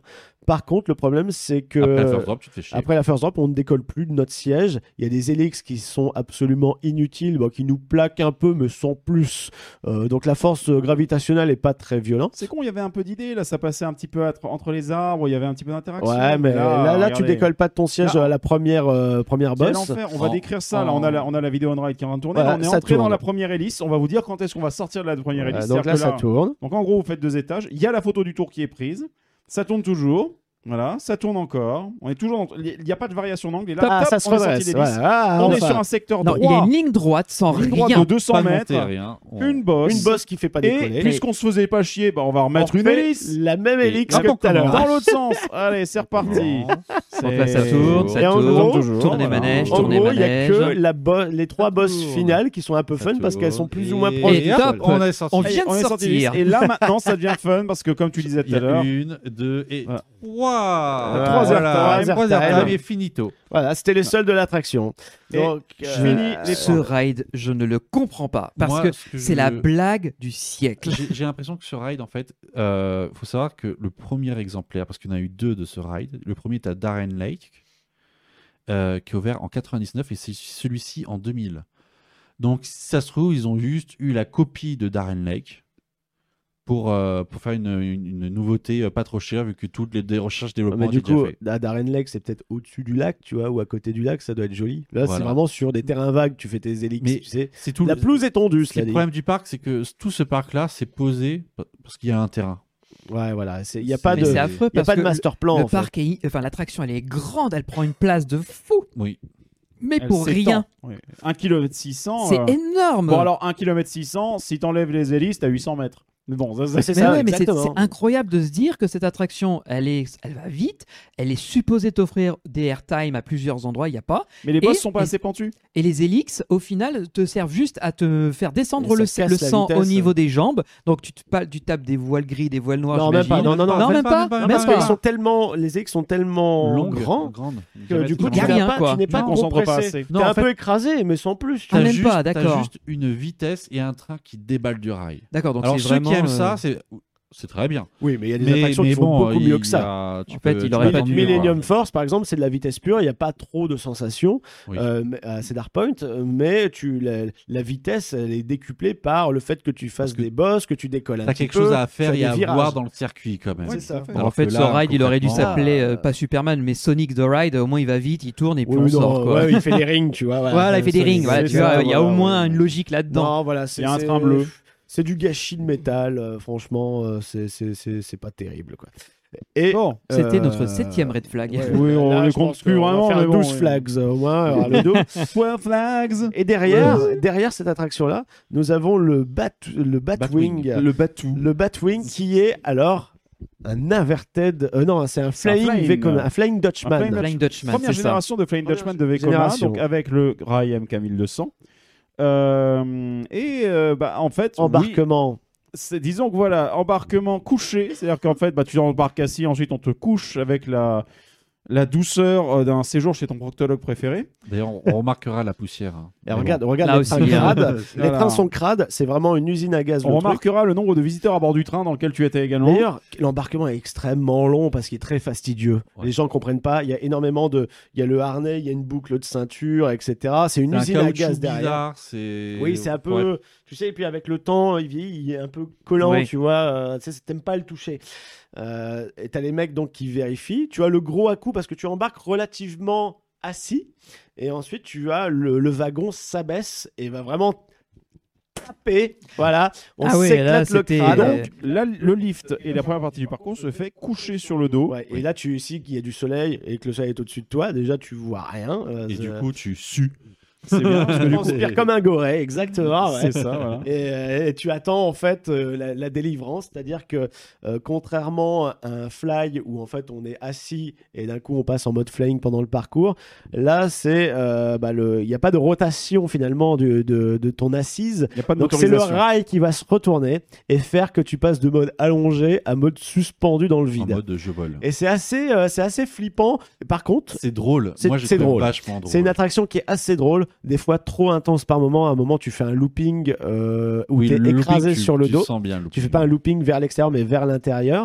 [SPEAKER 8] Par contre, le problème c'est que
[SPEAKER 9] Après la first drop, tu te fais chier.
[SPEAKER 8] euh, après la first drop, on ne décolle plus de notre siège. Il y a des hélix qui sont absolument inutiles, bon, qui nous plaquent un peu, mais sans plus. Euh, donc la force euh, gravitationnelle est pas très violente.
[SPEAKER 1] C'est con, il y avait un peu d'idées là, ça passait un petit peu entre, entre les arbres, il y avait un petit peu d'interaction.
[SPEAKER 8] Ouais, mais là, là, tu
[SPEAKER 1] regardez.
[SPEAKER 8] décolles pas de ton siège
[SPEAKER 1] Là,
[SPEAKER 8] à la première, euh, première
[SPEAKER 1] Quel
[SPEAKER 8] bosse.
[SPEAKER 1] enfer, on va
[SPEAKER 9] En-
[SPEAKER 1] décrire ça. Là,
[SPEAKER 9] en-
[SPEAKER 1] on a la, on a la vidéo on ride qui est en train de tourner.
[SPEAKER 8] Voilà,
[SPEAKER 1] Là, on est
[SPEAKER 8] ça
[SPEAKER 1] entré dans
[SPEAKER 8] tourne.
[SPEAKER 1] la première hélice. On va vous dire quand est-ce qu'on va sortir de la première hélice.
[SPEAKER 8] Voilà, Euh, donc
[SPEAKER 1] C'est-à-dire
[SPEAKER 8] là,
[SPEAKER 1] que
[SPEAKER 8] ça tourne.
[SPEAKER 1] Donc en gros, vous faites deux étages. Il y a la photo du tour qui est prise. Ça tourne toujours. Voilà, ça tourne encore. On est toujours. dans- Il n'y a pas de variation d'angle. Et là,
[SPEAKER 8] Ah,
[SPEAKER 1] top,
[SPEAKER 8] ça se
[SPEAKER 1] on est sorti
[SPEAKER 8] redresse.
[SPEAKER 1] des
[SPEAKER 8] voilà.
[SPEAKER 1] listes.
[SPEAKER 8] Ah,
[SPEAKER 1] on est
[SPEAKER 8] enfin.
[SPEAKER 1] sur un secteur
[SPEAKER 7] Non, il y a
[SPEAKER 1] droit.
[SPEAKER 7] une ligne droite sans
[SPEAKER 1] une droite
[SPEAKER 7] rien.
[SPEAKER 1] de 200
[SPEAKER 9] Pas de montée,
[SPEAKER 1] mètres.
[SPEAKER 9] rien. On-
[SPEAKER 1] Une bosse.
[SPEAKER 8] Une bosse qui fait pas décoller.
[SPEAKER 1] Et puisqu'on se faisait pas chier, bah, on va
[SPEAKER 8] On
[SPEAKER 1] remettre une
[SPEAKER 8] fait
[SPEAKER 1] hélice.
[SPEAKER 8] La même
[SPEAKER 9] Et
[SPEAKER 8] hélixe
[SPEAKER 9] là,
[SPEAKER 8] que
[SPEAKER 9] on
[SPEAKER 8] tout à l'heure.
[SPEAKER 1] Dans l'autre sens. Allez, c'est reparti.
[SPEAKER 7] Donc là, ça tourne, ça
[SPEAKER 8] Et en gros,
[SPEAKER 7] tourne, tourne les
[SPEAKER 1] voilà.
[SPEAKER 7] manèges,
[SPEAKER 8] En
[SPEAKER 7] tourne les
[SPEAKER 8] gros, il y a
[SPEAKER 7] manèges.
[SPEAKER 8] que la bo- les trois bosses
[SPEAKER 9] tourne.
[SPEAKER 8] finales qui sont un peu
[SPEAKER 9] Ça
[SPEAKER 8] fun parce
[SPEAKER 9] tourne.
[SPEAKER 8] qu'elles sont plus ou moins
[SPEAKER 9] Et-
[SPEAKER 8] proches.
[SPEAKER 7] Et
[SPEAKER 8] du
[SPEAKER 7] hop,
[SPEAKER 8] sol.
[SPEAKER 9] on est sorti.
[SPEAKER 7] On
[SPEAKER 1] Et
[SPEAKER 7] vient de
[SPEAKER 1] on est sorti des
[SPEAKER 7] sortir.
[SPEAKER 1] listes. Et là maintenant, ça devient fun parce que comme tu disais
[SPEAKER 9] Il
[SPEAKER 1] tout
[SPEAKER 9] y
[SPEAKER 1] à l'heure,
[SPEAKER 9] a une, deux et
[SPEAKER 1] Voilà.
[SPEAKER 9] trois.
[SPEAKER 8] Trois
[SPEAKER 9] Voilà.
[SPEAKER 8] airtime.
[SPEAKER 9] Trois airtime et finito.
[SPEAKER 8] Voilà, c'était les seuls de l'attraction.
[SPEAKER 1] Et
[SPEAKER 8] Donc,
[SPEAKER 1] je
[SPEAKER 8] euh,
[SPEAKER 1] finis les
[SPEAKER 7] Ce ride, je ne le comprends pas. Parce
[SPEAKER 9] Moi,
[SPEAKER 7] que
[SPEAKER 9] ce que
[SPEAKER 7] c'est
[SPEAKER 9] je-
[SPEAKER 7] la blague du siècle.
[SPEAKER 9] J'ai j'ai l'impression que ce ride, en fait, euh, faut savoir que le premier exemplaire, parce qu'il y en a eu deux de ce ride, le premier est à Darren Lake, euh, qui est ouvert en 99 et c'est celui-ci en 2000. Donc, si ça se trouve, ils ont juste eu la copie de Darren Lake pour, euh, pour faire une, une- une nouveauté euh, pas trop chère, vu que toutes les dé- recherches
[SPEAKER 8] Ah,
[SPEAKER 9] développement
[SPEAKER 8] mais
[SPEAKER 9] étaient
[SPEAKER 8] du
[SPEAKER 9] déjà
[SPEAKER 8] coup,
[SPEAKER 9] faites.
[SPEAKER 8] à Darren Lake, c'est peut-être au-dessus du lac, tu vois, ou à côté du lac, ça doit être joli. Là, c'est
[SPEAKER 9] Voilà.
[SPEAKER 8] vraiment sur des terrains vagues, tu fais tes hélixes,
[SPEAKER 9] Mais
[SPEAKER 8] tu sais.
[SPEAKER 9] C'est tout
[SPEAKER 8] La
[SPEAKER 9] le-
[SPEAKER 8] pelouse est tendue,
[SPEAKER 9] Ce qui
[SPEAKER 8] cela
[SPEAKER 9] est le
[SPEAKER 8] dit.
[SPEAKER 9] problème du parc, c'est que tout ce parc-là, c'est posé pa- parce qu'il y a un terrain.
[SPEAKER 8] Ouais, voilà. c'est- Il n'y a pas
[SPEAKER 7] Mais
[SPEAKER 8] de,
[SPEAKER 7] c'est affreux
[SPEAKER 8] il y a
[SPEAKER 7] parce
[SPEAKER 8] pas de
[SPEAKER 7] que
[SPEAKER 8] master plan.
[SPEAKER 7] le
[SPEAKER 8] en fait.
[SPEAKER 7] parc est, enfin l'attraction elle est grande, elle prend une place de fou,
[SPEAKER 9] Oui.
[SPEAKER 7] mais
[SPEAKER 1] Elle
[SPEAKER 7] pour
[SPEAKER 1] s'étend.
[SPEAKER 7] rien.
[SPEAKER 1] Oui. 1 km 600.
[SPEAKER 7] C'est
[SPEAKER 8] Oh.
[SPEAKER 1] euh,
[SPEAKER 7] énorme.
[SPEAKER 1] Bon alors 1 km 600, si t'enlèves les hélices, t'as 800 mètres. Mais bon, ça, ça-
[SPEAKER 8] C'est
[SPEAKER 7] Mais
[SPEAKER 8] ça,
[SPEAKER 7] ouais, mais c'est
[SPEAKER 8] exactement.
[SPEAKER 7] c'est incroyable de se dire que cette attraction, elle, est, elle va vite, elle est supposée t'offrir des airtime à plusieurs endroits, il n'y a pas.
[SPEAKER 1] Mais les bosses
[SPEAKER 7] Et-
[SPEAKER 1] sont pas
[SPEAKER 7] et-
[SPEAKER 1] assez pentues.
[SPEAKER 7] Et les hélix, au final, te servent juste à te faire descendre
[SPEAKER 8] Et
[SPEAKER 7] le,
[SPEAKER 8] ça casse
[SPEAKER 7] le
[SPEAKER 8] la
[SPEAKER 7] sang au
[SPEAKER 8] vitesse.
[SPEAKER 7] niveau des jambes. Donc tu, te, pa- tu tapes des voiles gris, des voiles noires.
[SPEAKER 8] Non, même pas.
[SPEAKER 7] j'imagine.
[SPEAKER 8] Non, non, non.
[SPEAKER 7] Non,
[SPEAKER 8] en fait,
[SPEAKER 7] même pas.
[SPEAKER 9] pas,
[SPEAKER 7] Même
[SPEAKER 8] parce
[SPEAKER 7] pas.
[SPEAKER 8] qu'ils sont tellement, les hélixes sont tellement
[SPEAKER 9] Longue,
[SPEAKER 8] grands
[SPEAKER 9] grande.
[SPEAKER 8] que du coup,
[SPEAKER 7] Y
[SPEAKER 8] tu
[SPEAKER 7] a
[SPEAKER 8] n'as
[SPEAKER 7] rien,
[SPEAKER 8] pas-
[SPEAKER 7] quoi.
[SPEAKER 8] tu n'es pas
[SPEAKER 1] Je me
[SPEAKER 8] trop
[SPEAKER 1] concentre pas
[SPEAKER 8] pressé.
[SPEAKER 1] assez.
[SPEAKER 8] T'es
[SPEAKER 9] Non, en
[SPEAKER 8] un
[SPEAKER 9] fait-
[SPEAKER 8] peu écrasé, mais sans plus.
[SPEAKER 7] Ah,
[SPEAKER 8] tu
[SPEAKER 9] T'as
[SPEAKER 8] vois.
[SPEAKER 7] même
[SPEAKER 9] juste,
[SPEAKER 7] pas,
[SPEAKER 9] t'as
[SPEAKER 7] d'accord.
[SPEAKER 9] juste une vitesse et un train qui déballe du rail.
[SPEAKER 7] D'accord, donc
[SPEAKER 9] Alors
[SPEAKER 7] c'est
[SPEAKER 9] ceux
[SPEAKER 7] vraiment.
[SPEAKER 9] qui aiment
[SPEAKER 7] euh,
[SPEAKER 9] ça, c'est c'est très bien.
[SPEAKER 8] Oui, mais il y a des attractions qui font beaucoup mieux que ça.
[SPEAKER 9] tu
[SPEAKER 8] en
[SPEAKER 9] peux-
[SPEAKER 8] fait,
[SPEAKER 9] tu
[SPEAKER 8] il
[SPEAKER 9] peux
[SPEAKER 8] aurait pas
[SPEAKER 9] étendre,
[SPEAKER 8] Millennium
[SPEAKER 9] voilà.
[SPEAKER 8] Force, par exemple, c'est de la vitesse pure, il n'y a pas trop de sensations.
[SPEAKER 9] Oui.
[SPEAKER 8] euh, mais- euh, c'est Dark Point, euh, mais tu, la, la vitesse, elle est décuplée par le fait que tu fasses des bosses, que tu décolles un
[SPEAKER 9] T'as
[SPEAKER 8] petit
[SPEAKER 9] quelque
[SPEAKER 8] peu,
[SPEAKER 9] chose à
[SPEAKER 8] tu
[SPEAKER 9] faire
[SPEAKER 8] as
[SPEAKER 9] et
[SPEAKER 8] des
[SPEAKER 9] à
[SPEAKER 8] virages.
[SPEAKER 9] voir dans le circuit quand même.
[SPEAKER 8] Ouais, c'est ça.
[SPEAKER 9] Alors
[SPEAKER 7] en
[SPEAKER 9] que
[SPEAKER 7] fait, ce
[SPEAKER 9] là,
[SPEAKER 7] ride, il aurait dû
[SPEAKER 9] concrètement,
[SPEAKER 7] s'appeler euh, pas Superman, mais Sonic the Ride. Au moins, il va vite, il tourne et puis
[SPEAKER 8] Oui,
[SPEAKER 7] on
[SPEAKER 8] oui, non,
[SPEAKER 7] sort. Quoi.
[SPEAKER 8] ouais, il fait des rings, tu vois, voilà.
[SPEAKER 7] Voilà, il fait des
[SPEAKER 8] C'est-
[SPEAKER 7] rings. voilà,
[SPEAKER 8] c'est
[SPEAKER 7] tu vois,
[SPEAKER 8] ça,
[SPEAKER 7] il y a
[SPEAKER 8] voilà,
[SPEAKER 7] au moins
[SPEAKER 8] ouais.
[SPEAKER 7] une logique là-dedans.
[SPEAKER 8] Non, voilà, c'est
[SPEAKER 7] Il y a un
[SPEAKER 8] c'est-
[SPEAKER 7] train bleu.
[SPEAKER 8] C'est du gâchis de métal, euh, franchement, euh, c'est- c'est c'est- c'est pas terrible. Quoi. Et
[SPEAKER 1] Bon,
[SPEAKER 8] euh,
[SPEAKER 7] c'était notre septième red flag.
[SPEAKER 1] Oui, on les compte plus vraiment,
[SPEAKER 8] On va faire
[SPEAKER 1] mais
[SPEAKER 8] un
[SPEAKER 1] bon,
[SPEAKER 8] 12
[SPEAKER 1] oui.
[SPEAKER 8] flags euh, au moins, euh, à le dos.
[SPEAKER 1] 12 flags.
[SPEAKER 8] Et derrière, derrière cette attraction-là, nous avons le, bat, le Batwing.
[SPEAKER 1] Le Batou.
[SPEAKER 8] Le Batwing qui est alors un inverted. euh, non, c'est un
[SPEAKER 1] C'est un
[SPEAKER 8] Flying
[SPEAKER 1] flying.
[SPEAKER 8] Vekoma. Un Flying Dutchman.
[SPEAKER 1] Un
[SPEAKER 7] Flying Dutchman,
[SPEAKER 1] Première
[SPEAKER 7] c'est ça.
[SPEAKER 1] génération de Flying
[SPEAKER 8] Première
[SPEAKER 1] Dutchman de Vekoma,
[SPEAKER 8] génération.
[SPEAKER 1] donc avec le Ryan K1200. Euh, et euh, bah, en fait, oui,
[SPEAKER 8] Embarquement.
[SPEAKER 1] c'est- disons que voilà, embarquement couché, c'est-à-dire qu'en fait, bah, tu embarques assis, ensuite on te couche avec la, la douceur euh, d'un séjour chez ton proctologue préféré.
[SPEAKER 9] D'ailleurs, on on remarquera la poussière. hein.
[SPEAKER 8] Et
[SPEAKER 9] Mais
[SPEAKER 8] regarde,
[SPEAKER 9] bon.
[SPEAKER 8] regarde
[SPEAKER 7] Là
[SPEAKER 8] les
[SPEAKER 7] aussi,
[SPEAKER 8] trains
[SPEAKER 7] hein.
[SPEAKER 8] crades. Ah bah, Les
[SPEAKER 1] Voilà.
[SPEAKER 8] trains sont crades. C'est vraiment une usine à gaz. le
[SPEAKER 1] On
[SPEAKER 8] truc.
[SPEAKER 1] remarquera le nombre de visiteurs à bord du train dans lequel tu étais également.
[SPEAKER 8] D'ailleurs, l'embarquement est extrêmement long parce qu'il est très fastidieux.
[SPEAKER 9] Ouais.
[SPEAKER 8] Les gens comprennent pas. Il y a énormément de. Il y a le harnais, il y a une boucle de ceinture, etc. C'est une
[SPEAKER 9] C'est un
[SPEAKER 8] usine à
[SPEAKER 9] caoutchouc
[SPEAKER 8] gaz derrière.
[SPEAKER 9] bizarre, c'est.
[SPEAKER 8] Oui, c'est un peu.
[SPEAKER 9] Ouais.
[SPEAKER 8] Tu sais, et puis avec le temps, il vieillit, il est un peu collant,
[SPEAKER 7] Oui.
[SPEAKER 8] tu vois. euh, tu sais, t'aimes pas le toucher. Euh, et t'as les mecs donc qui vérifient. Tu as le gros à coup parce que tu embarques relativement assis. Et ensuite, tu as le, le wagon s'abaisse et va vraiment taper. Voilà. On
[SPEAKER 7] Ah oui, là,
[SPEAKER 8] s'éclate le
[SPEAKER 7] c'était-
[SPEAKER 8] crâne.
[SPEAKER 7] euh,
[SPEAKER 1] Donc là, le lift et la première partie du parcours se fait coucher sur le dos.
[SPEAKER 8] Ouais, Et là, tu sais qu'il y a du soleil et que le soleil est au-dessus de toi. Déjà, tu vois rien. euh,
[SPEAKER 9] Et
[SPEAKER 8] ça-
[SPEAKER 9] du coup, tu sues.
[SPEAKER 1] C'est bien parce que
[SPEAKER 8] tu
[SPEAKER 1] du coup,
[SPEAKER 8] transpires comme un goré, exactement. ouais.
[SPEAKER 1] c'est ça. Voilà.
[SPEAKER 8] Et, euh, et tu attends en fait euh, la, la délivrance, c'est-à-dire que euh, contrairement à un fly où en fait on est assis et d'un coup on passe en mode flying pendant le parcours, là c'est euh, bah, le- il n'y a pas de rotation finalement du- de, de ton assise.
[SPEAKER 1] Il n'y a pas de
[SPEAKER 8] Donc c'est le
[SPEAKER 1] motorisation.
[SPEAKER 8] rail qui va se retourner et faire que tu passes de mode allongé à mode suspendu dans le
[SPEAKER 9] En
[SPEAKER 8] vide.
[SPEAKER 9] mode je vole.
[SPEAKER 8] Et c'est assez, euh, c'est assez flippant. Par contre,
[SPEAKER 9] C'est drôle.
[SPEAKER 8] C'est-
[SPEAKER 9] Moi, je
[SPEAKER 8] c'est
[SPEAKER 9] trouve
[SPEAKER 8] drôle.
[SPEAKER 9] vachement drôle.
[SPEAKER 8] c'est une attraction qui est assez drôle, des fois trop intense par moment. À un moment, tu fais un looping euh, où
[SPEAKER 9] Oui,
[SPEAKER 8] t'es
[SPEAKER 9] le looping,
[SPEAKER 8] écrasé
[SPEAKER 9] tu-
[SPEAKER 8] sur le dos.
[SPEAKER 9] Tu sens bien le
[SPEAKER 8] Tu fais
[SPEAKER 9] looping.
[SPEAKER 8] pas un looping vers l'extérieur, mais vers l'intérieur.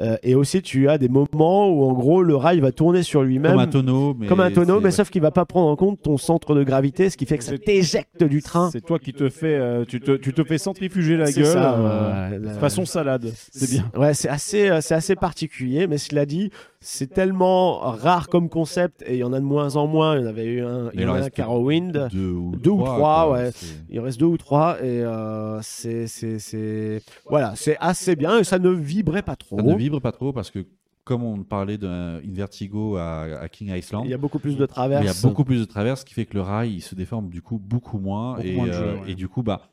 [SPEAKER 8] Euh, et aussi, tu as des moments où, en gros, le rail va tourner sur lui-même.
[SPEAKER 9] Comme un tonneau. Mais
[SPEAKER 8] comme un tonneau, mais
[SPEAKER 9] c'est-
[SPEAKER 8] sauf qu'il va pas prendre en compte ton centre de gravité, ce qui fait que ça t'éjecte du train.
[SPEAKER 1] C'est toi qui te fais, euh, tu, te, tu te fais centrifuger la
[SPEAKER 8] C'est
[SPEAKER 1] gueule.
[SPEAKER 8] ça,
[SPEAKER 1] euh,
[SPEAKER 8] ouais, la-
[SPEAKER 1] Façon salade, c'est bien.
[SPEAKER 8] Ouais, c'est assez, euh, c'est assez particulier, mais cela dit, c'est tellement rare comme concept et il y en a de moins en moins. Il y en avait eu un, il y
[SPEAKER 9] Mais
[SPEAKER 8] en a
[SPEAKER 9] il en
[SPEAKER 8] un
[SPEAKER 9] reste
[SPEAKER 8] Carrowind.
[SPEAKER 9] Deux ou,
[SPEAKER 8] Deux ou trois,
[SPEAKER 9] quoi,
[SPEAKER 8] ouais.
[SPEAKER 9] c'est-
[SPEAKER 8] Il reste deux ou trois et euh, c'est, c'est, c'est, voilà, c'est assez bien et ça ne vibrait pas trop.
[SPEAKER 9] Ça ne vibre pas trop parce que, comme on parlait d'un Invertigo à, à King Island,
[SPEAKER 8] Il y a beaucoup plus de
[SPEAKER 9] mais
[SPEAKER 8] traverses.
[SPEAKER 9] il y a beaucoup plus de traverses, ce qui fait que le rail il se déforme du coup beaucoup moins.
[SPEAKER 1] Beaucoup
[SPEAKER 9] et,
[SPEAKER 1] moins de jeu,
[SPEAKER 9] euh,
[SPEAKER 1] ouais.
[SPEAKER 9] et du coup, bah,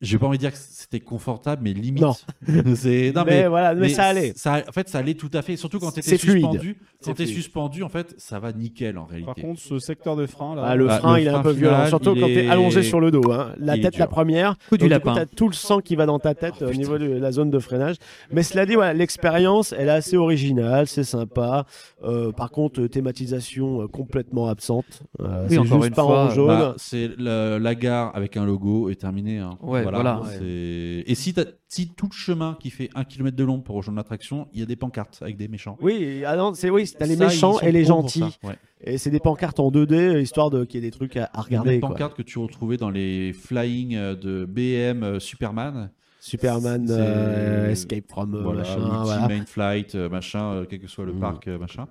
[SPEAKER 9] j'ai pas envie de dire que c'était confortable, mais limite.
[SPEAKER 8] Non.
[SPEAKER 9] C'est- non,
[SPEAKER 8] mais, voilà, mais, ça allait.
[SPEAKER 9] ça- en fait, ça allait tout à fait. Surtout quand t'étais
[SPEAKER 8] C'est fluide.
[SPEAKER 9] suspendu. Quand
[SPEAKER 8] C'est
[SPEAKER 9] t'es
[SPEAKER 8] fluide.
[SPEAKER 9] suspendu, en fait, ça va nickel en réalité.
[SPEAKER 1] Par contre, ce secteur de frein là.
[SPEAKER 8] Ah, le
[SPEAKER 9] Ah,
[SPEAKER 8] frein,
[SPEAKER 9] le
[SPEAKER 8] il est un
[SPEAKER 9] frein
[SPEAKER 8] peu
[SPEAKER 9] final,
[SPEAKER 8] violent, surtout
[SPEAKER 9] il
[SPEAKER 8] quand
[SPEAKER 9] est-
[SPEAKER 8] t'es allongé sur le dos. hein. La
[SPEAKER 9] il est
[SPEAKER 8] tête, la
[SPEAKER 9] dur.
[SPEAKER 8] première.
[SPEAKER 7] Coup du
[SPEAKER 8] Donc,
[SPEAKER 7] lapin.
[SPEAKER 8] coup, T'as tout le sang qui va dans ta tête euh, au niveau de la zone de freinage. Mais cela dit, voilà, l'expérience, elle est assez originale, c'est sympa. Euh, par contre, euh, thématisation euh, complètement absente. Euh,
[SPEAKER 7] Oui,
[SPEAKER 8] c'est
[SPEAKER 7] encore
[SPEAKER 8] juste
[SPEAKER 7] une
[SPEAKER 8] pas
[SPEAKER 7] fois,
[SPEAKER 8] en jaune.
[SPEAKER 9] Bah, c'est la, la gare avec un logo est terminé. hein.
[SPEAKER 7] Ouais, voilà.
[SPEAKER 9] c'est- Et si, t'as- si tout le chemin qui fait un kilomètre de long pour rejoindre l'attraction, il y a des pancartes avec des méchants.
[SPEAKER 8] Oui, ah non, c'est oui, t'as les
[SPEAKER 9] Ça, ils
[SPEAKER 8] méchants
[SPEAKER 9] sont
[SPEAKER 8] et les
[SPEAKER 9] cons pour ça,
[SPEAKER 8] gentils.
[SPEAKER 9] ouais.
[SPEAKER 8] Et c'est des pancartes en 2D, histoire de qu'il y ait des trucs à, à
[SPEAKER 9] Les
[SPEAKER 8] regarder. quoi.
[SPEAKER 9] pancartes que tu retrouvais dans les flying euh, de BM euh, Superman.
[SPEAKER 8] Superman
[SPEAKER 9] C'est-
[SPEAKER 8] euh, Escape from euh,
[SPEAKER 9] voilà,
[SPEAKER 8] machin,
[SPEAKER 9] Wiki,
[SPEAKER 8] voilà.
[SPEAKER 9] Main Flight, euh, machin, euh, quel que soit le parc, euh, machin.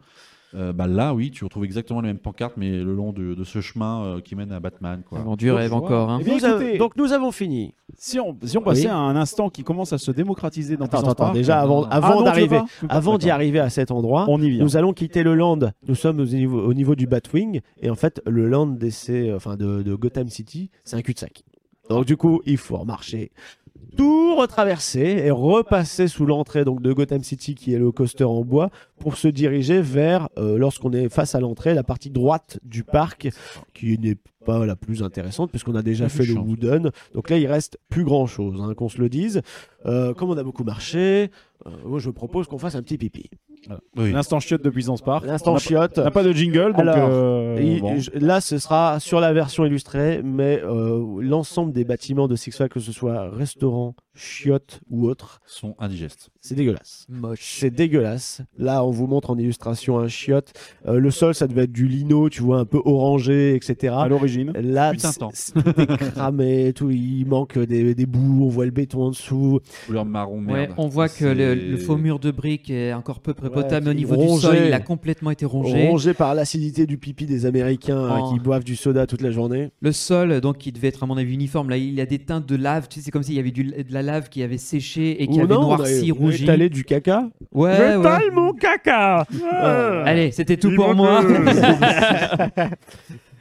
[SPEAKER 9] Euh, bah là, oui, tu retrouves exactement les mêmes pancartes, mais le long de, de ce chemin euh, qui mène à Batman. Quoi.
[SPEAKER 7] Ah Bon, du rêve encore. hein.
[SPEAKER 1] Eh bien,
[SPEAKER 8] Nous avons-
[SPEAKER 1] écoutez,
[SPEAKER 8] donc nous avons fini.
[SPEAKER 1] si on, si on passait
[SPEAKER 8] Oui.
[SPEAKER 1] à un instant qui commence à se démocratiser dans
[SPEAKER 8] Attends,
[SPEAKER 1] Disneyland
[SPEAKER 8] attends,
[SPEAKER 1] Park-
[SPEAKER 8] déjà avant,
[SPEAKER 1] Ah, non,
[SPEAKER 8] avant
[SPEAKER 1] tu veux
[SPEAKER 8] d'arriver,
[SPEAKER 1] pas Tu veux pas,
[SPEAKER 8] avant d'y
[SPEAKER 1] d'accord.
[SPEAKER 8] arriver à cet endroit,
[SPEAKER 1] on y vient.
[SPEAKER 8] nous allons quitter le land. Nous sommes au niveau, au niveau du Batwing et en fait le land d'essai, enfin de, de Gotham City, c'est un cul-de-sac. Donc du coup, il faut remarcher, tout retraverser et repasser sous l'entrée donc de Gotham City qui est le coaster en bois pour se diriger vers euh, lorsqu'on est face à l'entrée la partie droite du parc qui n'est pas la plus intéressante puisqu'on a déjà
[SPEAKER 9] La
[SPEAKER 8] fait
[SPEAKER 9] plus
[SPEAKER 8] le
[SPEAKER 9] chiante.
[SPEAKER 8] Wooden. Donc là, il reste plus grand chose, qu'on se le dise. Euh, comme on a beaucoup marché, euh, moi je propose qu'on fasse un petit pipi.
[SPEAKER 9] Oui.
[SPEAKER 1] L'instant chiotte de Puissance Park.
[SPEAKER 8] L'instant
[SPEAKER 1] On a-
[SPEAKER 8] chiotte.
[SPEAKER 1] On n'a pas de jingle, donc.
[SPEAKER 8] Alors,
[SPEAKER 1] euh,
[SPEAKER 8] Et
[SPEAKER 1] bon.
[SPEAKER 8] je- Là, ce sera sur la version illustrée, mais euh, l'ensemble des bâtiments de Six Flags, que ce soit restaurant, chiottes ou autres
[SPEAKER 9] sont indigestes.
[SPEAKER 8] C'est dégueulasse.
[SPEAKER 7] Moche.
[SPEAKER 8] C'est dégueulasse. Là, on vous montre en illustration un chiotte. Euh, le sol, ça devait être du lino, tu vois, un peu orangé, etc.
[SPEAKER 1] À l'origine.
[SPEAKER 8] Là,
[SPEAKER 9] Putain,
[SPEAKER 8] c'est-
[SPEAKER 9] temps.
[SPEAKER 8] c'était cramé, et tout. Il manque des, des bouts, on voit le béton en dessous.
[SPEAKER 9] Couleur marron
[SPEAKER 7] Ouais,
[SPEAKER 9] merde.
[SPEAKER 7] on voit que le, le
[SPEAKER 9] C'est-
[SPEAKER 7] faux mur de briques est encore peu prépotable
[SPEAKER 8] Ouais,
[SPEAKER 7] au niveau
[SPEAKER 8] rongé.
[SPEAKER 7] du sol. Il a complètement été rongé.
[SPEAKER 8] Rongé par l'acidité du pipi des Américains hein,
[SPEAKER 7] Oh.
[SPEAKER 8] qui boivent du soda toute la journée.
[SPEAKER 7] Le sol, donc, qui devait être à mon avis uniforme, là, il a des teintes de lave. Tu sais, c'est comme s'il y avait du- de la lave qui avait séché et qui
[SPEAKER 8] Ou
[SPEAKER 7] avait
[SPEAKER 8] non, on a-
[SPEAKER 7] noirci,
[SPEAKER 8] on a
[SPEAKER 7] rougi.
[SPEAKER 8] étalé du caca.
[SPEAKER 7] Ouais,
[SPEAKER 8] Je
[SPEAKER 7] ouais.
[SPEAKER 8] tale mon caca
[SPEAKER 7] Euh, Allez, c'était tout pour moi.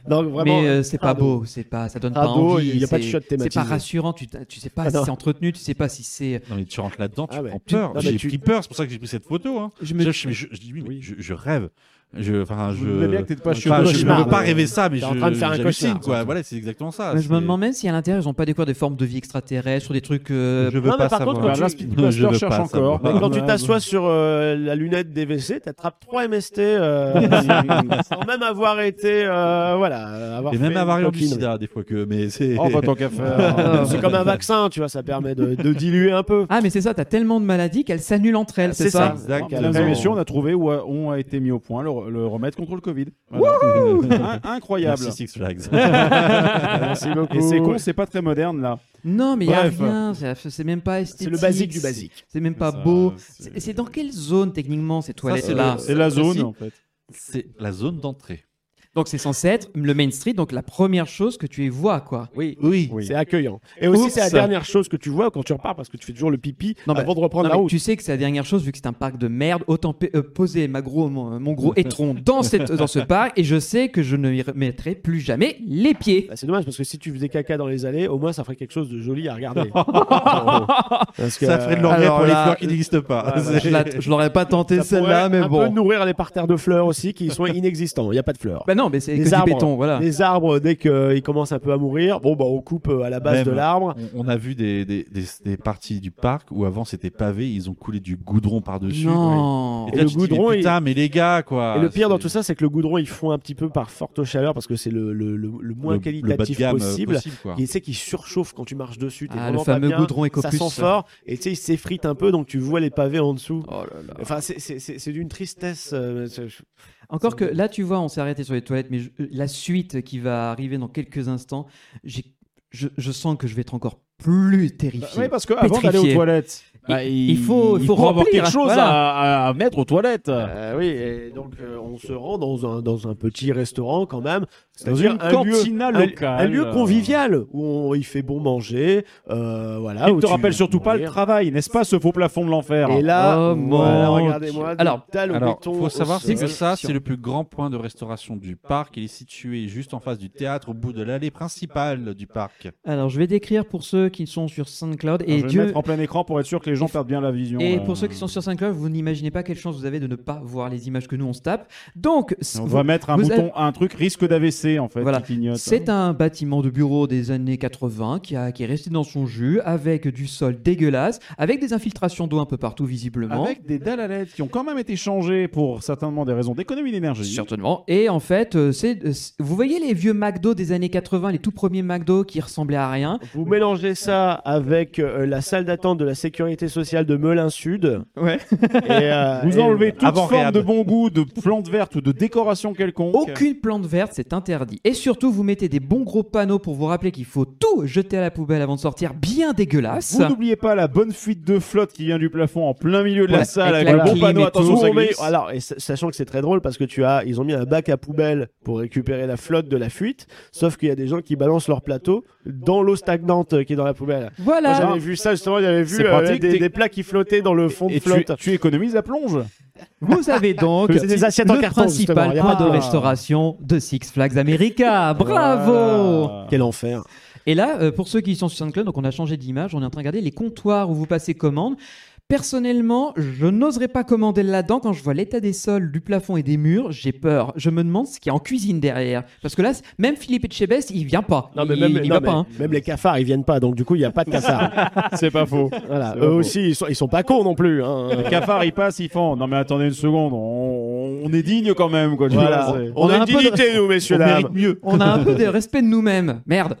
[SPEAKER 8] Donc vraiment,
[SPEAKER 7] Mais euh, c'est pas
[SPEAKER 8] crado.
[SPEAKER 7] beau, c'est pas, ça donne pas
[SPEAKER 8] Crado,
[SPEAKER 7] envie.
[SPEAKER 8] il y a pas de
[SPEAKER 7] c'est-
[SPEAKER 8] shot
[SPEAKER 7] C'est
[SPEAKER 8] thématisé.
[SPEAKER 7] pas rassurant. Tu, tu sais pas
[SPEAKER 8] Ah
[SPEAKER 7] si
[SPEAKER 8] non.
[SPEAKER 7] c'est entretenu, tu sais pas si c'est.
[SPEAKER 9] Non mais tu rentres là-dedans, tu
[SPEAKER 8] Ah ouais.
[SPEAKER 9] prends
[SPEAKER 8] Tu-
[SPEAKER 9] peur.
[SPEAKER 8] non, mais
[SPEAKER 9] j'ai
[SPEAKER 8] tu-
[SPEAKER 9] pris peur, c'est pour ça que j'ai pris cette photo. Hein.
[SPEAKER 7] Je
[SPEAKER 9] Je,
[SPEAKER 7] me-
[SPEAKER 9] je- je- je dis oui, mais je, je rêve. Je, enfin, je.
[SPEAKER 1] Je voulais bien que t'aies pas
[SPEAKER 9] Enfin,
[SPEAKER 1] chié au
[SPEAKER 9] je je
[SPEAKER 8] cauchemar,
[SPEAKER 9] veux pas
[SPEAKER 8] ouais.
[SPEAKER 9] rêver ça, mais
[SPEAKER 8] T'es
[SPEAKER 9] je.
[SPEAKER 8] en train de faire un
[SPEAKER 9] j'hallucine,
[SPEAKER 8] cauchemar,
[SPEAKER 9] quoi.
[SPEAKER 8] surtout.
[SPEAKER 9] Voilà, c'est exactement ça.
[SPEAKER 7] Mais je me
[SPEAKER 9] Ah, c'est-
[SPEAKER 7] demande même si à l'intérieur ils ont pas découvert des formes de vie extraterrestres ou des trucs. euh,
[SPEAKER 9] Je veux
[SPEAKER 8] Non, mais
[SPEAKER 9] pas
[SPEAKER 8] par contre,
[SPEAKER 9] savoir.
[SPEAKER 1] Bah,
[SPEAKER 8] tu-
[SPEAKER 1] là,
[SPEAKER 9] Je
[SPEAKER 1] Speedbuster
[SPEAKER 9] veux
[SPEAKER 1] cherche
[SPEAKER 9] pas
[SPEAKER 1] encore.
[SPEAKER 9] savoir.
[SPEAKER 8] Mais quand tu
[SPEAKER 7] Ah,
[SPEAKER 1] Ouais,
[SPEAKER 8] t'assois sur euh, la lunette des WC, t'attrapes 3 MST euh, sans même avoir été euh, voilà, avoir
[SPEAKER 9] Et même
[SPEAKER 8] fait
[SPEAKER 9] un variant
[SPEAKER 8] une
[SPEAKER 9] du
[SPEAKER 8] coquine.
[SPEAKER 9] sida, des fois que. Mais
[SPEAKER 1] Oh,
[SPEAKER 9] c'est.
[SPEAKER 1] bah, tant qu'à faire.
[SPEAKER 8] C'est comme un vaccin, tu vois, ça permet de, de diluer un peu.
[SPEAKER 7] Ah, mais c'est ça, t'as tellement de maladies qu'elles s'annulent entre elles, c'est
[SPEAKER 8] C'est
[SPEAKER 7] ça,
[SPEAKER 9] Exact.
[SPEAKER 1] Mesdames et messieurs, on a trouvé où a, on a été mis au point le, le remède contre le Covid. Voilà. In- Incroyable.
[SPEAKER 9] Merci, Six Flags.
[SPEAKER 8] Merci beaucoup.
[SPEAKER 1] Et c'est con, c'est pas très moderne là.
[SPEAKER 7] Non, mais il y a
[SPEAKER 1] Bref.
[SPEAKER 7] rien, c'est c'est même pas esthétique.
[SPEAKER 8] C'est le basique du basique.
[SPEAKER 7] C'est même pas
[SPEAKER 9] Ça,
[SPEAKER 7] beau.
[SPEAKER 9] c'est-
[SPEAKER 7] C'est c'est dans quelle zone techniquement ces
[SPEAKER 9] c'est
[SPEAKER 7] toilettes-là
[SPEAKER 9] le-
[SPEAKER 1] C'est la
[SPEAKER 9] Ça,
[SPEAKER 1] zone
[SPEAKER 9] si.
[SPEAKER 1] en fait.
[SPEAKER 9] C'est la zone d'entrée.
[SPEAKER 7] Donc c'est censé être le Main Street, donc la première chose que tu y vois, quoi.
[SPEAKER 8] Oui.
[SPEAKER 9] Oui.
[SPEAKER 8] C'est accueillant. Et aussi,
[SPEAKER 7] Oups.
[SPEAKER 8] c'est la dernière chose que tu vois quand tu repars parce que tu fais toujours le pipi
[SPEAKER 7] Non, mais-
[SPEAKER 8] avant de reprendre
[SPEAKER 7] Non,
[SPEAKER 8] la
[SPEAKER 7] mais
[SPEAKER 8] route.
[SPEAKER 7] tu sais que c'est la dernière chose, vu que c'est un parc de merde, autant pe- euh, poser ma gros, mon, mon gros étron dans, cette, dans ce parc, et je sais que je ne y remettrai plus jamais les pieds.
[SPEAKER 8] Bah, c'est dommage parce que si tu faisais caca dans les allées, au moins ça ferait quelque chose de joli à regarder. Parce que,
[SPEAKER 9] Ça ferait de
[SPEAKER 8] euh,
[SPEAKER 9] l'engrais
[SPEAKER 7] alors
[SPEAKER 9] pour les
[SPEAKER 7] là,
[SPEAKER 9] fleurs qui n'existent pas.
[SPEAKER 8] ouais, ouais.
[SPEAKER 9] C'est-
[SPEAKER 7] Je la- Je l'aurais pas tenté
[SPEAKER 8] Ah, bah, ça
[SPEAKER 7] celle-là,
[SPEAKER 8] pourrait
[SPEAKER 7] mais
[SPEAKER 8] euh, un
[SPEAKER 7] bon.
[SPEAKER 8] peu nourrir les parterres de fleurs aussi qui sont inexistants. Il n'y a pas de fleurs.
[SPEAKER 7] Bah non, mais c'est
[SPEAKER 8] Les
[SPEAKER 7] que du
[SPEAKER 8] arbres.
[SPEAKER 7] béton, voilà.
[SPEAKER 8] Les arbres, dès qu'ils commencent un peu à mourir, bon, bah, on coupe euh, à la base
[SPEAKER 9] Même.
[SPEAKER 8] de l'arbre.
[SPEAKER 9] On on a vu des, des, des, des parties du parc où avant c'était pavé, ils ont coulé du goudron par-dessus.
[SPEAKER 7] Non.
[SPEAKER 9] Et,
[SPEAKER 8] Et
[SPEAKER 9] là,
[SPEAKER 8] le
[SPEAKER 9] tu te dis, mais
[SPEAKER 8] goudron, il-
[SPEAKER 9] putain, mais les gars, quoi.
[SPEAKER 8] Et le pire dans
[SPEAKER 9] Ah, c'est-
[SPEAKER 8] tout ça, c'est que le goudron, ils font un petit peu par forte chaleur parce que c'est le, le- le- le moins
[SPEAKER 9] le- le bas de
[SPEAKER 8] qualitatif
[SPEAKER 9] gamme, euh,
[SPEAKER 8] possible.
[SPEAKER 9] quoi.
[SPEAKER 8] Il sait qu'il surchauffe quand tu marches dessus. T'es
[SPEAKER 7] Ah,
[SPEAKER 8] vraiment
[SPEAKER 7] le
[SPEAKER 8] pas
[SPEAKER 7] fameux
[SPEAKER 8] bien,
[SPEAKER 7] goudron Ecopus.
[SPEAKER 8] Ça sent fort et tu sais, il s'effrite un peu, donc tu vois les pavés en dessous.
[SPEAKER 7] Oh là là.
[SPEAKER 8] Enfin, c'est- c'est c'est- c'est d'une tristesse. euh, c'est-
[SPEAKER 7] Encore que là, tu vois, on s'est arrêté sur les toilettes, mais je- euh, la suite qui va arriver dans quelques instants, j'ai- je, je sens que je vais être encore
[SPEAKER 8] Bah,
[SPEAKER 7] plus terrifié.
[SPEAKER 1] Oui, parce qu'avant d'aller aux
[SPEAKER 7] Pétrifié.
[SPEAKER 1] toilettes, bah,
[SPEAKER 7] il faut- il faut
[SPEAKER 1] avoir
[SPEAKER 7] remplir,
[SPEAKER 1] quelque chose
[SPEAKER 7] voilà.
[SPEAKER 1] à, à mettre aux toilettes.
[SPEAKER 8] Euh, oui, et donc euh, on se rend dans un, dans un petit restaurant quand même,
[SPEAKER 1] Dans
[SPEAKER 8] c'est-à-dire
[SPEAKER 1] une
[SPEAKER 8] un lieu,
[SPEAKER 1] cantina
[SPEAKER 8] un,
[SPEAKER 1] locale. euh.
[SPEAKER 8] un lieu convivial où on- il fait bon manger, euh, voilà.
[SPEAKER 1] Il
[SPEAKER 8] où
[SPEAKER 1] te
[SPEAKER 8] tu-
[SPEAKER 1] rappelle surtout pas le travail, n'est-ce pas, ce faux plafond de l'enfer
[SPEAKER 8] Et là,
[SPEAKER 7] Oh mon
[SPEAKER 8] voilà, regardez-moi.
[SPEAKER 7] Dieu. Alors,
[SPEAKER 9] Alors, faut savoir
[SPEAKER 7] sol.
[SPEAKER 9] que ça, c'est le plus grand point de restauration du parc. Il est situé juste en face du théâtre, au bout de l'allée principale du parc.
[SPEAKER 7] Alors, je vais décrire pour ceux qui sont sur
[SPEAKER 8] Ah,
[SPEAKER 7] SoundCloud.
[SPEAKER 1] Alors,
[SPEAKER 7] Et
[SPEAKER 1] je vais le
[SPEAKER 7] Dieu,
[SPEAKER 1] mettre en plein écran pour être sûr que les gens perdent bien la vision. euh,
[SPEAKER 7] Et
[SPEAKER 1] là.
[SPEAKER 7] pour ceux qui sont sur 5 vous n'imaginez pas quelle chance vous avez de ne pas voir les images que nous on se tape. Donc, c-
[SPEAKER 1] on
[SPEAKER 7] vous-
[SPEAKER 1] va mettre un
[SPEAKER 7] vous
[SPEAKER 1] bouton, un truc risque d'AVC en fait,
[SPEAKER 7] Voilà.
[SPEAKER 1] qui clignote.
[SPEAKER 7] c'est un bâtiment de bureau des années 80 qui, a, qui est resté dans son jus avec du sol dégueulasse, avec des infiltrations d'eau un peu partout visiblement.
[SPEAKER 1] Avec des dalles à LED qui ont quand même été changées pour certainement des raisons d'économie d'énergie.
[SPEAKER 7] Certainement. Et en fait, euh, c'est, euh, c'est- vous voyez les vieux McDo des années 80, les tout premiers McDo qui ressemblaient à rien.
[SPEAKER 8] Vous mélangez ça avec euh, la salle d'attente de la sécurité sociale de Melun Sud.
[SPEAKER 7] Ouais.
[SPEAKER 8] Et, euh,
[SPEAKER 1] Vous
[SPEAKER 8] et-
[SPEAKER 1] enlevez toute
[SPEAKER 9] avant
[SPEAKER 1] forme
[SPEAKER 9] réhab.
[SPEAKER 1] de bon goût, de plante verte ou de décoration quelconque.
[SPEAKER 7] Aucune plante verte, c'est interdit. Et surtout, vous mettez des bons gros panneaux pour vous rappeler qu'il faut tout jeter à la poubelle avant de sortir, bien dégueulasse.
[SPEAKER 1] Vous n'oubliez pas la bonne fuite de flotte qui vient du plafond en plein milieu de
[SPEAKER 7] Voilà,
[SPEAKER 1] la salle
[SPEAKER 7] avec
[SPEAKER 1] avec,
[SPEAKER 7] la
[SPEAKER 1] le bon
[SPEAKER 7] clim et
[SPEAKER 1] panneau. Attention,
[SPEAKER 7] tout.
[SPEAKER 1] ça
[SPEAKER 8] On met-
[SPEAKER 1] glisse.
[SPEAKER 8] alors, et sa- sachant que c'est très drôle parce que tu as, ils ont mis un bac à poubelle pour récupérer la flotte de la fuite, sauf qu'il y a des gens qui balancent leur plateau dans l'eau stagnante qui est dans la poubelle.
[SPEAKER 7] Voilà.
[SPEAKER 8] Moi, j'avais vu ça justement, j'avais vu
[SPEAKER 1] C'est
[SPEAKER 8] euh,
[SPEAKER 1] pratique,
[SPEAKER 8] des,
[SPEAKER 1] t'es-
[SPEAKER 8] des plats qui flottaient dans le fond de
[SPEAKER 1] Et tu,
[SPEAKER 8] flotte.
[SPEAKER 1] tu économises la plonge.
[SPEAKER 7] Vous avez donc
[SPEAKER 8] C'est des assiettes en
[SPEAKER 7] le
[SPEAKER 8] carton, justement,
[SPEAKER 7] principal
[SPEAKER 8] y a
[SPEAKER 7] point
[SPEAKER 8] pas
[SPEAKER 7] de
[SPEAKER 8] de-
[SPEAKER 7] restauration de Six Flags America. Bravo
[SPEAKER 1] Voilà.
[SPEAKER 8] Quel enfer.
[SPEAKER 7] Et là, euh, pour ceux qui sont sur SoundCloud, donc on a changé d'image, on est en train de regarder les comptoirs où vous passez commande. Personnellement, je n'oserais pas commander là-dedans quand je vois l'état des sols, du plafond et des murs. J'ai peur. Je me demande ce qu'il y a en cuisine derrière. Parce que là, c- même Philippe Etchebest, il vient pas.
[SPEAKER 8] Non, mais
[SPEAKER 7] il,
[SPEAKER 8] même,
[SPEAKER 7] il
[SPEAKER 8] non,
[SPEAKER 7] va
[SPEAKER 8] mais
[SPEAKER 7] pas. hein.
[SPEAKER 8] même les cafards, ils viennent pas, donc du coup, il n'y a pas de cafards.
[SPEAKER 1] C'est pas faux.
[SPEAKER 8] voilà.
[SPEAKER 1] C'est
[SPEAKER 8] Eux
[SPEAKER 1] pas faux.
[SPEAKER 8] aussi, ils sont, ils sont pas cons non plus. hein.
[SPEAKER 1] Les cafards, ils passent, ils font. Non, mais attendez une seconde, on, on on est digne quand même. Quoi, tu
[SPEAKER 8] Voilà.
[SPEAKER 1] vois, c'est-
[SPEAKER 8] On a une dignité, nous, messieurs, dames.
[SPEAKER 7] On a un peu de respect de nous-mêmes. Merde.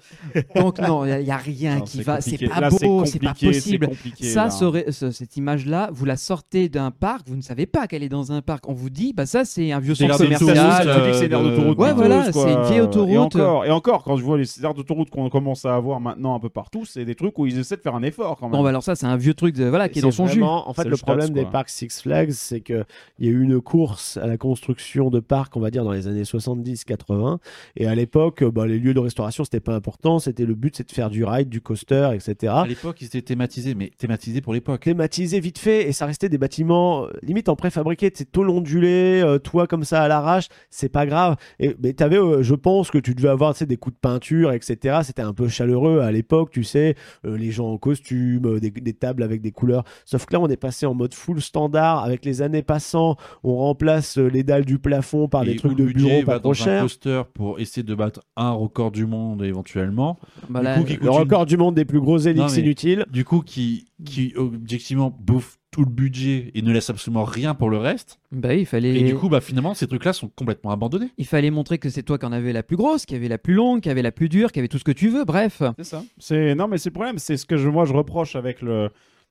[SPEAKER 7] Donc, non, il n'y a, rien
[SPEAKER 1] Non,
[SPEAKER 7] qui
[SPEAKER 1] c'est
[SPEAKER 7] va. C'est
[SPEAKER 1] compliqué.
[SPEAKER 7] pas
[SPEAKER 1] Là, c'est
[SPEAKER 7] beau, c'est pas
[SPEAKER 1] compliqué, c'est
[SPEAKER 7] possible.
[SPEAKER 1] compliqué,
[SPEAKER 7] Ça,
[SPEAKER 1] là.
[SPEAKER 7] serait- ce- cette image-là, vous la sortez d'un parc, vous ne savez pas qu'elle est dans un parc. On vous dit, bah ça, c'est un vieux
[SPEAKER 1] C'est
[SPEAKER 7] centre
[SPEAKER 1] l'air d'une
[SPEAKER 7] commercial.
[SPEAKER 1] autoroute, tu dis que c'est l'air d'autoroute.
[SPEAKER 7] euh, Ouais,
[SPEAKER 1] plutôt,
[SPEAKER 7] voilà,
[SPEAKER 1] quoi.
[SPEAKER 7] c'est une vieille autoroute.
[SPEAKER 1] Et encore, et encore, quand je vois les aires d'autoroute qu'on commence à avoir maintenant un peu partout, c'est des trucs où ils essaient de faire un effort quand même.
[SPEAKER 7] Bon, bah alors ça, c'est un vieux truc de, voilà, qui est dans son jus.
[SPEAKER 8] vraiment- En fait,
[SPEAKER 1] C'est
[SPEAKER 8] le,
[SPEAKER 1] le States,
[SPEAKER 8] problème des
[SPEAKER 1] quoi.
[SPEAKER 8] parcs Six Flags, c'est qu'il y a eu une course à la construction de parcs, on va dire, dans les années 70-80. Et à l'époque, euh, bah, les lieux de restauration, c'était pas important. C'était le but, c'est de faire du ride, du coaster, etc.
[SPEAKER 9] À l'époque, ils étaient thématisés, mais thématisés pour l'époque.
[SPEAKER 8] Thématisé vite fait, et ça restait des bâtiments euh, limite en préfabriqué, c'est tout ondulé, euh, toit comme ça à l'arrache, c'est pas grave. Et, mais t'avais, euh, je pense que tu devais avoir tu sais, des coups de peinture, etc. C'était un peu chaleureux à l'époque, tu sais, euh, les gens en costume, euh, des, des tables avec des couleurs. Sauf que là, on est passé en mode full standard, avec les années passant, on remplace euh, les dalles du plafond par
[SPEAKER 9] Et
[SPEAKER 8] Ah, des
[SPEAKER 9] où
[SPEAKER 8] trucs
[SPEAKER 9] le
[SPEAKER 8] de bureau
[SPEAKER 9] budget
[SPEAKER 8] pas
[SPEAKER 9] va
[SPEAKER 8] trop
[SPEAKER 9] dans un
[SPEAKER 8] chers.
[SPEAKER 9] coaster pour essayer de battre un record du monde éventuellement.
[SPEAKER 7] Bah
[SPEAKER 9] Du
[SPEAKER 7] là,
[SPEAKER 9] coup, qui coûte
[SPEAKER 8] Le
[SPEAKER 9] une-
[SPEAKER 8] record du monde des plus gros
[SPEAKER 9] Non,
[SPEAKER 8] élix
[SPEAKER 9] mais-
[SPEAKER 8] inutiles.
[SPEAKER 9] Du coup, qui, qui objectivement bouffe tout le budget et ne laisse absolument rien pour le reste.
[SPEAKER 7] Bah oui, il fallait.
[SPEAKER 9] Et du coup, bah, finalement, ces trucs-là sont complètement abandonnés.
[SPEAKER 7] Il fallait montrer que c'est toi qui en avais la plus grosse, qui avait la plus longue, qui avait la plus dure, qui avait tout ce que tu veux, bref.
[SPEAKER 1] C'est ça. C'est non, mais c'est le problème. C'est ce que je, moi je reproche avec le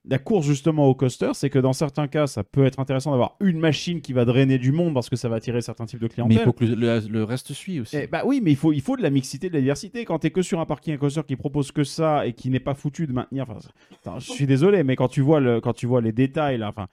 [SPEAKER 1] la course justement au coaster, c'est que dans certains cas, ça peut être intéressant d'avoir une machine qui va drainer du monde parce que ça va attirer certains types de
[SPEAKER 9] Mais
[SPEAKER 1] clientèle.
[SPEAKER 9] il faut que le, le- le reste suive aussi.
[SPEAKER 1] Eh bah oui, mais il faut, il faut de la mixité, de la diversité. Quand t'es que sur un parking, un coaster qui propose que ça et qui n'est pas foutu de maintenir. Enfin, c'est- attends, je suis désolé, mais quand tu vois, le, quand tu vois les détails, là, enfin,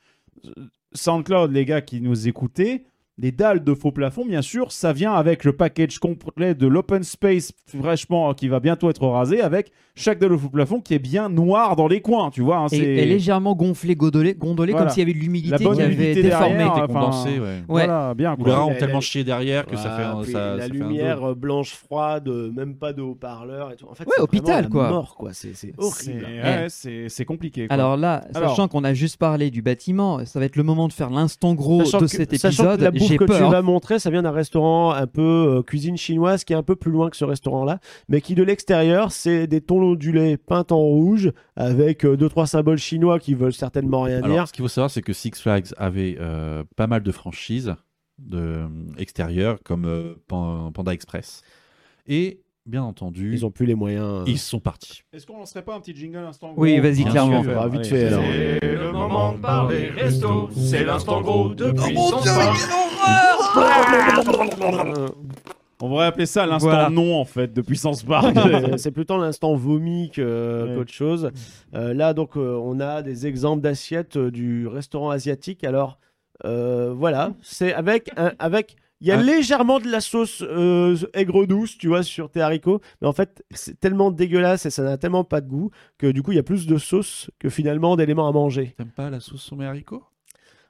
[SPEAKER 1] euh, SoundCloud, les gars qui nous écoutaient, les dalles de faux plafond, bien sûr, ça vient avec le package complet de l'open space fraîchement hein, qui va bientôt être rasé, avec chaque dalle de faux plafond qui est bien noire dans les coins, tu vois. hein,
[SPEAKER 7] Et,
[SPEAKER 1] c'est-
[SPEAKER 7] et légèrement gonflé, gondolé, gondolé
[SPEAKER 1] Voilà.
[SPEAKER 7] comme s'il y avait de
[SPEAKER 1] La
[SPEAKER 7] l'humidité
[SPEAKER 1] bonne
[SPEAKER 7] qui avait
[SPEAKER 1] humidité
[SPEAKER 7] été formée.
[SPEAKER 1] derrière,
[SPEAKER 9] C'était
[SPEAKER 1] enfin,
[SPEAKER 9] condensé, ouais.
[SPEAKER 1] Voilà, bien.
[SPEAKER 9] Ou
[SPEAKER 1] quoi.
[SPEAKER 9] les rats ont
[SPEAKER 8] Elle-
[SPEAKER 9] tellement
[SPEAKER 8] elle-
[SPEAKER 9] chié derrière que ça fait
[SPEAKER 8] Voilà,
[SPEAKER 9] un-
[SPEAKER 8] puis
[SPEAKER 9] ça-
[SPEAKER 8] la
[SPEAKER 9] ça fait un
[SPEAKER 8] lumière
[SPEAKER 9] dos.
[SPEAKER 8] euh, blanche froide, euh, même pas de haut-parleur et tout. En fait,
[SPEAKER 7] Ouais,
[SPEAKER 8] c'est
[SPEAKER 7] hôpital,
[SPEAKER 8] vraiment la
[SPEAKER 7] quoi.
[SPEAKER 8] Mort quoi, c'est c'est
[SPEAKER 1] C'est
[SPEAKER 8] horrible.
[SPEAKER 1] ouais, c'est- c'est compliqué. quoi.
[SPEAKER 7] Alors là,
[SPEAKER 1] Alors-
[SPEAKER 7] sachant qu'on a juste parlé du bâtiment, ça va être le moment de faire l'instant gros
[SPEAKER 8] Sachant
[SPEAKER 7] de
[SPEAKER 8] que-
[SPEAKER 7] cet
[SPEAKER 8] sachant que
[SPEAKER 7] épisode.
[SPEAKER 8] la bouffe
[SPEAKER 7] J'ai
[SPEAKER 8] que
[SPEAKER 7] peur.
[SPEAKER 8] tu vas montrer, ça vient d'un restaurant un peu euh, cuisine chinoise qui est un peu plus loin que ce restaurant-là, mais qui de l'extérieur, c'est des tons ondulés peints en rouge avec euh, deux trois symboles chinois qui veulent certainement rien dire.
[SPEAKER 9] Alors, ce qu'il faut savoir, c'est que Six Flags avait euh, pas mal de franchises de, euh, extérieures, comme euh, Pan- Panda Express. Et, bien entendu,
[SPEAKER 8] Ils ont plus les moyens. euh,
[SPEAKER 9] ils sont partis.
[SPEAKER 1] Est-ce qu'on lancerait pas un petit jingle instant
[SPEAKER 7] Oui,
[SPEAKER 1] gros
[SPEAKER 7] vas-y,
[SPEAKER 1] Bien
[SPEAKER 7] clairement.
[SPEAKER 1] sûr.
[SPEAKER 8] Bah, vite
[SPEAKER 1] Allez,
[SPEAKER 8] fait,
[SPEAKER 1] c'est-
[SPEAKER 8] alors.
[SPEAKER 1] c'est le moment de parler.
[SPEAKER 3] resto, c'est l'instant gros de puissance.
[SPEAKER 8] Euh,
[SPEAKER 1] On pourrait appeler ça l'instant
[SPEAKER 7] Voilà.
[SPEAKER 1] non en fait de Puissance Park.
[SPEAKER 8] C'est- c'est plutôt l'instant vomi que- euh,
[SPEAKER 1] Ouais.
[SPEAKER 8] qu'autre chose. Euh, là, donc, euh, on a des exemples d'assiettes euh, du restaurant asiatique. Alors, euh, voilà, c'est avec un- avec. Il y a
[SPEAKER 9] Un-
[SPEAKER 8] légèrement de la sauce euh, aigre douce, tu vois, sur tes haricots, mais en fait, c'est tellement dégueulasse et ça n'a tellement pas de goût que du coup, il y a plus de sauce que finalement d'éléments à manger.
[SPEAKER 9] T'aimes pas la sauce sur mes haricots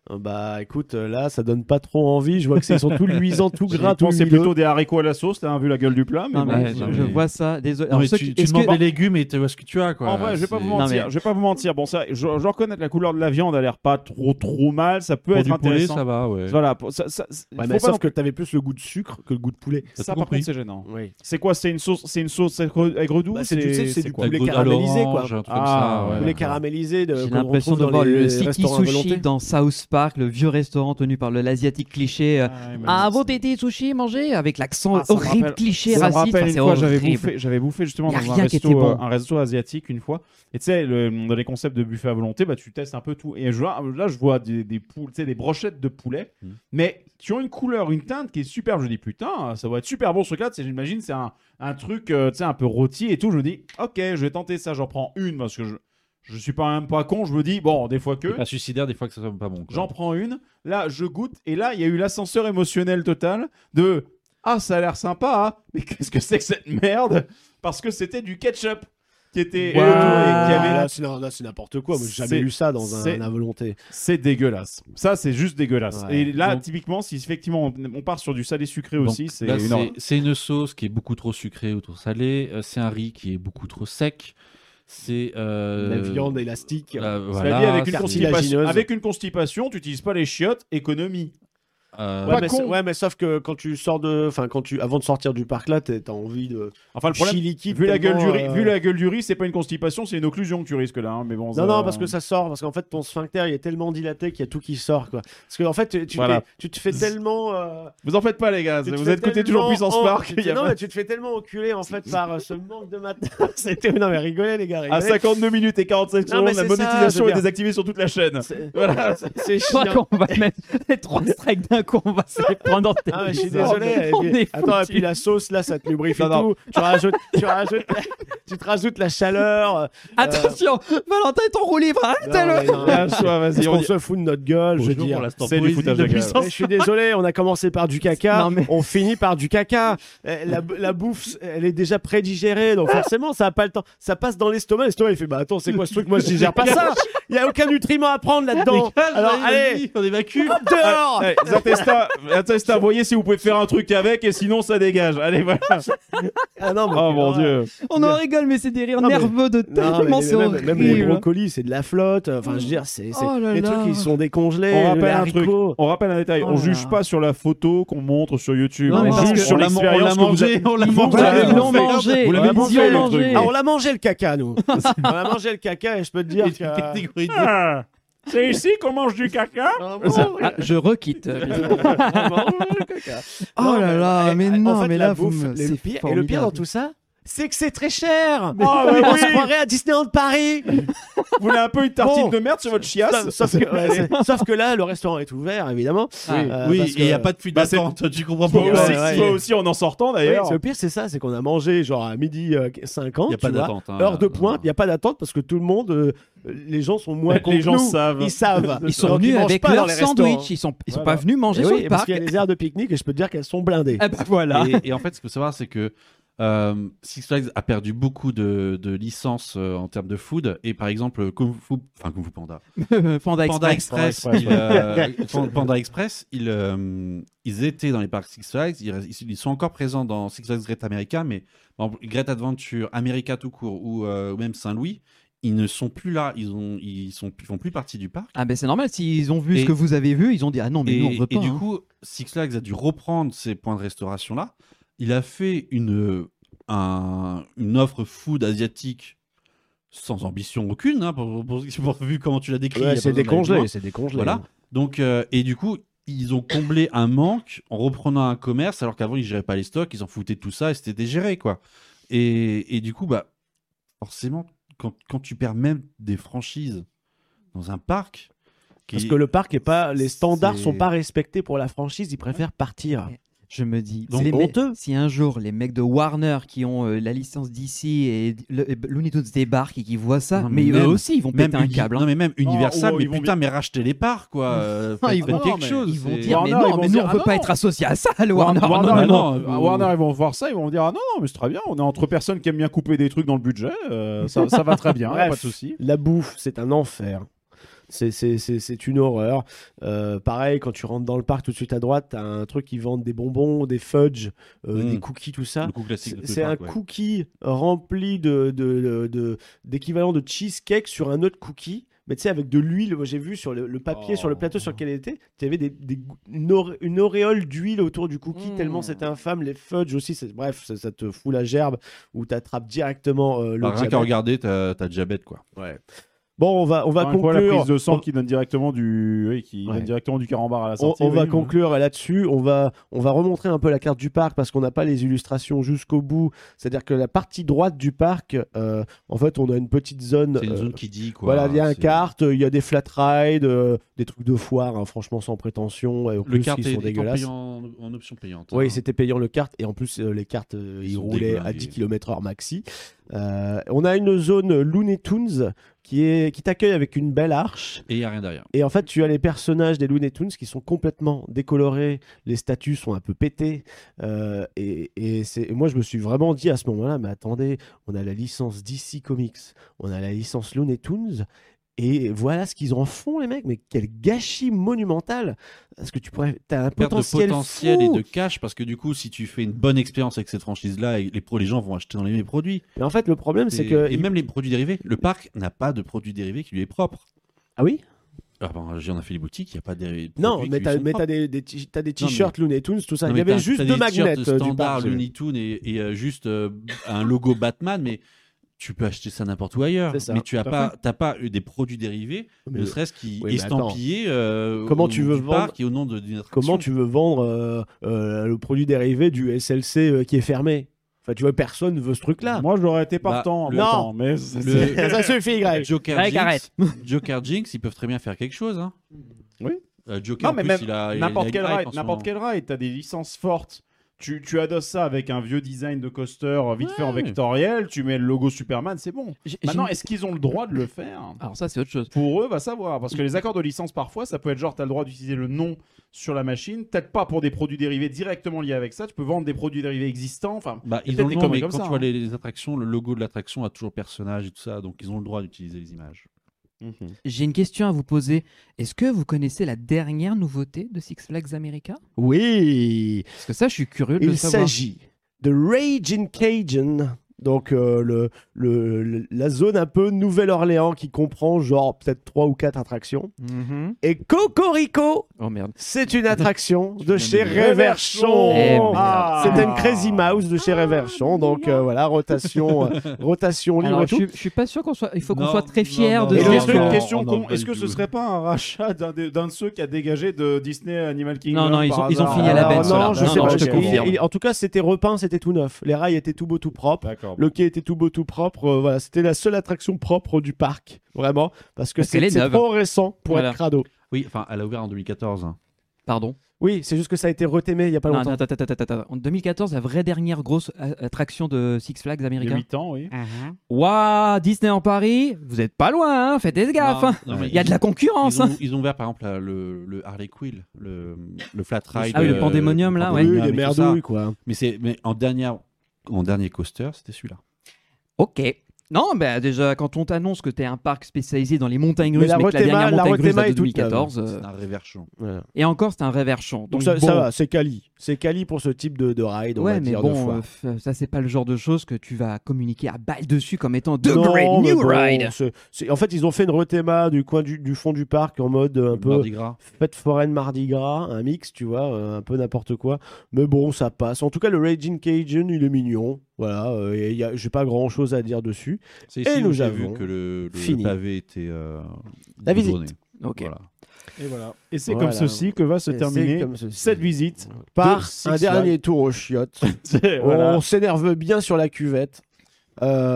[SPEAKER 8] Euh, Bah, écoute, euh, là, ça donne pas trop envie. Je vois que c'est- ils sont tout luisants, tout gras, tout
[SPEAKER 1] c'est
[SPEAKER 8] huileux.
[SPEAKER 1] plutôt des haricots à la sauce, là, hein, vu la gueule du plat. Mais
[SPEAKER 7] Non,
[SPEAKER 1] bon.
[SPEAKER 7] mais
[SPEAKER 9] Ouais,
[SPEAKER 7] je,
[SPEAKER 9] non,
[SPEAKER 7] je
[SPEAKER 9] mais-
[SPEAKER 7] vois ça. Désolé.
[SPEAKER 9] Non,
[SPEAKER 7] Alors,
[SPEAKER 9] mais
[SPEAKER 7] ceux
[SPEAKER 9] tu,
[SPEAKER 7] qui-
[SPEAKER 9] tu
[SPEAKER 7] est-ce
[SPEAKER 9] demandes
[SPEAKER 7] que-
[SPEAKER 9] des légumes et tu vois ce que tu as, quoi.
[SPEAKER 1] En vrai, je vais pas
[SPEAKER 9] C'est-
[SPEAKER 1] vous
[SPEAKER 7] Non,
[SPEAKER 1] mentir.
[SPEAKER 7] mais-
[SPEAKER 1] Je vais pas vous mentir. Bon, ça, je, je reconnais que la couleur de la viande a l'air pas trop trop mal. Ça peut
[SPEAKER 9] Pour
[SPEAKER 1] être
[SPEAKER 9] du poulet,
[SPEAKER 1] intéressant.
[SPEAKER 9] ça va, ouais.
[SPEAKER 1] Voilà. pour- ça, ça,
[SPEAKER 8] Ouais,
[SPEAKER 1] faut
[SPEAKER 8] mais
[SPEAKER 1] pas
[SPEAKER 8] sauf
[SPEAKER 1] non-
[SPEAKER 8] que t'avais plus le goût de sucre que le goût de poulet.
[SPEAKER 9] T'as
[SPEAKER 1] ça
[SPEAKER 9] tout
[SPEAKER 1] par
[SPEAKER 9] compris.
[SPEAKER 1] contre, c'est gênant.
[SPEAKER 8] Oui.
[SPEAKER 1] C'est quoi C'est une sauce C'est une sauce aigre, aigre douce
[SPEAKER 8] Bah, c'est du- tu sais, c'est du
[SPEAKER 1] quoi
[SPEAKER 8] poulet
[SPEAKER 9] Goûte à
[SPEAKER 8] caramélisé, quoi.
[SPEAKER 9] l'orange, un truc comme
[SPEAKER 1] Ah,
[SPEAKER 9] ça, ouais.
[SPEAKER 8] poulet caramélisé de
[SPEAKER 7] J'ai
[SPEAKER 8] qu'on
[SPEAKER 7] l'impression
[SPEAKER 8] retrouve
[SPEAKER 7] de
[SPEAKER 8] dans
[SPEAKER 7] voir
[SPEAKER 8] les-
[SPEAKER 7] le
[SPEAKER 8] les
[SPEAKER 7] City
[SPEAKER 8] restaurants à volonté.
[SPEAKER 7] Sushi dans South Park, le vieux restaurant tenu par le- l'asiatique cliché. euh,
[SPEAKER 1] Ah, ouais, mais
[SPEAKER 7] Ah,
[SPEAKER 1] c'est-
[SPEAKER 7] bon, t'étais sushi mangé avec l'accent
[SPEAKER 1] Ah, ça me
[SPEAKER 7] horrible,
[SPEAKER 1] rappelle-
[SPEAKER 7] cliché,
[SPEAKER 1] ça me
[SPEAKER 7] raciste.
[SPEAKER 1] rappelle
[SPEAKER 7] Enfin,
[SPEAKER 1] une
[SPEAKER 7] c'est
[SPEAKER 1] fois, j'avais
[SPEAKER 7] horrible.
[SPEAKER 1] bouffé, j'avais bouffé justement
[SPEAKER 7] Y a
[SPEAKER 1] dans un
[SPEAKER 7] rien qui
[SPEAKER 1] resto,
[SPEAKER 7] était bon.
[SPEAKER 1] euh, un resto asiatique une fois. Et tu sais, le- dans les concepts de buffet à volonté, bah, tu testes un peu tout. Et je vois- là, je vois des, des poules, tu sais, des brochettes de poulet,
[SPEAKER 9] Mm.
[SPEAKER 1] mais qui ont une couleur, une teinte qui est superbe. Je dis putain, ça doit être super bon ce truc-là. Tu sais, J'imagine, c'est un, un truc, euh, tu sais, un peu rôti et tout. Je me dis, ok, je vais tenter ça. J'en prends une parce que je, je suis pas même pas con. Je me dis, bon, des fois que.
[SPEAKER 9] C'est Pas suicidaire, des fois que ça soit pas bon. quoi.
[SPEAKER 1] J'en prends une, là je goûte, et là il y a eu l'ascenseur émotionnel total de Ah, ça a l'air sympa, hein, mais qu'est-ce que c'est que cette merde Parce que c'était du ketchup qui était. et le tout, et qui avait-
[SPEAKER 8] Là, c'est- là, c'est n'importe quoi. Moi, j'ai
[SPEAKER 1] C'est-
[SPEAKER 8] jamais lu ça dans un,
[SPEAKER 1] c'est-
[SPEAKER 8] à volonté.
[SPEAKER 1] C'est dégueulasse. Ça, c'est juste dégueulasse.
[SPEAKER 8] Ouais.
[SPEAKER 1] Et là,
[SPEAKER 9] Donc-
[SPEAKER 1] typiquement, si effectivement on, on part sur du salé sucré
[SPEAKER 9] Donc,
[SPEAKER 1] aussi, c'est
[SPEAKER 9] là,
[SPEAKER 1] énorme.
[SPEAKER 9] c'est une sauce qui est beaucoup trop sucrée ou trop salée. euh, C'est un riz qui est beaucoup trop sec. C'est. euh,
[SPEAKER 8] La viande élastique.
[SPEAKER 1] Cela
[SPEAKER 9] euh, voilà,
[SPEAKER 1] dit, avec une,
[SPEAKER 9] c'est-
[SPEAKER 8] constipation-
[SPEAKER 1] constipation, avec une constipation, tu n'utilises pas les chiottes, économie.
[SPEAKER 9] Euh,
[SPEAKER 8] Ouais, mais, ouais, mais sauf que quand tu sors de, enfin quand tu, avant de sortir du parc là, t'es- t'as envie de.
[SPEAKER 1] Enfin, le problème,
[SPEAKER 8] Chi liquide
[SPEAKER 1] vu, la gueule
[SPEAKER 8] tellement,
[SPEAKER 1] du riz,
[SPEAKER 8] euh,
[SPEAKER 1] vu la gueule du riz, c'est pas une constipation, c'est une occlusion que tu risques là. hein, mais bon,
[SPEAKER 8] Non, non, parce que ça sort, parce qu'en fait ton sphincter il est tellement dilaté qu'il y a tout qui sort quoi. Parce que en fait tu, tu
[SPEAKER 1] Voilà.
[SPEAKER 8] fais- tu te fais tellement. euh,
[SPEAKER 1] Vous en faites pas, les gars.
[SPEAKER 8] tu te
[SPEAKER 1] Vous
[SPEAKER 8] fais
[SPEAKER 1] êtes côté toujours
[SPEAKER 8] tellement
[SPEAKER 1] puissance
[SPEAKER 8] en-
[SPEAKER 1] park.
[SPEAKER 8] tu
[SPEAKER 1] il y
[SPEAKER 8] te-
[SPEAKER 1] a
[SPEAKER 8] Non,
[SPEAKER 1] pas-
[SPEAKER 8] mais tu te fais tellement enculer en fait par euh, ce manque de matin. C'était non mais rigolez les gars.
[SPEAKER 1] À
[SPEAKER 8] rigolez.
[SPEAKER 1] 52 minutes et 47
[SPEAKER 8] Non, mais
[SPEAKER 1] secondes, la
[SPEAKER 8] c'est ça, je
[SPEAKER 1] monétisation
[SPEAKER 8] veux
[SPEAKER 1] est
[SPEAKER 8] dire.
[SPEAKER 1] désactivée sur toute la chaîne.
[SPEAKER 8] C'est-
[SPEAKER 1] Voilà.
[SPEAKER 8] C'est
[SPEAKER 7] Je crois
[SPEAKER 8] chiant.
[SPEAKER 7] qu'on va mettre les trois strikes d'un coup, on va se les prendre en tête.
[SPEAKER 8] Ah, mais je suis désolé. Ah, et
[SPEAKER 7] On
[SPEAKER 8] puis-
[SPEAKER 7] est
[SPEAKER 8] attends, et
[SPEAKER 7] foutus.
[SPEAKER 8] puis la sauce là, ça te lubrifie
[SPEAKER 1] Non, non.
[SPEAKER 8] tout. Tu rajoutes, tu rajoutes, tu te rajoutes la chaleur. euh,
[SPEAKER 7] Attention, Valentin est enroulé,
[SPEAKER 8] non, mais
[SPEAKER 7] arrêtez-le
[SPEAKER 8] non,
[SPEAKER 1] Ah, soit, vas-y,
[SPEAKER 8] Parce
[SPEAKER 1] on
[SPEAKER 8] qu'on
[SPEAKER 1] y-
[SPEAKER 8] se fout de notre gueule, je veux
[SPEAKER 9] bonjour pour
[SPEAKER 8] dire.
[SPEAKER 9] la store
[SPEAKER 1] c'est du
[SPEAKER 9] poésie
[SPEAKER 1] foutage
[SPEAKER 9] de
[SPEAKER 1] de gueule.
[SPEAKER 9] puissance.
[SPEAKER 8] Mais Je suis désolé, on a commencé par du caca,
[SPEAKER 7] Non, mais-
[SPEAKER 8] on finit par du caca. Euh, La, la bouffe, elle est déjà prédigérée, donc forcément, ça a pas le temps. Ça passe dans l'estomac, l'estomac il fait bah attends, c'est quoi ce truc Moi, je digère pas ça. Il y a aucun nutriment à prendre là-dedans. Alors allez,
[SPEAKER 9] on évacue.
[SPEAKER 8] dehors.
[SPEAKER 1] Allez, Zatesta, Zatesta, voyez si vous pouvez faire un truc avec et sinon ça dégage. Allez, voilà.
[SPEAKER 8] Ah non,
[SPEAKER 1] Oh
[SPEAKER 8] mais quelle
[SPEAKER 1] mon
[SPEAKER 8] horreur.
[SPEAKER 1] dieu.
[SPEAKER 7] On en rigole, mais c'est des rires
[SPEAKER 8] Non, mais-
[SPEAKER 7] nerveux de
[SPEAKER 8] Non,
[SPEAKER 7] tellement
[SPEAKER 8] mais
[SPEAKER 7] c'est
[SPEAKER 8] même, même les
[SPEAKER 7] horrible.
[SPEAKER 8] brocolis, c'est de la flotte. Enfin, je veux dire, c'est c'est
[SPEAKER 7] Oh là
[SPEAKER 8] les
[SPEAKER 7] là.
[SPEAKER 8] trucs qui sont décongelés.
[SPEAKER 1] On
[SPEAKER 8] les
[SPEAKER 1] rappelle un truc.
[SPEAKER 8] haricots.
[SPEAKER 1] On rappelle un détail.
[SPEAKER 7] Oh
[SPEAKER 1] on
[SPEAKER 7] là
[SPEAKER 1] juge
[SPEAKER 7] là.
[SPEAKER 1] pas sur la photo qu'on montre sur YouTube.
[SPEAKER 7] Non, mais
[SPEAKER 1] on
[SPEAKER 7] parce
[SPEAKER 1] juge
[SPEAKER 7] que-
[SPEAKER 1] sur
[SPEAKER 9] on l'a man-
[SPEAKER 1] l'expérience
[SPEAKER 9] on l'a
[SPEAKER 1] que vous
[SPEAKER 9] mangé,
[SPEAKER 1] avez-
[SPEAKER 9] on l'a
[SPEAKER 1] Vous
[SPEAKER 9] mangé.
[SPEAKER 1] l'avez
[SPEAKER 7] Ils l'ont
[SPEAKER 1] fait.
[SPEAKER 7] mangé.
[SPEAKER 1] Vous l'avez
[SPEAKER 7] Ils y
[SPEAKER 1] mangé,
[SPEAKER 7] ont
[SPEAKER 1] le truc.
[SPEAKER 7] mangé.
[SPEAKER 8] Ah, on l'a mangé le caca, nous. on a mangé le caca et je peux te dire
[SPEAKER 9] Et
[SPEAKER 8] que.
[SPEAKER 9] une catégorie de-
[SPEAKER 1] Ah, C'est ici qu'on mange du caca
[SPEAKER 7] Ah, je requitte.
[SPEAKER 8] Non,
[SPEAKER 7] oh là
[SPEAKER 8] mais-
[SPEAKER 7] là,
[SPEAKER 8] eh,
[SPEAKER 7] mais
[SPEAKER 8] eh,
[SPEAKER 7] non,
[SPEAKER 8] en fait,
[SPEAKER 7] mais
[SPEAKER 8] la
[SPEAKER 7] là, vous
[SPEAKER 8] bouffe,
[SPEAKER 7] me-
[SPEAKER 8] le
[SPEAKER 7] c'est
[SPEAKER 8] pire- et le pire dans
[SPEAKER 7] formidable.
[SPEAKER 8] tout ça, c'est que c'est très cher.
[SPEAKER 1] Ah, bah
[SPEAKER 8] on
[SPEAKER 1] oui.
[SPEAKER 8] se croirait à Disneyland Paris.
[SPEAKER 1] Vous voulez un peu une tartine
[SPEAKER 8] Bon.
[SPEAKER 1] de merde sur votre
[SPEAKER 8] sauf,
[SPEAKER 1] chiasse
[SPEAKER 8] sauf que, ouais, c'est- sauf que là, le restaurant est ouvert, évidemment. Euh,
[SPEAKER 9] oui,
[SPEAKER 8] parce
[SPEAKER 9] et
[SPEAKER 8] que-
[SPEAKER 9] il n'y a pas de fuite
[SPEAKER 1] Bah, c'est-
[SPEAKER 9] d'attente. Tu comprends
[SPEAKER 1] Toi
[SPEAKER 9] pas
[SPEAKER 8] Ouais,
[SPEAKER 1] aussi,
[SPEAKER 8] ouais,
[SPEAKER 1] toi
[SPEAKER 8] ouais.
[SPEAKER 1] aussi en en sortant
[SPEAKER 8] Oui,
[SPEAKER 1] d'ailleurs.
[SPEAKER 8] c'est- le pire, c'est ça, c'est qu'on a mangé genre à midi euh, 50.
[SPEAKER 9] Il n'y a pas d'attente. hein,
[SPEAKER 8] Heure de
[SPEAKER 9] là,
[SPEAKER 8] pointe, il n'y a pas d'attente parce que tout le monde, euh, les gens sont moins cons
[SPEAKER 1] Les
[SPEAKER 8] que
[SPEAKER 1] gens
[SPEAKER 8] nous.
[SPEAKER 1] savent.
[SPEAKER 8] Ils savent.
[SPEAKER 7] Ils sont
[SPEAKER 8] Donc,
[SPEAKER 7] venus
[SPEAKER 8] mangent
[SPEAKER 7] avec
[SPEAKER 8] pas dans
[SPEAKER 7] leur
[SPEAKER 8] les restaurants.
[SPEAKER 7] sandwich. Ils sont, ils sont
[SPEAKER 1] Voilà.
[SPEAKER 7] pas venus manger
[SPEAKER 8] Eh
[SPEAKER 7] sur
[SPEAKER 8] oui,
[SPEAKER 7] le parc.
[SPEAKER 8] parce qu'il y a des aires de pique-nique et je peux te dire qu'elles sont blindées.
[SPEAKER 7] Eh ben voilà.
[SPEAKER 9] Et, et en fait, ce qu'il faut savoir, c'est que euh, Six Flags a perdu beaucoup de, de licences euh, en termes de food. Et par exemple, Kung Fu, enfin, Kung Fu Panda.
[SPEAKER 7] Panda
[SPEAKER 9] Panda
[SPEAKER 7] Express.
[SPEAKER 9] Express,
[SPEAKER 8] Panda
[SPEAKER 9] il, euh, Pan- Panda Express, il, euh, ils étaient dans les parcs Six Flags. Ils, restent- ils sont encore présents dans Six Flags Great America, mais par exemple, Great Adventure, America tout court, ou, euh, ou même Saint-Louis, ils ne sont plus là. Ils ont, ils sont, ils font plus partie du parc.
[SPEAKER 7] Ah ben c'est normal, s'ils ont vu
[SPEAKER 9] Et-
[SPEAKER 7] ce que vous avez vu, ils ont dit ah non mais
[SPEAKER 9] et,
[SPEAKER 7] nous on veut
[SPEAKER 9] et
[SPEAKER 7] pas.
[SPEAKER 9] du
[SPEAKER 7] hein.
[SPEAKER 9] coup, Six Flags a dû reprendre ces points de restauration là. Il a fait une un- une offre food asiatique sans ambition aucune, hein, pour, pour- pour- vu comment tu l'as décrit. il y a
[SPEAKER 8] Ouais,
[SPEAKER 9] pas
[SPEAKER 8] c'est
[SPEAKER 9] besoin d'aller loin.
[SPEAKER 8] décongelé, c'est décongelé.
[SPEAKER 9] Voilà. Donc, euh, et du coup, ils ont comblé un manque en reprenant un commerce, alors qu'avant, ils géraient pas les stocks, ils en foutaient de tout ça et c'était dégéré, quoi. Et, et du coup, bah, forcément, quand, quand tu perds même des franchises dans un parc. qui-
[SPEAKER 8] Parce que le parc est pas, les standards
[SPEAKER 9] c'est-
[SPEAKER 8] sont pas respectés pour la franchise, ils préfèrent partir.
[SPEAKER 7] Je me dis,
[SPEAKER 9] Donc,
[SPEAKER 7] si les mecs-
[SPEAKER 9] honteux.
[SPEAKER 7] si un jour les mecs de Warner qui ont euh, la licence d'ici et le- et Looney Tunes débarquent et qui voient ça,
[SPEAKER 9] Non, mais
[SPEAKER 7] mais, eux
[SPEAKER 9] même-
[SPEAKER 7] aussi ils vont
[SPEAKER 9] Même
[SPEAKER 7] péter un
[SPEAKER 9] Uni-
[SPEAKER 7] câble. hein.
[SPEAKER 9] Non, mais même Universal,
[SPEAKER 1] oh,
[SPEAKER 9] mais
[SPEAKER 1] ils vont
[SPEAKER 9] putain, mais rachetez les parts, quoi. euh,
[SPEAKER 7] Ah,
[SPEAKER 9] faites-
[SPEAKER 7] ils
[SPEAKER 9] faites
[SPEAKER 7] vont-
[SPEAKER 9] quelque
[SPEAKER 1] mais
[SPEAKER 9] chose.
[SPEAKER 7] Ils vont
[SPEAKER 9] c'est-
[SPEAKER 7] dire
[SPEAKER 1] Warner,
[SPEAKER 7] mais
[SPEAKER 1] ils
[SPEAKER 7] non
[SPEAKER 1] vont
[SPEAKER 7] mais
[SPEAKER 1] dire,
[SPEAKER 7] nous on
[SPEAKER 1] ah
[SPEAKER 7] peut pas
[SPEAKER 1] non.
[SPEAKER 7] être associé à ça, le Warner.
[SPEAKER 1] Warner,
[SPEAKER 7] non,
[SPEAKER 1] Warner,
[SPEAKER 7] non,
[SPEAKER 1] ils
[SPEAKER 7] non.
[SPEAKER 1] vont-
[SPEAKER 9] non,
[SPEAKER 1] ah,
[SPEAKER 9] vous-
[SPEAKER 1] Warner, ils vont voir ça, ils vont dire ah non, non, mais c'est très bien, on est entre personnes qui aiment bien couper des trucs dans le budget, euh, ça, ça va très bien, y a
[SPEAKER 8] Bref.
[SPEAKER 1] pas de souci.
[SPEAKER 8] La bouffe, c'est un enfer. C'est- C'est c'est- c'est une horreur. Euh, pareil, quand tu rentres dans le parc, tout de suite à droite, t'as un truc qui vend des bonbons, des fudge, euh,
[SPEAKER 9] Mm.
[SPEAKER 8] des cookies, tout ça.
[SPEAKER 9] Le coup classique de
[SPEAKER 8] C'est
[SPEAKER 9] tous les
[SPEAKER 8] c'est un
[SPEAKER 9] parcs, ouais.
[SPEAKER 8] cookie rempli de de- de- de- d'équivalent de, cheesecake sur un autre cookie. Mais tu sais, avec de l'huile, moi, j'ai vu sur le, le papier, sur le
[SPEAKER 1] Oh.
[SPEAKER 8] plateau sur lequel il était, tu avais des, des gou- une, or- une auréole d'huile autour du cookie,
[SPEAKER 7] Mm.
[SPEAKER 8] tellement c'était infâme. Les fudge aussi, c'est- bref, ça, ça te fout la gerbe ou t'attrapes directement euh, le
[SPEAKER 9] Bah, Rien
[SPEAKER 8] diabète.
[SPEAKER 9] qu'à regarder, t'as t'as le diabète, quoi.
[SPEAKER 8] Bon, on va, on va
[SPEAKER 1] Encore une fois,
[SPEAKER 8] conclure.
[SPEAKER 1] la prise de sang
[SPEAKER 8] On-
[SPEAKER 1] qui donne directement du, oui, qui
[SPEAKER 8] Ouais.
[SPEAKER 1] donne directement du carambar à la
[SPEAKER 8] on,
[SPEAKER 1] sortie.
[SPEAKER 8] on
[SPEAKER 1] oui,
[SPEAKER 8] va
[SPEAKER 1] oui.
[SPEAKER 8] conclure là-dessus. On va, on va remontrer un peu la carte du parc parce qu'on n'a pas les illustrations jusqu'au bout. C'est-à-dire que la partie droite du parc, euh, en fait, on a une petite zone.
[SPEAKER 9] C'est une
[SPEAKER 8] euh,
[SPEAKER 9] zone qui dit, quoi.
[SPEAKER 8] voilà, il y a un
[SPEAKER 9] c'est-
[SPEAKER 8] kart, il y a des flat rides, euh, des trucs de foire, hein, franchement sans prétention, et en
[SPEAKER 9] Le
[SPEAKER 8] plus
[SPEAKER 9] kart
[SPEAKER 8] qui
[SPEAKER 9] est
[SPEAKER 8] sont
[SPEAKER 9] est en,
[SPEAKER 8] dégueulasses.
[SPEAKER 9] payant- en option payante.
[SPEAKER 8] Oui,
[SPEAKER 9] hein.
[SPEAKER 8] c'était payant le kart, et en plus euh, les cartes, euh,
[SPEAKER 9] Ils
[SPEAKER 8] ils
[SPEAKER 9] sont
[SPEAKER 8] roulaient à
[SPEAKER 9] déglingués.
[SPEAKER 8] 10 km/h maxi. Euh, on a une zone Looney Tunes qui est- qui t'accueille avec une belle arche.
[SPEAKER 9] Et il n'y a rien derrière.
[SPEAKER 8] Et en fait, tu as les personnages des Looney Tunes qui sont complètement décolorés, les statues sont un peu pétées. euh, et et c'est- et moi, je me suis vraiment dit à ce moment-là, mais attendez, on a la licence DC Comics, on a la licence Looney Tunes, et voilà ce qu'ils en font, les mecs. Mais quel gâchis monumental Parce que tu pourrais, as un
[SPEAKER 9] Perte
[SPEAKER 8] potentiel,
[SPEAKER 9] de potentiel
[SPEAKER 8] fou.
[SPEAKER 9] et de cash parce que du coup, si tu fais une bonne expérience avec cette franchise-là, et les, pro- les gens vont acheter dans les mêmes produits.
[SPEAKER 8] Mais en fait, le problème, c'est
[SPEAKER 9] Et-
[SPEAKER 8] que
[SPEAKER 9] et même les produits dérivés. Le parc n'a pas de produits dérivés qui lui est propre.
[SPEAKER 8] ah oui,
[SPEAKER 9] Ah ben, j'en ai fait les boutiques, il n'y a pas des.
[SPEAKER 8] Non,
[SPEAKER 9] produits
[SPEAKER 8] mais
[SPEAKER 9] qui
[SPEAKER 8] t'as
[SPEAKER 9] sont
[SPEAKER 8] mais t'as
[SPEAKER 9] propres.
[SPEAKER 8] des, des t- t'as des
[SPEAKER 9] Non, mais-
[SPEAKER 8] t-shirts Looney Tunes, tout ça.
[SPEAKER 9] Non,
[SPEAKER 8] Il y
[SPEAKER 9] mais
[SPEAKER 8] avait
[SPEAKER 9] t'as-
[SPEAKER 8] juste
[SPEAKER 9] t'as
[SPEAKER 8] deux
[SPEAKER 9] des t-shirts
[SPEAKER 8] magnets euh, du
[SPEAKER 9] standard
[SPEAKER 8] parc.
[SPEAKER 9] Looney Tunes et, et, euh, juste euh, un logo Batman, mais tu peux acheter ça n'importe où ailleurs.
[SPEAKER 8] C'est ça,
[SPEAKER 9] mais tu n'as
[SPEAKER 8] tout à
[SPEAKER 9] pas, t'as pas eu des produits dérivés,
[SPEAKER 8] Mais-
[SPEAKER 9] ne serait-ce qu'estampillés
[SPEAKER 8] Oui, mais attends.
[SPEAKER 9] estampillés euh,
[SPEAKER 8] Comment
[SPEAKER 9] au
[SPEAKER 8] tu
[SPEAKER 9] nom
[SPEAKER 8] veux
[SPEAKER 9] du
[SPEAKER 8] vendre-
[SPEAKER 9] parc et au nom de d'une attraction.
[SPEAKER 8] Comment tu veux vendre euh, euh, le produit dérivé du SLC euh, qui est fermé Enfin, tu vois, personne veut ce truc-là.
[SPEAKER 1] Moi, j'aurais été
[SPEAKER 9] Bah,
[SPEAKER 1] partant.
[SPEAKER 9] le-
[SPEAKER 1] mais
[SPEAKER 8] non.
[SPEAKER 1] attends, mais ça,
[SPEAKER 9] Le-
[SPEAKER 1] c'est-
[SPEAKER 8] Ça suffit, Greg.
[SPEAKER 9] Euh, Joker,
[SPEAKER 7] Greg,
[SPEAKER 9] Jinx,
[SPEAKER 7] arrête.
[SPEAKER 9] Joker Jinx, ils peuvent très bien faire quelque chose. Hein.
[SPEAKER 1] Oui.
[SPEAKER 9] Euh, Joker,
[SPEAKER 1] Non, mais
[SPEAKER 9] en plus,
[SPEAKER 1] même
[SPEAKER 9] il a. il a
[SPEAKER 1] n'importe
[SPEAKER 9] une
[SPEAKER 1] quel
[SPEAKER 9] hein. hype en
[SPEAKER 1] ride,
[SPEAKER 9] ce
[SPEAKER 1] n'importe
[SPEAKER 9] moment.
[SPEAKER 1] quel ride, t'as des licences fortes. Tu, tu adosses ça avec un vieux design de coaster euh, vite fait en
[SPEAKER 9] Ouais.
[SPEAKER 1] vectoriel, tu mets le logo Superman, c'est bon.
[SPEAKER 7] J'ai- j'ai
[SPEAKER 1] Maintenant,
[SPEAKER 7] une-
[SPEAKER 1] est-ce qu'ils ont le droit de le faire
[SPEAKER 7] Alors ça, c'est autre chose.
[SPEAKER 1] Pour eux, va savoir. Parce que les accords de licence, parfois, ça peut être genre, t'as le droit d'utiliser le nom sur la machine, peut-être pas pour des produits dérivés directement liés avec ça, tu peux vendre des produits dérivés existants. Enfin,
[SPEAKER 9] Bah,
[SPEAKER 1] Il y a
[SPEAKER 9] ils
[SPEAKER 1] peut-être
[SPEAKER 9] ont
[SPEAKER 1] des
[SPEAKER 9] le droit,
[SPEAKER 1] conneries
[SPEAKER 9] mais
[SPEAKER 1] comme
[SPEAKER 9] quand
[SPEAKER 1] ça,
[SPEAKER 9] tu vois
[SPEAKER 1] hein.
[SPEAKER 9] les, les attractions, le logo de l'attraction a toujours le personnage et tout ça, donc ils ont le droit d'utiliser les images.
[SPEAKER 8] Mhm.
[SPEAKER 7] J'ai une question à vous poser. Est-ce que vous connaissez la dernière nouveauté de Six Flags America
[SPEAKER 8] Oui,
[SPEAKER 7] Parce que ça, je suis curieux de le
[SPEAKER 8] il
[SPEAKER 7] savoir.
[SPEAKER 8] s'agit de Raging Cajun. Donc euh, le, le- le- la zone un peu Nouvelle-Orléans qui comprend genre peut-être trois ou quatre attractions.
[SPEAKER 7] Mhm.
[SPEAKER 8] Et Cocorico,
[SPEAKER 7] Oh merde.
[SPEAKER 8] c'est une attraction de chez
[SPEAKER 7] me
[SPEAKER 8] Reverchon.
[SPEAKER 7] Eh merde.
[SPEAKER 1] Ah.
[SPEAKER 8] C'était une Crazy Mouse de chez Reverchon. Donc euh, voilà, rotation, euh, rotation libre
[SPEAKER 7] Alors,
[SPEAKER 8] et
[SPEAKER 7] je,
[SPEAKER 8] tout.
[SPEAKER 7] suis- je suis pas sûr qu'on soit. Il faut qu'on
[SPEAKER 9] Non,
[SPEAKER 7] soit très
[SPEAKER 9] non,
[SPEAKER 7] fier
[SPEAKER 9] non,
[SPEAKER 7] de
[SPEAKER 1] Et
[SPEAKER 9] non,
[SPEAKER 7] ce
[SPEAKER 9] non,
[SPEAKER 1] question,
[SPEAKER 7] que-
[SPEAKER 9] non.
[SPEAKER 1] question
[SPEAKER 9] non,
[SPEAKER 1] con,
[SPEAKER 9] pas
[SPEAKER 1] est-ce
[SPEAKER 9] du
[SPEAKER 1] que ce
[SPEAKER 9] tout.
[SPEAKER 1] serait pas un rachat d'un des- d'un de ceux qui a dégagé de Disney Animal Kingdom
[SPEAKER 7] non, ils
[SPEAKER 1] par
[SPEAKER 7] ont- ils ont
[SPEAKER 1] hasard
[SPEAKER 7] fini à la
[SPEAKER 8] Alors,
[SPEAKER 7] benne,
[SPEAKER 8] non,
[SPEAKER 7] ceux-là.
[SPEAKER 8] je
[SPEAKER 7] Non,
[SPEAKER 8] sais
[SPEAKER 7] non, je
[SPEAKER 8] pas,
[SPEAKER 7] te
[SPEAKER 8] il-
[SPEAKER 7] confirme.
[SPEAKER 8] il- en tout cas, c'était repeint, c'était tout neuf. Les rails étaient tout beaux, tout propres.
[SPEAKER 1] D'accord.
[SPEAKER 8] Le quai était tout beau, tout propre. euh, voilà, c'était la seule attraction propre du parc, vraiment, parce que
[SPEAKER 7] Parce qu'elle
[SPEAKER 8] c'est
[SPEAKER 7] est
[SPEAKER 8] c'est
[SPEAKER 7] neuve.
[SPEAKER 8] trop récent pour
[SPEAKER 7] Voilà.
[SPEAKER 8] être crado.
[SPEAKER 9] Oui, enfin, elle a ouvert en 2014. hein.
[SPEAKER 7] Pardon.
[SPEAKER 8] Oui, c'est juste que ça a été retémé il y a pas
[SPEAKER 7] Non,
[SPEAKER 8] longtemps.
[SPEAKER 7] attends, attends, attends, attends. En 2014, la vraie dernière grosse a- attraction de Six Flags
[SPEAKER 1] Il y a
[SPEAKER 7] America.
[SPEAKER 1] 8 ans, oui.
[SPEAKER 7] Waouh, Disney en Paris, vous êtes pas loin, hein, faites des gaffes.
[SPEAKER 9] Non,
[SPEAKER 7] hein.
[SPEAKER 9] non, mais
[SPEAKER 7] Il y a de la concurrence.
[SPEAKER 9] Ils
[SPEAKER 7] hein.
[SPEAKER 9] ont, ils ont ouvert par exemple la- le, le Harley Quill, le, le flat ride. euh,
[SPEAKER 7] Ah oui, le Pandemonium, là, ouais.
[SPEAKER 8] oui,
[SPEAKER 9] Pandemonium
[SPEAKER 8] les
[SPEAKER 9] et tout ça.
[SPEAKER 8] merdouilles quoi.
[SPEAKER 9] Mais, c'est- mais en, dernière, en dernier coaster, c'était celui-là.
[SPEAKER 7] Ok. Non, bah déjà, quand on t'annonce que t'es un parc spécialisé dans les montagnes
[SPEAKER 8] Mais
[SPEAKER 7] russes, mais,
[SPEAKER 8] la
[SPEAKER 7] que la
[SPEAKER 8] Rotema-
[SPEAKER 7] dernière
[SPEAKER 8] la
[SPEAKER 7] montagne russe
[SPEAKER 8] Rotema
[SPEAKER 7] date de
[SPEAKER 8] est toute neuve.
[SPEAKER 7] 2014, euh,
[SPEAKER 9] C'est un réverchon.
[SPEAKER 8] Voilà.
[SPEAKER 7] et encore, c'est un réverchant.
[SPEAKER 8] Donc
[SPEAKER 7] Donc,
[SPEAKER 8] ça, ça
[SPEAKER 7] bon,
[SPEAKER 8] va, c'est quali, c'est quali pour ce type de, de ride, on
[SPEAKER 7] ouais,
[SPEAKER 8] va
[SPEAKER 7] mais
[SPEAKER 8] dire de
[SPEAKER 7] bon,
[SPEAKER 8] fois.
[SPEAKER 7] euh, f- ça, c'est pas le genre de choses que tu vas communiquer à balle dessus comme étant The
[SPEAKER 8] Non,
[SPEAKER 7] Great
[SPEAKER 8] mais
[SPEAKER 7] New
[SPEAKER 8] bon,
[SPEAKER 7] Ride.
[SPEAKER 8] c'est- c'est- en fait, ils ont fait une rethéma du coin du, du fond du parc en mode
[SPEAKER 7] Bah
[SPEAKER 8] euh, un peu
[SPEAKER 9] Mardi Gras.
[SPEAKER 8] fête foraine Mardi Gras, un mix, tu vois, euh, un peu n'importe quoi. Mais bon, ça passe. En tout cas, le Raging Cajun, il est mignon. Voilà, euh, et il y a- j'ai pas grand chose à dire dessus.
[SPEAKER 9] C'est
[SPEAKER 8] Et
[SPEAKER 9] ici
[SPEAKER 8] nous
[SPEAKER 9] où j'ai
[SPEAKER 8] avons
[SPEAKER 9] vu que le, le
[SPEAKER 8] fini.
[SPEAKER 9] pavé était. euh,
[SPEAKER 8] La visite.
[SPEAKER 9] goudronné.
[SPEAKER 7] Ok.
[SPEAKER 9] Voilà.
[SPEAKER 1] Et c'est
[SPEAKER 8] Voilà.
[SPEAKER 1] comme ceci que va se
[SPEAKER 8] Et c'est
[SPEAKER 1] terminer
[SPEAKER 8] comme ceci.
[SPEAKER 1] cette visite.
[SPEAKER 8] Par
[SPEAKER 1] Six
[SPEAKER 8] un
[SPEAKER 1] Flags.
[SPEAKER 8] dernier tour aux chiottes.
[SPEAKER 1] C'est- voilà.
[SPEAKER 8] On s'énerve bien sur la cuvette.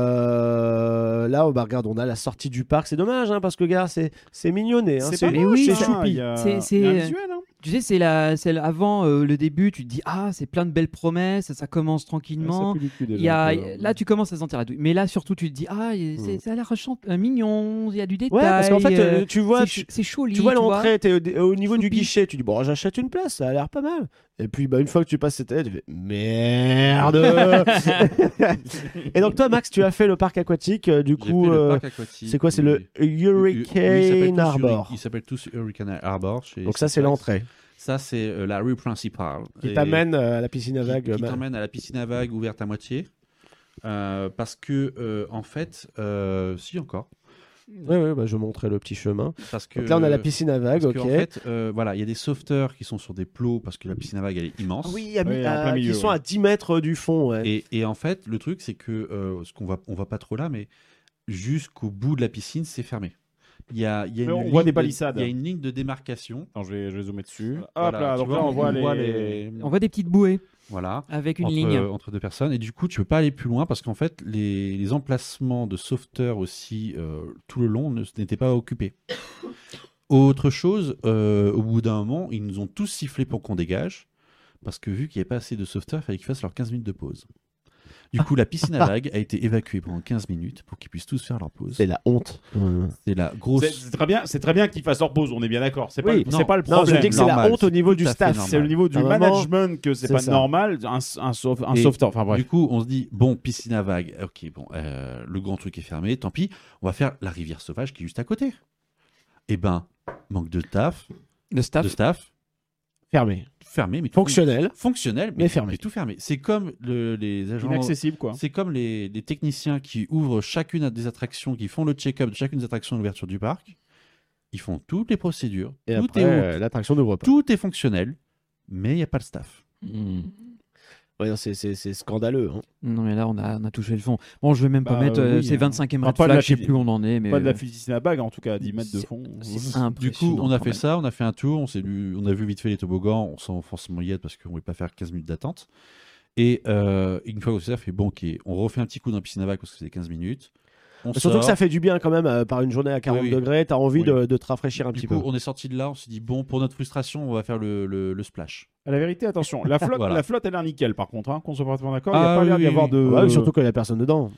[SPEAKER 8] Euh, là, oh, bah, regarde, on a la sortie du parc. C'est dommage, hein, parce que, gars, c'est c'est mignonné. hein,
[SPEAKER 1] C'est
[SPEAKER 8] c'est-
[SPEAKER 1] pas
[SPEAKER 7] mais oui,
[SPEAKER 1] moche,
[SPEAKER 7] c'est
[SPEAKER 1] hein,
[SPEAKER 8] choupi.
[SPEAKER 1] il y a-
[SPEAKER 7] C'est- c'est- euh,
[SPEAKER 1] il y a un visuel, hein.
[SPEAKER 7] Tu sais, c'est la, c'est la- avant euh, le début, tu te dis ah, c'est plein de belles promesses, ça commence
[SPEAKER 1] Ça
[SPEAKER 7] tranquillement.
[SPEAKER 1] pue du cul, déjà,
[SPEAKER 7] Il y a,
[SPEAKER 1] un peu.
[SPEAKER 7] là, tu commences à sentir la douille. Mais là, surtout, tu te dis ah, il- c'est- ça a l'air chant- euh, mignon, il y a du détail.
[SPEAKER 8] Mm. Ouais, parce qu'en fait,
[SPEAKER 7] euh,
[SPEAKER 8] euh, tu vois,
[SPEAKER 7] c'est
[SPEAKER 8] tu,
[SPEAKER 7] ch- c'est joli.
[SPEAKER 8] tu vois l'entrée, t'es au- au, niveau du
[SPEAKER 7] Choupi.
[SPEAKER 8] guichet, tu dis bon, j'achète une place, ça a l'air pas mal. Et puis, bah, une fois que tu passes cette aide, tu fais merde. Et donc toi, Max, tu as fait le parc aquatique, euh, du
[SPEAKER 9] J'ai fait
[SPEAKER 8] coup,
[SPEAKER 9] le
[SPEAKER 8] euh,
[SPEAKER 9] parc aquatique,
[SPEAKER 8] c'est quoi, c'est le
[SPEAKER 9] oui. Oui, oui, ils s'appellent tous
[SPEAKER 8] Hurricane
[SPEAKER 9] Hurri-
[SPEAKER 8] Harbor.
[SPEAKER 9] Ils s'appellent tous Hurricane Harbor. chez
[SPEAKER 8] Donc ça,
[SPEAKER 9] Six
[SPEAKER 8] c'est
[SPEAKER 9] Flags.
[SPEAKER 8] l'entrée
[SPEAKER 9] Ça, c'est euh, la rue principale.
[SPEAKER 8] qui
[SPEAKER 9] Et-
[SPEAKER 8] t'amène euh, à la piscine à
[SPEAKER 9] qui-
[SPEAKER 8] vagues.
[SPEAKER 9] qui
[SPEAKER 8] bah,
[SPEAKER 9] t'emmène à la piscine à vagues ouverte à moitié. Euh, parce que, euh, en fait, euh, si encore.
[SPEAKER 8] Ouais, ouais, bah, je montrais le petit chemin.
[SPEAKER 9] Parce que,
[SPEAKER 8] Donc là, on a la piscine à vagues, ok.
[SPEAKER 9] parce que, en fait, euh, voilà, il y a des sauveteurs qui sont sur des plots parce que la piscine à vagues, elle est immense.
[SPEAKER 8] Ah Oui, à,
[SPEAKER 1] Oui, en plein
[SPEAKER 8] à-
[SPEAKER 1] milieu,
[SPEAKER 8] qui sont
[SPEAKER 1] ouais.
[SPEAKER 8] à 10 mètres du fond. ouais.
[SPEAKER 9] Et, et en fait, le truc, c'est que, euh, ce qu'on va, on va pas trop là, mais jusqu'au bout de la piscine, c'est fermé. Il y a, il y a
[SPEAKER 1] Mais
[SPEAKER 9] une
[SPEAKER 1] on
[SPEAKER 9] ligne
[SPEAKER 1] voit des
[SPEAKER 9] de-
[SPEAKER 1] palissades.
[SPEAKER 9] Il y a une ligne de démarcation.
[SPEAKER 1] Attends, je vais, je vais zoomer dessus. Hop
[SPEAKER 9] Voilà,
[SPEAKER 1] là,
[SPEAKER 9] tu
[SPEAKER 1] donc
[SPEAKER 9] vois,
[SPEAKER 1] là, on, voit, les...
[SPEAKER 9] les-
[SPEAKER 7] On voit des petites bouées
[SPEAKER 9] Voilà.
[SPEAKER 7] avec une
[SPEAKER 9] entre, euh,
[SPEAKER 7] ligne.
[SPEAKER 8] euh,
[SPEAKER 9] entre deux personnes. Et du coup, tu peux pas aller plus loin parce qu'en fait, les, les emplacements de sauveteurs aussi euh, tout le long ne- n'étaient pas occupés. Autre chose, euh, au bout d'un moment, ils nous ont tous sifflé pour qu'on dégage parce que vu qu'il n'y avait pas assez de sauveteurs, il fallait qu'ils fassent leurs 15 minutes de pause. Du coup, la piscine à vagues a été évacuée pendant 15 minutes pour qu'ils puissent tous faire leur pause.
[SPEAKER 8] C'est la honte.
[SPEAKER 9] C'est la
[SPEAKER 1] C'est-
[SPEAKER 9] grosse.
[SPEAKER 1] c'est très bien, c'est très bien qu'ils fassent leur pause. On est bien d'accord. C'est pas,
[SPEAKER 8] Oui,
[SPEAKER 1] le- c'est pas le
[SPEAKER 8] Non, je
[SPEAKER 1] problème.
[SPEAKER 8] dis que c'est la
[SPEAKER 9] Normal,
[SPEAKER 8] honte au
[SPEAKER 9] c'est
[SPEAKER 8] niveau du
[SPEAKER 9] tout à fait
[SPEAKER 8] staff.
[SPEAKER 9] normal.
[SPEAKER 1] C'est au niveau du
[SPEAKER 8] Ta maman-
[SPEAKER 1] management que c'est
[SPEAKER 8] C'est
[SPEAKER 1] pas
[SPEAKER 8] ça.
[SPEAKER 1] normal. Un, un, sauve- un
[SPEAKER 9] Et-
[SPEAKER 1] sauveteur. Enfin bref.
[SPEAKER 9] Du coup, on se dit bon, piscine à vagues. Ok, bon, euh, le grand truc est fermé. Tant pis, on va faire la rivière sauvage qui est juste à côté. Eh ben, manque de taf,
[SPEAKER 7] Le staff.
[SPEAKER 9] de staff,
[SPEAKER 8] Fermé.
[SPEAKER 9] fermé, mais tout-
[SPEAKER 8] Fonctionnel.
[SPEAKER 9] fonctionnel,
[SPEAKER 8] Mais fermé. hein.
[SPEAKER 9] tout fermé. C'est comme le- les agents,
[SPEAKER 1] Inaccessible quoi.
[SPEAKER 9] c'est comme les, les techniciens qui ouvrent chacune des attractions, qui font le check-up de chacune des attractions à l'ouverture du parc. Ils font toutes les procédures.
[SPEAKER 8] Et
[SPEAKER 9] tout
[SPEAKER 8] après,
[SPEAKER 9] est
[SPEAKER 8] euh,
[SPEAKER 9] haute.
[SPEAKER 8] l'attraction n'ouvre pas.
[SPEAKER 9] Tout est fonctionnel, mais il n'y a pas le staff.
[SPEAKER 8] Ouais, non, c'est- c'est c'est scandaleux. hein.
[SPEAKER 7] Mm. Non, mais là, on a, on a touché le fond. Bon, je vais même pas
[SPEAKER 8] Bah,
[SPEAKER 7] mettre
[SPEAKER 8] euh,
[SPEAKER 7] euh,
[SPEAKER 8] oui,
[SPEAKER 7] ces
[SPEAKER 8] hein.
[SPEAKER 7] 25e
[SPEAKER 1] Enfin,
[SPEAKER 7] red
[SPEAKER 1] pas de
[SPEAKER 7] flag,
[SPEAKER 1] la
[SPEAKER 7] je sais
[SPEAKER 1] fusée-
[SPEAKER 7] plus où on en est. Mais... euh,
[SPEAKER 1] Pas de
[SPEAKER 9] euh,
[SPEAKER 1] la fusée à bague, en tout cas, à 10 mètres de fond.
[SPEAKER 9] Du coup, on a fait
[SPEAKER 7] même.
[SPEAKER 9] ça, on a fait un tour, on, s'est lu- on a vu vite fait les toboggans, on s'en forcément y être parce qu'on ne voulait pas faire 15 minutes d'attente. Et euh, une fois que ça fait bon, ok, on refait un petit coup dans la piscine à vague parce que c'était 15 minutes. On
[SPEAKER 8] Bah, Surtout que
[SPEAKER 9] sort.
[SPEAKER 8] ça fait du bien quand même euh, par une journée à 40
[SPEAKER 9] oui.
[SPEAKER 8] degrés, t'as envie
[SPEAKER 9] Oui.
[SPEAKER 8] de, de te rafraîchir un
[SPEAKER 9] Du
[SPEAKER 8] petit
[SPEAKER 9] coup,
[SPEAKER 8] peu.
[SPEAKER 9] on est sorti de là, on s'est dit bon, pour notre frustration, on va faire le, le- le splash.
[SPEAKER 1] À la vérité, attention, la flotte,
[SPEAKER 9] Voilà.
[SPEAKER 1] la flotte elle est nickel par contre, hein, qu'on soit parfaitement d'accord. il n'y a
[SPEAKER 9] Ah
[SPEAKER 1] pas
[SPEAKER 9] oui,
[SPEAKER 1] l'air d'y
[SPEAKER 9] oui,
[SPEAKER 1] avoir
[SPEAKER 9] oui.
[SPEAKER 1] de.
[SPEAKER 8] Ouais, surtout qu'il y a personne dedans.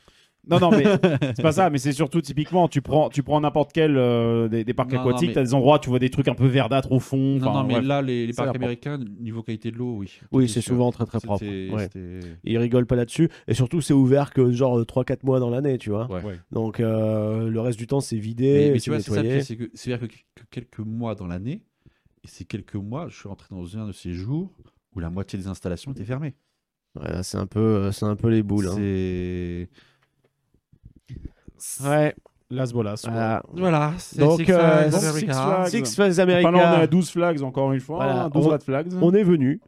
[SPEAKER 1] Non, non, mais c'est pas ça, mais c'est surtout typiquement, tu prends, tu prends n'importe quel euh, des, des parcs
[SPEAKER 9] Non, non,
[SPEAKER 1] aquatiques,
[SPEAKER 9] mais-
[SPEAKER 1] t'as des endroits, tu vois des trucs un peu verdâtres au fond.
[SPEAKER 9] Non,
[SPEAKER 1] enfin,
[SPEAKER 9] non, mais
[SPEAKER 1] bref.
[SPEAKER 9] là, les, les
[SPEAKER 1] Ça a
[SPEAKER 9] parcs
[SPEAKER 1] l'air propre.
[SPEAKER 9] américains, niveau qualité de l'eau, oui.
[SPEAKER 8] Oui,
[SPEAKER 9] C'était
[SPEAKER 8] c'est
[SPEAKER 9] sûr.
[SPEAKER 8] souvent très très propre.
[SPEAKER 9] C'était-
[SPEAKER 8] Ouais.
[SPEAKER 9] c'était-
[SPEAKER 8] Ils rigolent pas là-dessus. Et surtout, c'est ouvert que genre 3-4 mois dans l'année, tu vois.
[SPEAKER 9] Ouais. Ouais.
[SPEAKER 8] Donc euh, le reste du temps, c'est vidé.
[SPEAKER 9] Mais, mais tu
[SPEAKER 8] c'est
[SPEAKER 9] vois, c'est ça le
[SPEAKER 8] nettoyé.
[SPEAKER 9] pire, c'est que c'est à dire que, que quelques mois dans l'année, et ces quelques mois, je suis rentré dans un de ces jours où la moitié des installations étaient fermées.
[SPEAKER 8] Ouais, là, c'est un peu, euh, c'est un peu les boules. hein.
[SPEAKER 9] C'est.
[SPEAKER 8] Ouais.
[SPEAKER 1] Las Bolas. quoi.
[SPEAKER 9] Ah,
[SPEAKER 8] Voilà.
[SPEAKER 9] Voilà, c'est
[SPEAKER 8] Donc,
[SPEAKER 9] Six
[SPEAKER 8] euh,
[SPEAKER 9] Flags
[SPEAKER 8] Six
[SPEAKER 9] America.
[SPEAKER 1] Flags.
[SPEAKER 8] Six Flags
[SPEAKER 1] Enfin,
[SPEAKER 8] America.
[SPEAKER 1] là, on est à 12 flags encore une fois,
[SPEAKER 8] Voilà,
[SPEAKER 1] hein, 12
[SPEAKER 8] on-
[SPEAKER 1] red flags.
[SPEAKER 8] On est venu,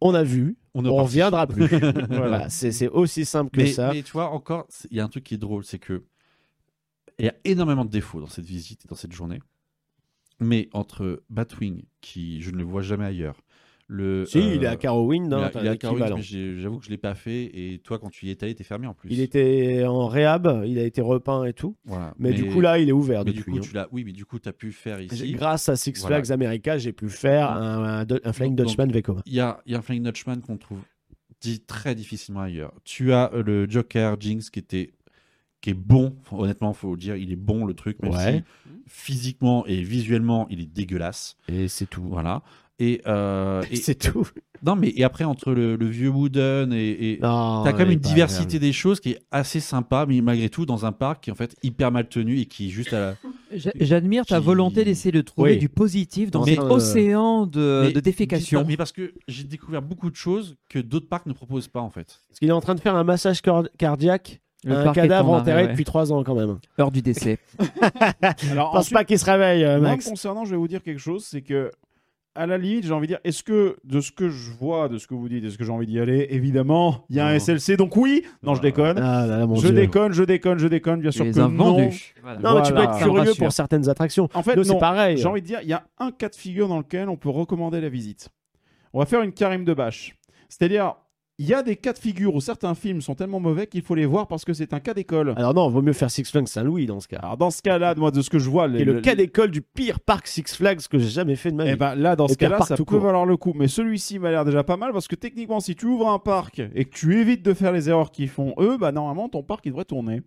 [SPEAKER 8] on a vu,
[SPEAKER 9] On
[SPEAKER 8] on,
[SPEAKER 9] est reparti.
[SPEAKER 8] reviendra plus. Voilà, c'est c'est aussi simple que
[SPEAKER 9] mais,
[SPEAKER 8] ça.
[SPEAKER 9] mais tu vois, encore, c'est- il y a un truc qui est drôle, c'est que il y a énormément de défauts dans cette visite et dans cette journée. Mais entre Batwing, qui je ne le vois jamais ailleurs, le.
[SPEAKER 8] Si,
[SPEAKER 9] euh,
[SPEAKER 8] il est à Carowind,
[SPEAKER 9] il est à-
[SPEAKER 8] hein,
[SPEAKER 9] il est à Caroline,
[SPEAKER 8] l'équivalent.
[SPEAKER 9] mais j'ai- j'avoue que je l'ai pas fait. Et toi, quand tu y étais allé, t'es fermé en plus.
[SPEAKER 8] Il était en réhab, il a été repeint et tout.
[SPEAKER 9] Voilà.
[SPEAKER 8] Mais, du coup, là, il est ouvert
[SPEAKER 9] mais du
[SPEAKER 8] depuis.
[SPEAKER 9] coup,
[SPEAKER 8] hein.
[SPEAKER 9] tu l'as. Oui, mais du coup, t'as pu faire ici.
[SPEAKER 8] J'ai- Grâce à Six
[SPEAKER 9] Voilà.
[SPEAKER 8] Flags America, j'ai pu faire un, un do- un Flying
[SPEAKER 9] Donc-
[SPEAKER 8] Dutchman Vekoma.
[SPEAKER 9] Il y a, il y a un Flying Dutchman qu'on trouve dit très difficilement ailleurs. Tu as euh, le Joker Jinx qui était qui est bon, Enfin, honnêtement, faut le dire, il est bon le truc, même
[SPEAKER 8] Ouais.
[SPEAKER 9] si physiquement et visuellement, il est dégueulasse.
[SPEAKER 8] Et c'est tout.
[SPEAKER 9] Voilà. Et, euh, et-
[SPEAKER 8] C'est tout.
[SPEAKER 9] non, mais et après entre le, le vieux Wooden et, et
[SPEAKER 8] Non,
[SPEAKER 9] t'as quand même
[SPEAKER 8] on est
[SPEAKER 9] une
[SPEAKER 8] pas
[SPEAKER 9] diversité des choses qui est assez sympa, mais malgré tout dans un parc qui est en fait hyper mal tenu et qui est juste à la-
[SPEAKER 7] J'a- J'admire ta
[SPEAKER 9] Qui-
[SPEAKER 7] volonté d'essayer de trouver
[SPEAKER 8] Oui.
[SPEAKER 7] du positif dans
[SPEAKER 8] Mais-
[SPEAKER 7] cet océan de,
[SPEAKER 9] Mais-
[SPEAKER 7] de défécation.
[SPEAKER 9] Mais parce que j'ai découvert beaucoup de choses que d'autres parcs ne proposent pas en fait.
[SPEAKER 8] Parce qu'il est en train de faire un massage cor- cardiaque.
[SPEAKER 7] Le
[SPEAKER 8] à un
[SPEAKER 7] parc est en
[SPEAKER 8] cadavre
[SPEAKER 7] arrêt,
[SPEAKER 8] enterré
[SPEAKER 7] ouais.
[SPEAKER 8] depuis 3 ans quand même.
[SPEAKER 7] Heure du décès.
[SPEAKER 1] Alors,
[SPEAKER 8] Pense
[SPEAKER 1] ensuite,
[SPEAKER 8] pas qu'il se réveille, euh,
[SPEAKER 1] Moi,
[SPEAKER 8] Max.
[SPEAKER 1] concernant, je vais vous dire quelque chose, c'est que à la limite, j'ai envie de dire, est-ce que de ce que je vois, de ce que vous dites, est-ce que j'ai envie d'y aller Évidemment, il y a un
[SPEAKER 9] Non.
[SPEAKER 1] SLC, donc oui. Non, je déconne.
[SPEAKER 8] Ah là là, mon
[SPEAKER 1] je
[SPEAKER 8] Dieu.
[SPEAKER 1] déconne, je déconne, je déconne, bien
[SPEAKER 7] Tu
[SPEAKER 1] sûr
[SPEAKER 7] les
[SPEAKER 1] que
[SPEAKER 7] as
[SPEAKER 1] non.
[SPEAKER 7] vendus. Voilà.
[SPEAKER 8] Non, mais tu peux
[SPEAKER 1] Voilà.
[SPEAKER 8] être
[SPEAKER 7] Ça me
[SPEAKER 8] curieux
[SPEAKER 7] rassure.
[SPEAKER 8] pour certaines attractions.
[SPEAKER 1] En fait,
[SPEAKER 8] Nous, c'est
[SPEAKER 1] non.
[SPEAKER 8] pareil. hein.
[SPEAKER 1] J'ai envie de dire, il y a un cas de figure dans lequel on peut recommander la visite. On va faire une carême de bâche. C'est-à-dire, il y a des cas de figure où certains films sont tellement mauvais qu'il faut les voir parce que c'est un cas d'école.
[SPEAKER 8] Alors non, vaut mieux faire Six Flags Saint-Louis dans ce cas.
[SPEAKER 1] Alors, dans ce cas-là, moi, de ce que je vois,
[SPEAKER 8] qui est le, cas d'école du pire parc Six Flags que j'ai jamais fait de ma vie.
[SPEAKER 1] Eh ben là, dans
[SPEAKER 8] Et
[SPEAKER 1] ce
[SPEAKER 8] puis
[SPEAKER 1] cas-là,
[SPEAKER 8] repart
[SPEAKER 1] ça
[SPEAKER 8] tout
[SPEAKER 1] peut
[SPEAKER 8] court.
[SPEAKER 1] valoir le coup. Mais celui-ci m'a l'air déjà pas mal parce que techniquement, si tu ouvres un parc et que tu évites de faire les erreurs qu'ils font eux, bah normalement ton parc il devrait tourner.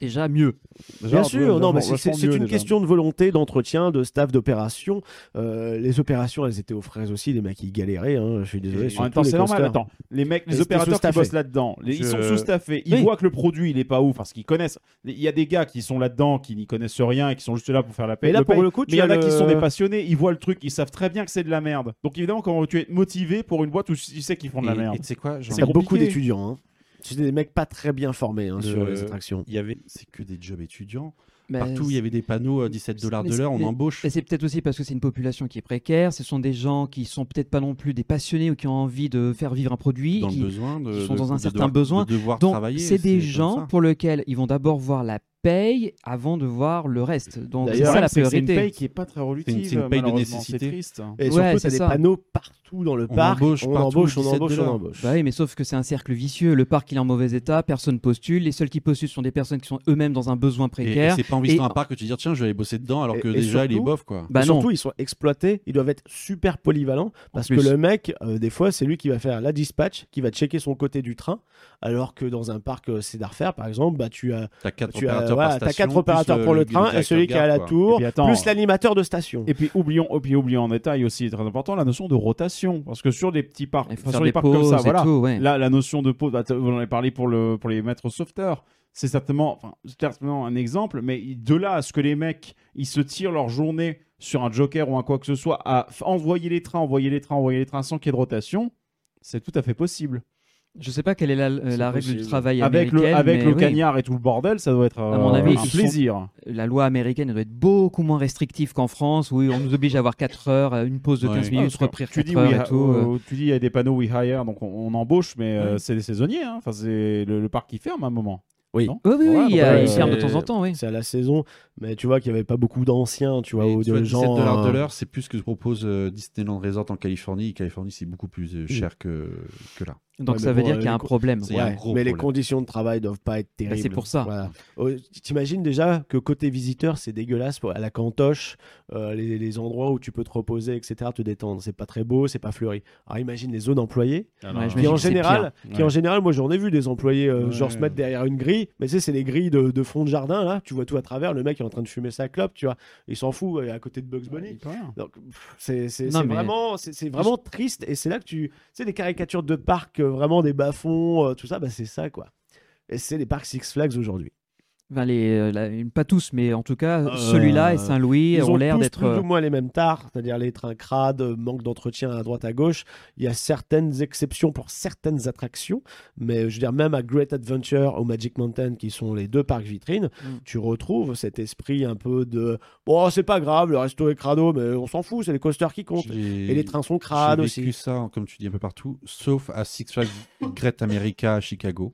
[SPEAKER 7] Déjà mieux.
[SPEAKER 8] Bien
[SPEAKER 1] Genre,
[SPEAKER 8] sûr,
[SPEAKER 1] de-
[SPEAKER 8] non,
[SPEAKER 1] de-
[SPEAKER 8] mais c'est- c'est
[SPEAKER 1] vachement
[SPEAKER 8] c'est
[SPEAKER 1] mieux,
[SPEAKER 8] une
[SPEAKER 1] déjà.
[SPEAKER 8] question de volonté, d'entretien, de staff, d'opération. Euh, les opérations, elles étaient aux fraises aussi, les mecs ils galéraient, hein, je suis désolé.
[SPEAKER 1] En
[SPEAKER 8] surtout
[SPEAKER 1] même temps,
[SPEAKER 8] les
[SPEAKER 1] c'est normal.
[SPEAKER 8] costeurs.
[SPEAKER 1] Attends, les mecs,
[SPEAKER 8] Et
[SPEAKER 1] les
[SPEAKER 8] c'était
[SPEAKER 1] opérateurs qui
[SPEAKER 8] sous-staffé.
[SPEAKER 1] bossent là-dedans, les- ils
[SPEAKER 9] Je-
[SPEAKER 1] sont sous-staffés. Ils
[SPEAKER 8] Oui.
[SPEAKER 1] voient que le produit il est pas ouf parce qu'ils connaissent. Il y a des gars qui sont là-dedans qui n'y connaissent rien et qui sont juste là pour faire la paix.
[SPEAKER 8] Mais là,
[SPEAKER 1] le
[SPEAKER 8] pour
[SPEAKER 1] paye.
[SPEAKER 8] le coup, tu
[SPEAKER 1] mais il y en
[SPEAKER 8] as
[SPEAKER 1] a qui
[SPEAKER 8] le-
[SPEAKER 1] sont des passionnés. Ils voient le truc, ils savent très bien que c'est de la merde. Donc évidemment, comment tu es motivé pour une boîte où tu sais qu'ils font de la
[SPEAKER 9] Et-
[SPEAKER 1] merde
[SPEAKER 9] Et tu sais quoi, j'ai
[SPEAKER 8] Il
[SPEAKER 1] hein. c'est
[SPEAKER 8] y a beaucoup
[SPEAKER 1] compliqué.
[SPEAKER 8] d'étudiants. hein. C'était des mecs pas très bien formés hein,
[SPEAKER 9] Le-
[SPEAKER 8] sur les attractions.
[SPEAKER 9] il y avait c'est que des jobs étudiants
[SPEAKER 7] Mais
[SPEAKER 9] partout il y avait des panneaux à 17 dollars de
[SPEAKER 7] Mais
[SPEAKER 9] l'heure on
[SPEAKER 7] c'est-
[SPEAKER 9] embauche
[SPEAKER 7] Et c'est peut-être aussi parce que c'est une population qui est précaire, ce sont des gens qui sont peut-être pas non plus des passionnés ou qui ont envie de faire vivre un produit,
[SPEAKER 9] dans le
[SPEAKER 7] qui-
[SPEAKER 9] besoin de,
[SPEAKER 7] qui sont
[SPEAKER 9] de-
[SPEAKER 7] dans un
[SPEAKER 9] de
[SPEAKER 7] certain
[SPEAKER 9] devoir-
[SPEAKER 7] besoin.
[SPEAKER 9] de devoir
[SPEAKER 7] Donc,
[SPEAKER 9] travailler
[SPEAKER 7] c'est des
[SPEAKER 9] comme
[SPEAKER 7] gens
[SPEAKER 9] ça.
[SPEAKER 7] pour lesquels ils vont d'abord voir la paye avant de voir le reste. Donc, c'est
[SPEAKER 8] D'ailleurs,
[SPEAKER 7] ça la
[SPEAKER 1] C'est que c'est
[SPEAKER 7] priorité.
[SPEAKER 1] une paye qui est pas très relutive.
[SPEAKER 9] C'est une- c'est une paye de
[SPEAKER 1] malheureusement.
[SPEAKER 9] nécessité.
[SPEAKER 1] C'est triste.
[SPEAKER 7] Ouais,
[SPEAKER 8] Et surtout,
[SPEAKER 7] c'est
[SPEAKER 8] t'as des
[SPEAKER 7] ça.
[SPEAKER 8] panneaux partout dans le
[SPEAKER 9] On
[SPEAKER 8] parc.
[SPEAKER 9] embauche
[SPEAKER 8] on
[SPEAKER 9] partout,
[SPEAKER 8] embauche, on
[SPEAKER 9] 17
[SPEAKER 8] embauche, on
[SPEAKER 9] dollars.
[SPEAKER 8] embauche.
[SPEAKER 7] Bah oui, mais sauf que c'est un cercle vicieux. Le parc, il est en mauvais état, personne postule. Les seuls qui postulent sont des personnes qui sont eux-mêmes dans un besoin
[SPEAKER 9] Et- et
[SPEAKER 7] précaire.
[SPEAKER 9] c'est pas en
[SPEAKER 7] Et-
[SPEAKER 9] visitant un parc que tu dis tiens je vais aller bosser dedans alors
[SPEAKER 8] Et-
[SPEAKER 9] que
[SPEAKER 8] et
[SPEAKER 9] déjà il est
[SPEAKER 8] surtout-
[SPEAKER 9] bof quoi
[SPEAKER 7] Bah
[SPEAKER 8] Et
[SPEAKER 7] non.
[SPEAKER 8] surtout, ils sont exploités, ils doivent être super polyvalents parce que
[SPEAKER 7] plus.
[SPEAKER 8] le mec, euh, des fois, c'est lui qui va faire la dispatch, qui va checker son côté du train, alors que dans un parc euh, Cédar Fair, par exemple, bah, tu as,
[SPEAKER 9] t'as quatre
[SPEAKER 8] tu as,
[SPEAKER 9] opérateurs
[SPEAKER 8] voilà,
[SPEAKER 9] par
[SPEAKER 8] t'as
[SPEAKER 9] station,
[SPEAKER 8] quatre
[SPEAKER 9] plus euh,
[SPEAKER 8] opérateurs pour le, train et hein.
[SPEAKER 9] directeur
[SPEAKER 8] celui qui est à
[SPEAKER 9] gare,
[SPEAKER 8] la
[SPEAKER 9] quoi.
[SPEAKER 8] tour,
[SPEAKER 1] Et puis, attends.
[SPEAKER 8] plus l'animateur de station.
[SPEAKER 1] Et puis oublions, et puis oublions en détail aussi très important la notion de rotation parce que sur des petits parcs,
[SPEAKER 7] il faut
[SPEAKER 1] enfin,
[SPEAKER 7] faire
[SPEAKER 1] sur les
[SPEAKER 7] des
[SPEAKER 1] parcs comme ça,
[SPEAKER 7] pauses et
[SPEAKER 1] voilà.
[SPEAKER 7] tout, ouais.
[SPEAKER 1] Là, la notion de pause, bah, t- vous en avez parlé pour le pour les mettre au sauveteur. C'est certainement, enfin, c'est certainement un exemple, mais de là à ce que les mecs ils se tirent leur journée sur un joker ou un quoi que ce soit à f- envoyer les trains, envoyer les trains, envoyer les trains sans qu'il y ait de rotation, c'est tout à fait possible.
[SPEAKER 7] Je sais pas quelle est la, euh, la règle du
[SPEAKER 1] possible.
[SPEAKER 7] travail
[SPEAKER 1] Avec le-
[SPEAKER 7] américaine.
[SPEAKER 1] avec
[SPEAKER 7] mais
[SPEAKER 1] le
[SPEAKER 7] oui.
[SPEAKER 1] cagnard et tout le bordel, ça doit être,
[SPEAKER 7] À mon
[SPEAKER 1] euh,
[SPEAKER 7] avis,
[SPEAKER 1] un
[SPEAKER 7] ils sont-
[SPEAKER 1] plaisir.
[SPEAKER 7] la loi américaine elle doit être beaucoup moins restrictive qu'en France, où on nous oblige à avoir 4 heures, euh, une pause de 15
[SPEAKER 1] Ouais.
[SPEAKER 7] minutes,
[SPEAKER 1] Ah, parce que
[SPEAKER 7] reprise
[SPEAKER 1] tu
[SPEAKER 7] 4
[SPEAKER 1] dis
[SPEAKER 7] heures
[SPEAKER 1] we
[SPEAKER 7] et
[SPEAKER 1] ha-
[SPEAKER 7] tout. euh.
[SPEAKER 1] euh, tu dis il y a des panneaux we hire, donc on, on embauche, mais euh, c'est des saisonniers. hein. Enfin, c'est le, le parc qui ferme à un moment.
[SPEAKER 9] Oui.
[SPEAKER 7] Oui, oui, oui, il y a-
[SPEAKER 8] Ouais,
[SPEAKER 7] il
[SPEAKER 8] c'est-
[SPEAKER 7] ferme de temps en temps, oui.
[SPEAKER 8] C'est à la saison, mais tu vois qu'il n'y avait pas beaucoup d'anciens, tu vois, ou
[SPEAKER 9] Tu vois,
[SPEAKER 8] de
[SPEAKER 9] 17
[SPEAKER 8] bah, gens.
[SPEAKER 9] dollars de
[SPEAKER 8] euh,
[SPEAKER 9] l'heure, c'est plus ce que propose euh, Disneyland Resort en Californie. Et Californie, c'est beaucoup plus euh, cher que, que là.
[SPEAKER 7] Donc
[SPEAKER 8] Ouais,
[SPEAKER 7] ça
[SPEAKER 8] mais
[SPEAKER 7] veut
[SPEAKER 8] bon,
[SPEAKER 7] dire
[SPEAKER 8] euh,
[SPEAKER 7] qu'il y a
[SPEAKER 8] les
[SPEAKER 7] un
[SPEAKER 8] co-
[SPEAKER 7] problème.
[SPEAKER 9] C'est- Il y a un
[SPEAKER 8] Ouais,
[SPEAKER 9] gros
[SPEAKER 8] mais les
[SPEAKER 9] problème.
[SPEAKER 8] conditions de travail doivent pas être
[SPEAKER 7] c'est
[SPEAKER 8] terribles.
[SPEAKER 7] pour ça.
[SPEAKER 8] Voilà. Oh, T'imagines déjà que côté visiteur, c'est dégueulasse pour- à la cantoche, euh, les, les endroits où tu peux te reposer, etc., te détendre. C'est pas très beau, c'est pas fleuri. Alors imagine les zones employées.
[SPEAKER 7] Ouais,
[SPEAKER 1] euh,
[SPEAKER 8] Qui
[SPEAKER 7] j'imagine
[SPEAKER 8] en,
[SPEAKER 7] que c'est
[SPEAKER 8] général,
[SPEAKER 7] pire.
[SPEAKER 8] qui en général, moi j'en ai vu des employés euh,
[SPEAKER 1] Ouais.
[SPEAKER 8] genre se mettre derrière une grille, mais tu sais, c'est les grilles de, de fond de jardin là, tu vois tout à travers, le mec est en train de fumer sa clope, tu vois, il s'en fout, il est à côté de Bugs Bunny. Donc pff, c'est c'est-
[SPEAKER 7] Non,
[SPEAKER 8] c'est
[SPEAKER 7] mais-
[SPEAKER 8] vraiment c'est c'est vraiment triste et c'est là que tu sais des caricatures de parcs euh, vraiment des bas-fonds euh, tout ça bah c'est ça quoi. Et c'est les parcs Six Flags aujourd'hui.
[SPEAKER 7] Enfin, les, euh, la- pas tous, mais en tout cas, celui-là et Saint-Louis
[SPEAKER 8] Euh, Ils
[SPEAKER 7] ont
[SPEAKER 8] ont
[SPEAKER 7] l'air
[SPEAKER 8] tous
[SPEAKER 7] d'être.
[SPEAKER 8] plus
[SPEAKER 7] euh,
[SPEAKER 8] ou moins les mêmes tares, c'est-à-dire les trains crades, euh, manque d'entretien à droite à gauche. Il y a certaines exceptions pour certaines attractions, mais euh, je veux dire même à Great Adventure, au Magic Mountain, qui sont les deux parcs vitrines,
[SPEAKER 7] Mm.
[SPEAKER 8] tu retrouves cet esprit un peu de bon c'est pas grave, le resto est crado, mais on s'en fout, c'est les coasters qui comptent.
[SPEAKER 9] J'ai-
[SPEAKER 8] Et les trains sont crades
[SPEAKER 9] J'ai
[SPEAKER 8] aussi.
[SPEAKER 9] vécu ça, hein, comme tu dis, un peu partout, sauf à Six Flags Great America à Chicago,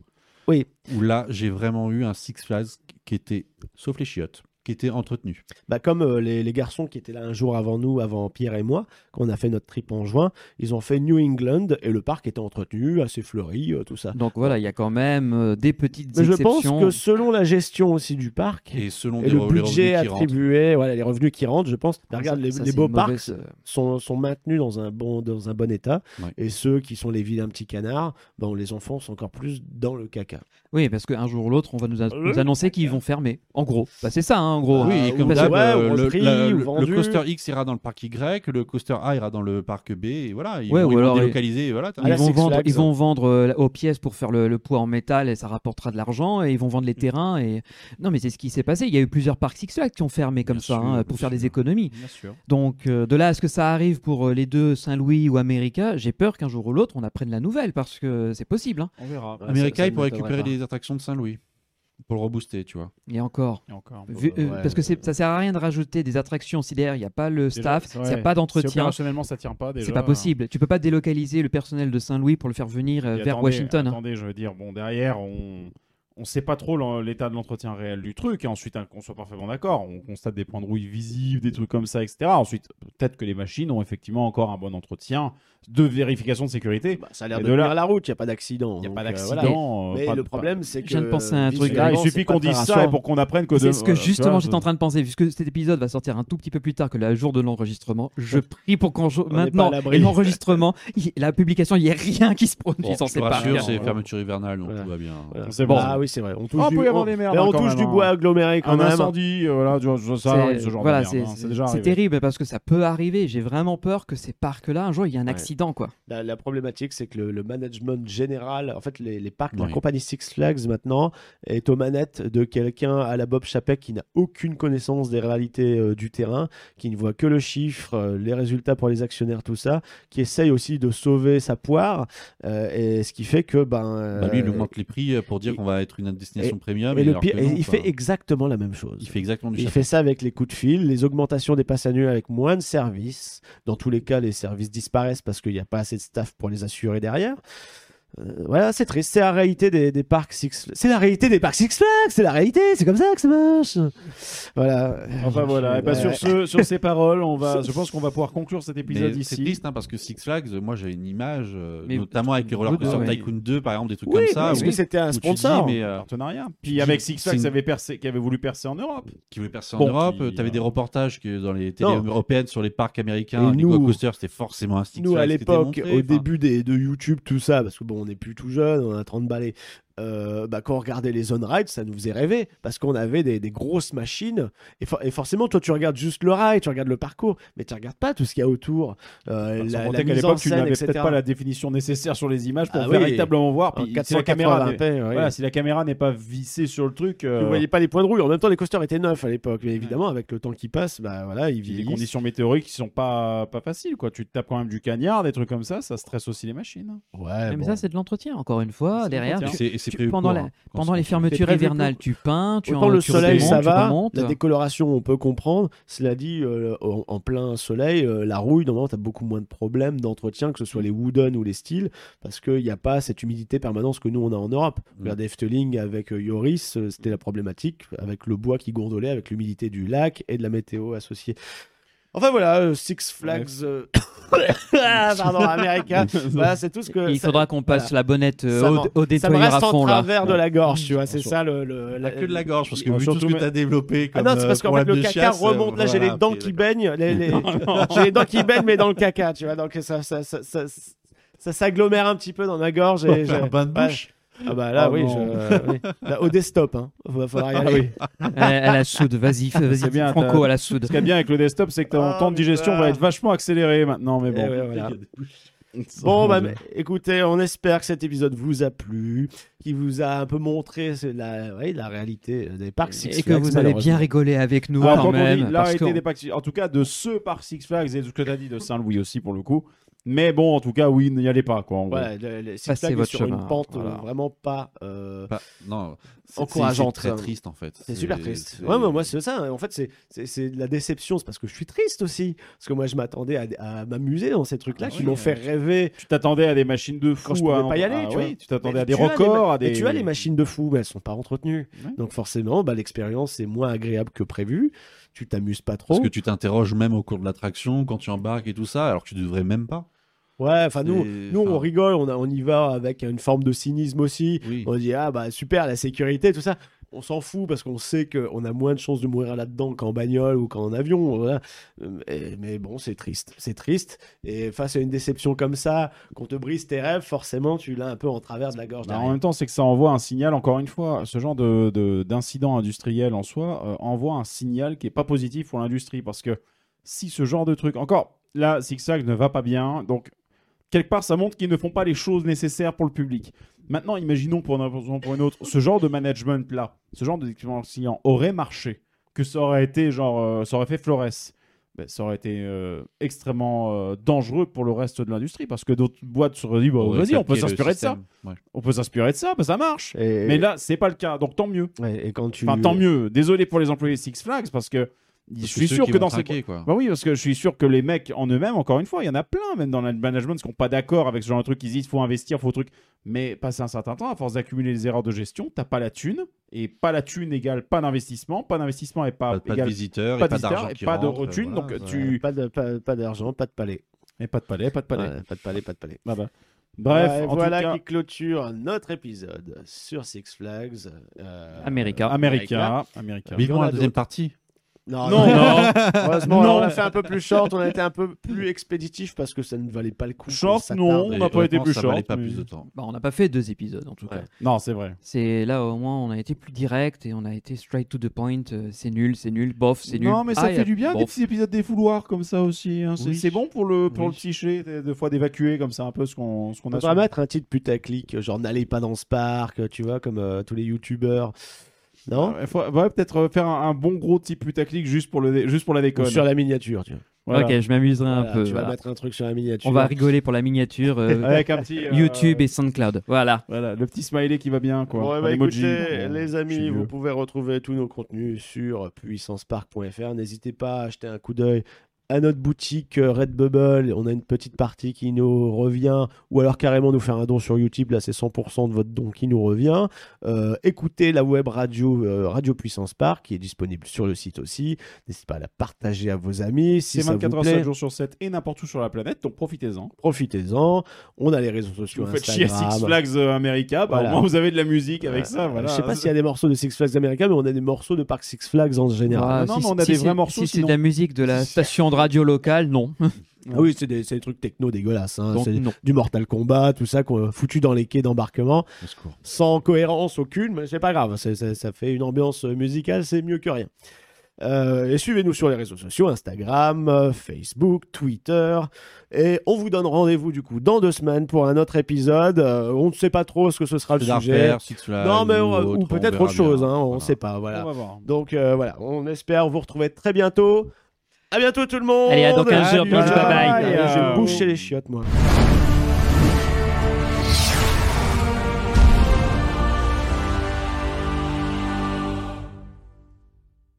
[SPEAKER 8] Oui.
[SPEAKER 9] où là, j'ai vraiment eu un Six Flags qui était, sauf les chiottes, qui était entretenu.
[SPEAKER 8] Bah, comme euh, les, les garçons qui étaient là un jour avant nous, avant Pierre et moi, quand on a fait notre trip en juin, ils ont fait New England et le parc était entretenu, assez fleuri, euh, tout ça.
[SPEAKER 7] Donc voilà, il y a quand même euh, des petites
[SPEAKER 8] Mais je pense
[SPEAKER 7] exceptions.
[SPEAKER 8] que selon la gestion aussi du parc et,
[SPEAKER 9] Et selon des
[SPEAKER 8] le
[SPEAKER 9] re- les
[SPEAKER 8] budget
[SPEAKER 9] revenus qui rentrent.
[SPEAKER 8] attribué, voilà, les revenus qui rentrent, je pense. bah, regarde, les,
[SPEAKER 7] Ça,
[SPEAKER 8] les
[SPEAKER 7] c'est
[SPEAKER 8] beaux
[SPEAKER 7] une
[SPEAKER 8] parcs
[SPEAKER 7] mauvaise, euh,
[SPEAKER 8] sont, sont maintenus dans un bon, dans un bon état
[SPEAKER 9] Ouais.
[SPEAKER 8] et ceux qui sont les vilains petits canards, bah, on les enfonce encore plus dans le caca.
[SPEAKER 7] Oui, parce qu'un jour ou l'autre, on va nous, a-
[SPEAKER 8] Euh,
[SPEAKER 7] nous annoncer qu'ils vont fermer. En gros, Bah, c'est ça, hein, en gros.
[SPEAKER 9] oui,
[SPEAKER 8] Ah,
[SPEAKER 9] et
[SPEAKER 8] ou-
[SPEAKER 9] comme
[SPEAKER 8] parce
[SPEAKER 9] d'hab,
[SPEAKER 8] que- ouais,
[SPEAKER 9] euh,
[SPEAKER 8] ou
[SPEAKER 9] le,
[SPEAKER 8] repris,
[SPEAKER 9] la-
[SPEAKER 8] ou
[SPEAKER 9] le- le
[SPEAKER 8] vendu.
[SPEAKER 9] coaster X ira dans le parc Y, le coaster A ira dans le parc B, et voilà, ils
[SPEAKER 7] Ouais,
[SPEAKER 9] vont,
[SPEAKER 7] ou
[SPEAKER 9] ils vont
[SPEAKER 7] alors,
[SPEAKER 9] délocaliser, et voilà. t'as-
[SPEAKER 8] Ah,
[SPEAKER 7] Ils
[SPEAKER 8] la
[SPEAKER 7] vont,
[SPEAKER 8] Six
[SPEAKER 7] vendre,
[SPEAKER 8] Flags.
[SPEAKER 7] ils vaux vendre euh, aux pièces pour faire le, le poids en métal et ça rapportera de l'argent et ils vont
[SPEAKER 1] Mm.
[SPEAKER 7] vendre les terrains. Et... Non, mais c'est ce qui s'est passé. Il y a eu plusieurs parcs Six Flags qui ont fermé comme
[SPEAKER 9] Bien
[SPEAKER 7] ça
[SPEAKER 9] sûr,
[SPEAKER 7] hein,
[SPEAKER 9] bien
[SPEAKER 7] pour faire
[SPEAKER 9] sûr.
[SPEAKER 7] des économies.
[SPEAKER 9] Bien sûr.
[SPEAKER 7] Donc euh, de là à ce que ça arrive pour euh, les deux Saint-Louis ou America, j'ai peur qu'un jour ou l'autre on apprenne la nouvelle parce que c'est possible. hein.
[SPEAKER 1] On verra.
[SPEAKER 8] Ouais,
[SPEAKER 9] America,
[SPEAKER 8] ça- ça
[SPEAKER 9] ils
[SPEAKER 8] ne
[SPEAKER 9] pourraient
[SPEAKER 8] m'étonnerait
[SPEAKER 9] récupérer
[SPEAKER 8] pas.
[SPEAKER 9] les attractions de Saint-Louis pour le rebooster, tu vois.
[SPEAKER 7] Et encore.
[SPEAKER 1] Et encore.
[SPEAKER 7] Vu- euh, parce que c'est- ça sert à rien de rajouter des attractions si derrière il n'y a pas le
[SPEAKER 1] Déjà,
[SPEAKER 7] staff,
[SPEAKER 1] c'est vrai.
[SPEAKER 7] s'il n'y a pas
[SPEAKER 1] Si
[SPEAKER 7] d'entretien,
[SPEAKER 1] opérationnellement, ça tient pas. déjà, hein.
[SPEAKER 7] c'est pas possible. Tu peux pas délocaliser le personnel de Saint-Louis pour le faire venir euh,
[SPEAKER 1] Et
[SPEAKER 7] vers
[SPEAKER 1] attendez,
[SPEAKER 7] Washington. hein.
[SPEAKER 1] Attendez, je veux dire, bon, derrière, on on sait pas trop l'en- l'état de l'entretien réel du truc, et ensuite, hein, qu'on soit parfaitement d'accord, on constate des points de rouille visibles, des trucs comme ça, etc. Ensuite, peut-être que les machines ont effectivement encore un bon entretien de vérification de sécurité.
[SPEAKER 8] Bah, ça a l'air
[SPEAKER 1] Et
[SPEAKER 8] de,
[SPEAKER 1] de là-
[SPEAKER 8] tenir la route, il n'y a pas d'accident.
[SPEAKER 1] Il n'y a
[SPEAKER 8] donc,
[SPEAKER 1] pas
[SPEAKER 8] euh, voilà.
[SPEAKER 1] d'accident. euh,
[SPEAKER 8] Mais
[SPEAKER 1] pas
[SPEAKER 8] le
[SPEAKER 1] de-
[SPEAKER 8] problème, c'est que.
[SPEAKER 7] Je viens de penser à un truc.
[SPEAKER 1] pas- Là, il
[SPEAKER 8] visuellement, c'est
[SPEAKER 1] suffit
[SPEAKER 8] pas
[SPEAKER 1] qu'on
[SPEAKER 8] très
[SPEAKER 1] dise ça
[SPEAKER 8] rassurant.
[SPEAKER 1] et pour qu'on apprenne que. de-
[SPEAKER 7] C'est ce que
[SPEAKER 1] voilà, tu
[SPEAKER 7] justement
[SPEAKER 1] vois,
[SPEAKER 7] j'étais en train de penser, puisque cet épisode va sortir un tout petit peu plus tard que le jour de l'enregistrement. Je prie pour qu'en jo-
[SPEAKER 8] n'est
[SPEAKER 7] maintenant
[SPEAKER 8] pas à l'abri.
[SPEAKER 7] et l'enregistrement, il- la publication, il n'y ait rien qui se produise. on
[SPEAKER 9] je
[SPEAKER 7] sait
[SPEAKER 9] te
[SPEAKER 7] pas.
[SPEAKER 9] rassure,
[SPEAKER 8] bien.
[SPEAKER 9] c'est fermeture hivernale, donc
[SPEAKER 8] Voilà.
[SPEAKER 9] tout va bien.
[SPEAKER 8] Voilà.
[SPEAKER 1] C'est bon.
[SPEAKER 8] Ah oui, c'est vrai. On touche
[SPEAKER 1] Ah,
[SPEAKER 8] du,
[SPEAKER 1] peut y avoir
[SPEAKER 8] on-
[SPEAKER 1] des merdes,
[SPEAKER 8] mais on
[SPEAKER 1] hein, quand
[SPEAKER 8] touche
[SPEAKER 1] même,
[SPEAKER 8] du
[SPEAKER 1] hein.
[SPEAKER 8] bois aggloméré quand
[SPEAKER 1] Un
[SPEAKER 8] même.
[SPEAKER 1] incendie, euh, voilà, tu vois, ça,
[SPEAKER 7] C'est-
[SPEAKER 1] arrive, ce genre
[SPEAKER 7] voilà,
[SPEAKER 1] de merde.
[SPEAKER 7] c'est-
[SPEAKER 1] hein, C'est déjà
[SPEAKER 7] c'est
[SPEAKER 1] arrivé.
[SPEAKER 7] terrible parce que ça peut arriver. J'ai vraiment peur que ces parcs-là, un jour, il y ait un
[SPEAKER 8] Ouais.
[SPEAKER 7] accident. quoi.
[SPEAKER 8] La, la problématique, c'est que le, le management général, en fait, les, les parcs,
[SPEAKER 9] Oui.
[SPEAKER 8] la compagnie Six Flags maintenant est aux manettes de quelqu'un à la Bob Chapek qui n'a aucune connaissance des réalités euh, du terrain, qui ne voit que le chiffre, euh, les résultats pour les actionnaires, tout ça, qui essaye aussi de sauver sa poire, euh, et ce qui fait que ben.
[SPEAKER 9] Bah, lui, il
[SPEAKER 8] euh,
[SPEAKER 9] augmente les prix euh, pour dire
[SPEAKER 8] et-
[SPEAKER 9] qu'on va être une destination premium.
[SPEAKER 8] et le
[SPEAKER 9] alors
[SPEAKER 8] pire-
[SPEAKER 9] que
[SPEAKER 8] et
[SPEAKER 9] non,
[SPEAKER 8] il
[SPEAKER 9] quoi.
[SPEAKER 8] fait exactement la même chose.
[SPEAKER 9] il fait exactement du
[SPEAKER 8] Il
[SPEAKER 9] ça.
[SPEAKER 8] fait ça avec les coups de fil, les augmentations des passes annuelles avec moins de services. Dans tous les cas, les services disparaissent parce qu'il n'y a pas assez de staff pour les assurer derrière. Euh, voilà, c'est triste. C'est la réalité des, des parcs Six C'est la réalité des parcs Six Flags. C'est la réalité. C'est comme ça que ça marche. Voilà.
[SPEAKER 1] Enfin
[SPEAKER 9] Eh
[SPEAKER 1] voilà, et bah,
[SPEAKER 9] ben,
[SPEAKER 1] sur,
[SPEAKER 8] Ouais.
[SPEAKER 1] ce- sur ces paroles, on va, je pense qu'on va pouvoir conclure cet épisode
[SPEAKER 9] Mais C'est
[SPEAKER 1] ici.
[SPEAKER 9] triste hein, parce que Six Flags, euh, moi j'avais une image, euh,
[SPEAKER 7] Mais-
[SPEAKER 9] notamment avec les roller
[SPEAKER 7] Oui,
[SPEAKER 9] coaster
[SPEAKER 7] ouais.
[SPEAKER 9] Tycoon 2 par exemple, des trucs
[SPEAKER 8] Oui,
[SPEAKER 9] comme ça,
[SPEAKER 8] parce
[SPEAKER 9] où-
[SPEAKER 8] que c'était un
[SPEAKER 9] où tu dis,
[SPEAKER 8] sponsor.
[SPEAKER 9] mais, euh,
[SPEAKER 1] partenariat. Puis avec Six Flags,
[SPEAKER 9] C'est une-
[SPEAKER 1] ça avait percé- qui avait voulu percer en Europe.
[SPEAKER 9] qui voulait percer en
[SPEAKER 1] Bon,
[SPEAKER 9] Europe,
[SPEAKER 1] qui-
[SPEAKER 9] euh, t'avais des reportages que dans les télés
[SPEAKER 8] Non.
[SPEAKER 9] européennes sur les parcs américains,
[SPEAKER 8] Et
[SPEAKER 9] les
[SPEAKER 8] nous-
[SPEAKER 9] roller coasters, c'était forcément un Six
[SPEAKER 8] Nous,
[SPEAKER 9] Flags
[SPEAKER 8] à
[SPEAKER 9] qui était
[SPEAKER 8] l'époque,
[SPEAKER 9] montré,
[SPEAKER 8] au
[SPEAKER 9] enfin,
[SPEAKER 8] début des, de YouTube, tout ça, parce que bon, on est plus tout jeune, on a 30 balais. euh, bah, quand on regardait les on-ride, ça nous faisait rêver parce qu'on avait des, des grosses machines. Et, for- et forcément, toi, tu regardes juste le ride, tu regardes le parcours, mais tu regardes pas tout ce qu'il y a autour. Euh,
[SPEAKER 1] Sans
[SPEAKER 8] la,
[SPEAKER 1] compter
[SPEAKER 8] la
[SPEAKER 1] qu'à
[SPEAKER 8] mise en
[SPEAKER 1] l'époque, tu
[SPEAKER 8] scène,
[SPEAKER 1] n'avais
[SPEAKER 8] etc..
[SPEAKER 1] peut-être pas la définition nécessaire sur les images pour
[SPEAKER 8] Ah oui.
[SPEAKER 1] véritablement voir.
[SPEAKER 8] En
[SPEAKER 1] Puis si la caméra,
[SPEAKER 8] 480p,
[SPEAKER 1] n'est-
[SPEAKER 8] oui.
[SPEAKER 1] voilà, si la caméra n'est pas vissée sur le truc, euh,
[SPEAKER 8] Tu voyais pas les points de rouille. En même temps, les coasters étaient neufs à l'époque. Mais évidemment, avec le temps qui passe, bah voilà, ils
[SPEAKER 1] les
[SPEAKER 8] vieillissent.
[SPEAKER 1] conditions météoriques qui sont pas pas faciles quoi. Tu te tapes quand même du cagnard, des trucs comme ça, ça stresse aussi les machines. hein.
[SPEAKER 8] Ouais.
[SPEAKER 7] Mais ça, c'est de l'entretien, encore une fois.
[SPEAKER 1] C'est
[SPEAKER 7] Derrière,
[SPEAKER 1] l'entretien.
[SPEAKER 7] tu-
[SPEAKER 1] Et c'est- et c'est
[SPEAKER 7] tu-
[SPEAKER 1] prévu
[SPEAKER 7] pendant,
[SPEAKER 1] pour,
[SPEAKER 7] la-
[SPEAKER 1] hein, quand c'est
[SPEAKER 7] pendant les
[SPEAKER 1] construit.
[SPEAKER 7] fermetures
[SPEAKER 8] C'est prévu
[SPEAKER 7] hivernales,
[SPEAKER 8] pour-
[SPEAKER 7] tu peins, tu,
[SPEAKER 8] Autant
[SPEAKER 7] en,
[SPEAKER 8] le
[SPEAKER 7] tu
[SPEAKER 8] soleil,
[SPEAKER 7] remontes,
[SPEAKER 8] ça
[SPEAKER 7] tu
[SPEAKER 8] va.
[SPEAKER 7] remontes.
[SPEAKER 8] La décoloration, on peut comprendre. Cela dit, euh, en, en plein soleil, euh, la rouille, normalement, tu as beaucoup moins de problèmes d'entretien, que ce soit les wooden ou les styles, parce qu'il n'y a pas cette humidité permanente que nous, on a en Europe.
[SPEAKER 7] Mm.
[SPEAKER 8] Regardez Efteling avec euh, Yoris, euh, c'était la problématique, avec le bois qui gondolait, avec l'humidité du lac et de la météo associée. Enfin voilà, euh, Six Flags. euh, ah, Pardon, America. Voilà, c'est tout ce que.
[SPEAKER 7] Il
[SPEAKER 8] ça-
[SPEAKER 7] faudra qu'on passe
[SPEAKER 8] voilà.
[SPEAKER 7] la bonnette euh,
[SPEAKER 8] Ça
[SPEAKER 7] au,
[SPEAKER 8] m'en-
[SPEAKER 7] au
[SPEAKER 8] ça me
[SPEAKER 7] détoyeur
[SPEAKER 8] reste
[SPEAKER 7] à fond
[SPEAKER 8] en
[SPEAKER 7] là.
[SPEAKER 8] travers de la gorge, tu vois, c'est ça le, le-
[SPEAKER 9] La queue de la gorge, parce que
[SPEAKER 1] Oui,
[SPEAKER 9] vu tout ce
[SPEAKER 1] surtout,
[SPEAKER 9] que tu as développé.
[SPEAKER 8] Ah
[SPEAKER 9] Comme,
[SPEAKER 8] non, c'est parce
[SPEAKER 9] euh,
[SPEAKER 8] qu'en fait, le
[SPEAKER 9] problème de
[SPEAKER 8] caca
[SPEAKER 9] chasse, euh,
[SPEAKER 8] remonte. Là, j'ai
[SPEAKER 9] voilà,
[SPEAKER 8] les dents
[SPEAKER 9] ok,
[SPEAKER 8] qui
[SPEAKER 9] d'accord.
[SPEAKER 8] baignent. les- les- j'ai les dents qui baignent, mais dans le caca, tu vois. Donc, ça, ça, ça, ça, ça s'agglomère un petit peu dans ma gorge. Et j'ai-
[SPEAKER 9] Un bain de
[SPEAKER 8] ouais.
[SPEAKER 9] bouche.
[SPEAKER 8] Ah bah là,
[SPEAKER 1] Oh
[SPEAKER 8] oui.
[SPEAKER 1] non.
[SPEAKER 8] je- oui. Là, au desktop, hein. Va falloir y
[SPEAKER 1] Ah
[SPEAKER 8] aller.
[SPEAKER 1] oui.
[SPEAKER 7] Elle- elle a soude, vas-y, fais- vas-y,
[SPEAKER 1] C'est bien,
[SPEAKER 7] Franco,
[SPEAKER 1] t'as-
[SPEAKER 7] à la soude.
[SPEAKER 1] Ce qui est bien avec le desktop, c'est que ton
[SPEAKER 8] Ah,
[SPEAKER 1] temps de
[SPEAKER 8] putain.
[SPEAKER 1] digestion va être vachement accéléré maintenant, mais
[SPEAKER 8] Eh
[SPEAKER 1] bon.
[SPEAKER 8] ouais, voilà. Bon, bah, mais- écoutez, on espère que cet épisode vous a plu, qu'il vous a un peu montré c'est la, ouais, la réalité des parcs Six
[SPEAKER 7] Et que
[SPEAKER 8] Flags,
[SPEAKER 7] vous avez bien
[SPEAKER 8] malheureusement.
[SPEAKER 7] rigolé avec nous
[SPEAKER 1] Alors,
[SPEAKER 7] quand
[SPEAKER 1] quand Ah, on dit
[SPEAKER 7] même.
[SPEAKER 1] la
[SPEAKER 7] parce
[SPEAKER 1] réalité
[SPEAKER 7] qu'on-
[SPEAKER 1] des parcs Six- en tout cas de ce parc Six Flags et de ce que tu as dit de Saint-Louis aussi pour le coup. Mais bon, en tout cas, oui, n'y allez pas quoi. en gros.
[SPEAKER 8] Voilà, le- le Six
[SPEAKER 7] Passez
[SPEAKER 8] Flags est
[SPEAKER 7] votre
[SPEAKER 8] sur
[SPEAKER 7] chemin,
[SPEAKER 8] une pente euh,
[SPEAKER 7] voilà.
[SPEAKER 8] vraiment pas. euh, hein.
[SPEAKER 9] Bah, non, c'est-
[SPEAKER 8] Encourageant,
[SPEAKER 9] c'est- c'est
[SPEAKER 8] très-
[SPEAKER 9] très triste en fait.
[SPEAKER 8] C'est super triste.
[SPEAKER 9] c'est-
[SPEAKER 8] Ouais, moi, moi, c'est ça. En fait, c'est- c'est c'est de la déception. C'est parce que je suis triste aussi. Parce que moi, je m'attendais à, à m'amuser dans ces trucs-là qui m'ont fait rêver.
[SPEAKER 1] Tu t'attendais à des machines de fou
[SPEAKER 8] Quand je pouvais
[SPEAKER 1] à-
[SPEAKER 8] pas y aller,
[SPEAKER 1] ah
[SPEAKER 8] tu
[SPEAKER 1] oui,
[SPEAKER 8] vois.
[SPEAKER 1] tu t'attendais
[SPEAKER 8] Mais
[SPEAKER 1] à des
[SPEAKER 8] tu as
[SPEAKER 1] records,
[SPEAKER 8] ma-
[SPEAKER 1] à des.
[SPEAKER 8] mais tu as les machines de fou, mais elles sont pas entretenues.
[SPEAKER 1] Ouais.
[SPEAKER 8] Donc forcément, bah, l'expérience est moins agréable que prévu. Tu t'amuses pas trop.
[SPEAKER 9] Parce que tu t'interroges même au cours de l'attraction, quand tu embarques et tout ça, alors que tu devrais même pas.
[SPEAKER 8] Ouais, enfin nous,
[SPEAKER 9] C'est-
[SPEAKER 8] nous on
[SPEAKER 9] enfin-
[SPEAKER 8] rigole, on, a- on y va avec une forme de cynisme aussi.
[SPEAKER 9] Oui.
[SPEAKER 8] On dit ah bah super la sécurité tout ça. On s'en fout parce qu'on sait qu'on a moins de chances de mourir là-dedans qu'en bagnole ou qu'en avion. voilà. Euh, et- mais bon, c'est triste. C'est triste. Et face à une déception comme ça, qu'on te brise tes rêves, forcément, tu l'as un peu en travers de la gorge.
[SPEAKER 1] Bah,
[SPEAKER 8] derrière.
[SPEAKER 1] en même temps, c'est que ça envoie un signal, encore une fois, ce genre de, de- d'incident industriel en soi euh, envoie un signal qui est pas positif pour l'industrie. Parce que si ce genre de truc. Encore, là, Six Flags ne va pas bien. Donc, quelque part, ça montre qu'ils ne font pas les choses nécessaires pour le public. Maintenant, imaginons pour une raison ou pour une autre, ce genre de management-là, ce genre d'expérience client aurait marché, que ça aurait été genre. euh, ça aurait fait Flores. Ben, ça aurait été euh, extrêmement euh, dangereux pour le reste de l'industrie parce que d'autres boîtes se dit bah,
[SPEAKER 9] Faudrait
[SPEAKER 1] vas-y, on peut
[SPEAKER 9] calquer le
[SPEAKER 1] s'inspirer de ça
[SPEAKER 9] système. Ouais.
[SPEAKER 1] on peut s'inspirer de ça, bah, ça marche.
[SPEAKER 8] Et-
[SPEAKER 1] Mais là, c'est pas le cas, donc tant mieux.
[SPEAKER 8] Ouais, et quand tu.
[SPEAKER 1] Enfin, tant mieux. Désolé pour les employés Six Flags parce que je
[SPEAKER 9] Parce
[SPEAKER 1] suis
[SPEAKER 9] ceux
[SPEAKER 1] sûr
[SPEAKER 9] qui
[SPEAKER 1] que
[SPEAKER 9] vont
[SPEAKER 1] dans ces.
[SPEAKER 9] trinquer, quoi.
[SPEAKER 1] Bah oui, parce que je suis sûr que les mecs en eux-mêmes, encore une fois, il y en a plein, même dans le management, qui sont pas d'accord avec ce genre de truc. Ils disent faut investir, faut truc. Mais passé un certain temps, à force d'accumuler les erreurs de gestion, t'as pas la thune. Et pas la thune égale pas d'investissement. Pas d'investissement et pas,
[SPEAKER 9] Pas, pas de
[SPEAKER 1] égale
[SPEAKER 9] visiteurs, et
[SPEAKER 1] pas de
[SPEAKER 9] pas
[SPEAKER 1] visiteurs
[SPEAKER 9] d'argent
[SPEAKER 1] et
[SPEAKER 9] qui
[SPEAKER 1] pas de
[SPEAKER 9] rentre,
[SPEAKER 1] rotune,
[SPEAKER 9] voilà,
[SPEAKER 1] donc, euh,
[SPEAKER 9] ça-
[SPEAKER 1] tu-
[SPEAKER 8] Pas de- pas- pas d'argent, pas de palais.
[SPEAKER 1] Et pas de palais, pas de palais.
[SPEAKER 8] Ouais, pas de palais, pas de palais.
[SPEAKER 1] Bah, bah. Bref,
[SPEAKER 8] Ouais,
[SPEAKER 1] en
[SPEAKER 8] voilà
[SPEAKER 1] tout cas,
[SPEAKER 8] qui clôture notre épisode sur Six Flags. euh,
[SPEAKER 7] Américain.
[SPEAKER 1] américain, américain.
[SPEAKER 9] Mais
[SPEAKER 8] Il y en
[SPEAKER 9] bon,
[SPEAKER 8] a
[SPEAKER 9] la deuxième
[SPEAKER 8] d'autres.
[SPEAKER 9] partie. Ah,
[SPEAKER 8] Non,
[SPEAKER 1] Non, non.
[SPEAKER 8] Heureusement,
[SPEAKER 1] Non.
[SPEAKER 8] alors, on a fait un peu plus short, on a été un peu plus expéditif parce que ça ne valait pas le coup. qu'on
[SPEAKER 1] Short,
[SPEAKER 8] s'attarde.
[SPEAKER 1] non. On n'a
[SPEAKER 9] Et
[SPEAKER 1] pas été
[SPEAKER 9] honnêtement,
[SPEAKER 1] plus
[SPEAKER 9] ça valait
[SPEAKER 1] short,
[SPEAKER 9] pas
[SPEAKER 1] mais-
[SPEAKER 9] plus de temps.
[SPEAKER 7] Bah, on n'a pas fait deux épisodes en tout cas.
[SPEAKER 1] Non, c'est vrai.
[SPEAKER 7] C'est là au moins on a été plus direct et on a été straight to the point. euh, C'est nul, c'est nul, bof, c'est nul.
[SPEAKER 1] Non, mais ça
[SPEAKER 7] Ah, y a-
[SPEAKER 1] fait du bien des
[SPEAKER 7] bof.
[SPEAKER 1] petits épisodes des fouloirs comme ça aussi. hein. C'est
[SPEAKER 9] Oui.
[SPEAKER 1] c'est bon pour le, pour
[SPEAKER 9] Oui.
[SPEAKER 1] le psyché, des, des fois d'évacuer comme ça un peu ce qu'on ce qu'on
[SPEAKER 8] On
[SPEAKER 1] a.
[SPEAKER 8] devrait mettre un titre putaclic, genre n'allez pas dans ce parc, tu vois, comme euh, tous les youtubeurs.
[SPEAKER 7] Ah
[SPEAKER 8] Non
[SPEAKER 1] Il faut ouais, peut-être euh, faire un, un bon gros petit putaclic juste pour, le, dé- juste pour la
[SPEAKER 8] Ou
[SPEAKER 1] déconne.
[SPEAKER 8] Sur la miniature, tu vois.
[SPEAKER 1] Voilà.
[SPEAKER 7] Ok, je m'amuserai
[SPEAKER 8] Voilà,
[SPEAKER 7] un peu.
[SPEAKER 8] tu vas
[SPEAKER 7] voilà.
[SPEAKER 8] mettre un truc sur la miniature.
[SPEAKER 7] On va rigoler pour la miniature euh,
[SPEAKER 1] Avec un petit. euh,
[SPEAKER 7] YouTube et SoundCloud. Voilà.
[SPEAKER 1] Voilà, le petit smiley qui va bien, quoi.
[SPEAKER 8] Bon, eh
[SPEAKER 1] Enfin,
[SPEAKER 8] ben,
[SPEAKER 1] l'emoji.
[SPEAKER 8] écoutez,
[SPEAKER 1] Bon,
[SPEAKER 8] les
[SPEAKER 1] je suis
[SPEAKER 8] amis, vous
[SPEAKER 1] vieux.
[SPEAKER 8] pouvez retrouver tous nos contenus sur puissancepark.fr. N'hésitez pas à jeter un coup d'œil à notre boutique euh, Redbubble. On a une petite partie qui nous revient, ou alors carrément nous faire un don sur YouTube. Là, c'est 100% de votre don qui nous revient. Euh, écoutez la web radio euh, Radio Puissance Park, qui est disponible sur le site aussi. N'hésitez pas à la partager à vos amis. Si
[SPEAKER 1] C'est
[SPEAKER 8] ça
[SPEAKER 1] 24
[SPEAKER 8] vous
[SPEAKER 1] heures 7
[SPEAKER 8] plaît,
[SPEAKER 1] jours sur 7 et n'importe où sur la planète, donc profitez-en.
[SPEAKER 8] profitez-en. On a les réseaux
[SPEAKER 1] Si
[SPEAKER 8] sociaux
[SPEAKER 1] vous faites chier à
[SPEAKER 8] Instagram.
[SPEAKER 1] Six Flags euh, America, bah,
[SPEAKER 8] Voilà.
[SPEAKER 1] au moins vous avez de la musique avec
[SPEAKER 8] Euh,
[SPEAKER 1] ça. Voilà.
[SPEAKER 8] Je sais
[SPEAKER 9] hein.
[SPEAKER 8] pas s'il y a des morceaux de Six Flags américains, mais on a des morceaux de Parc Six Flags en général.
[SPEAKER 7] Ah,
[SPEAKER 1] non,
[SPEAKER 7] si
[SPEAKER 1] mais on a
[SPEAKER 7] si
[SPEAKER 1] des
[SPEAKER 7] c'est-
[SPEAKER 1] vrais morceaux,
[SPEAKER 7] Si c'est de
[SPEAKER 1] sinon.
[SPEAKER 7] la musique de la station de radio locale, non.
[SPEAKER 8] Ah oui, c'est des, c'est des trucs techno dégueulasses.
[SPEAKER 7] Ah,
[SPEAKER 8] hein.
[SPEAKER 1] Donc,
[SPEAKER 8] C'est
[SPEAKER 9] mm.
[SPEAKER 1] non.
[SPEAKER 8] du Mortal Kombat, tout ça, qu'on foutu dans les quais d'embarquement,
[SPEAKER 1] Au secours.
[SPEAKER 8] sans cohérence aucune, mais c'est pas grave. c'est- c'est- ça fait une ambiance musicale, c'est mieux que rien. Euh, et suivez-nous sur les réseaux sociaux, Instagram, euh, Facebook, Twitter. Et on vous donne rendez-vous du coup dans deux semaines pour un autre épisode. Euh, on ne sait pas trop ce que ce sera le
[SPEAKER 9] Faisard
[SPEAKER 8] sujet.
[SPEAKER 9] Faire, Six Flags
[SPEAKER 8] non, mais
[SPEAKER 9] euh, ou
[SPEAKER 8] on-
[SPEAKER 9] autre,
[SPEAKER 8] ou
[SPEAKER 9] on
[SPEAKER 8] peut-être
[SPEAKER 9] verra
[SPEAKER 8] autre chose,
[SPEAKER 9] bien.
[SPEAKER 8] hein, on ne
[SPEAKER 9] Voilà.
[SPEAKER 8] sait pas. Voilà.
[SPEAKER 1] On va voir.
[SPEAKER 8] Donc euh, voilà, on espère vous retrouver très bientôt. À bientôt tout le monde.
[SPEAKER 7] Allez, à dans 15 heures,
[SPEAKER 8] Salut,
[SPEAKER 7] bisous, bye bye.
[SPEAKER 8] Allez, Je vais me boucher les chiottes moi.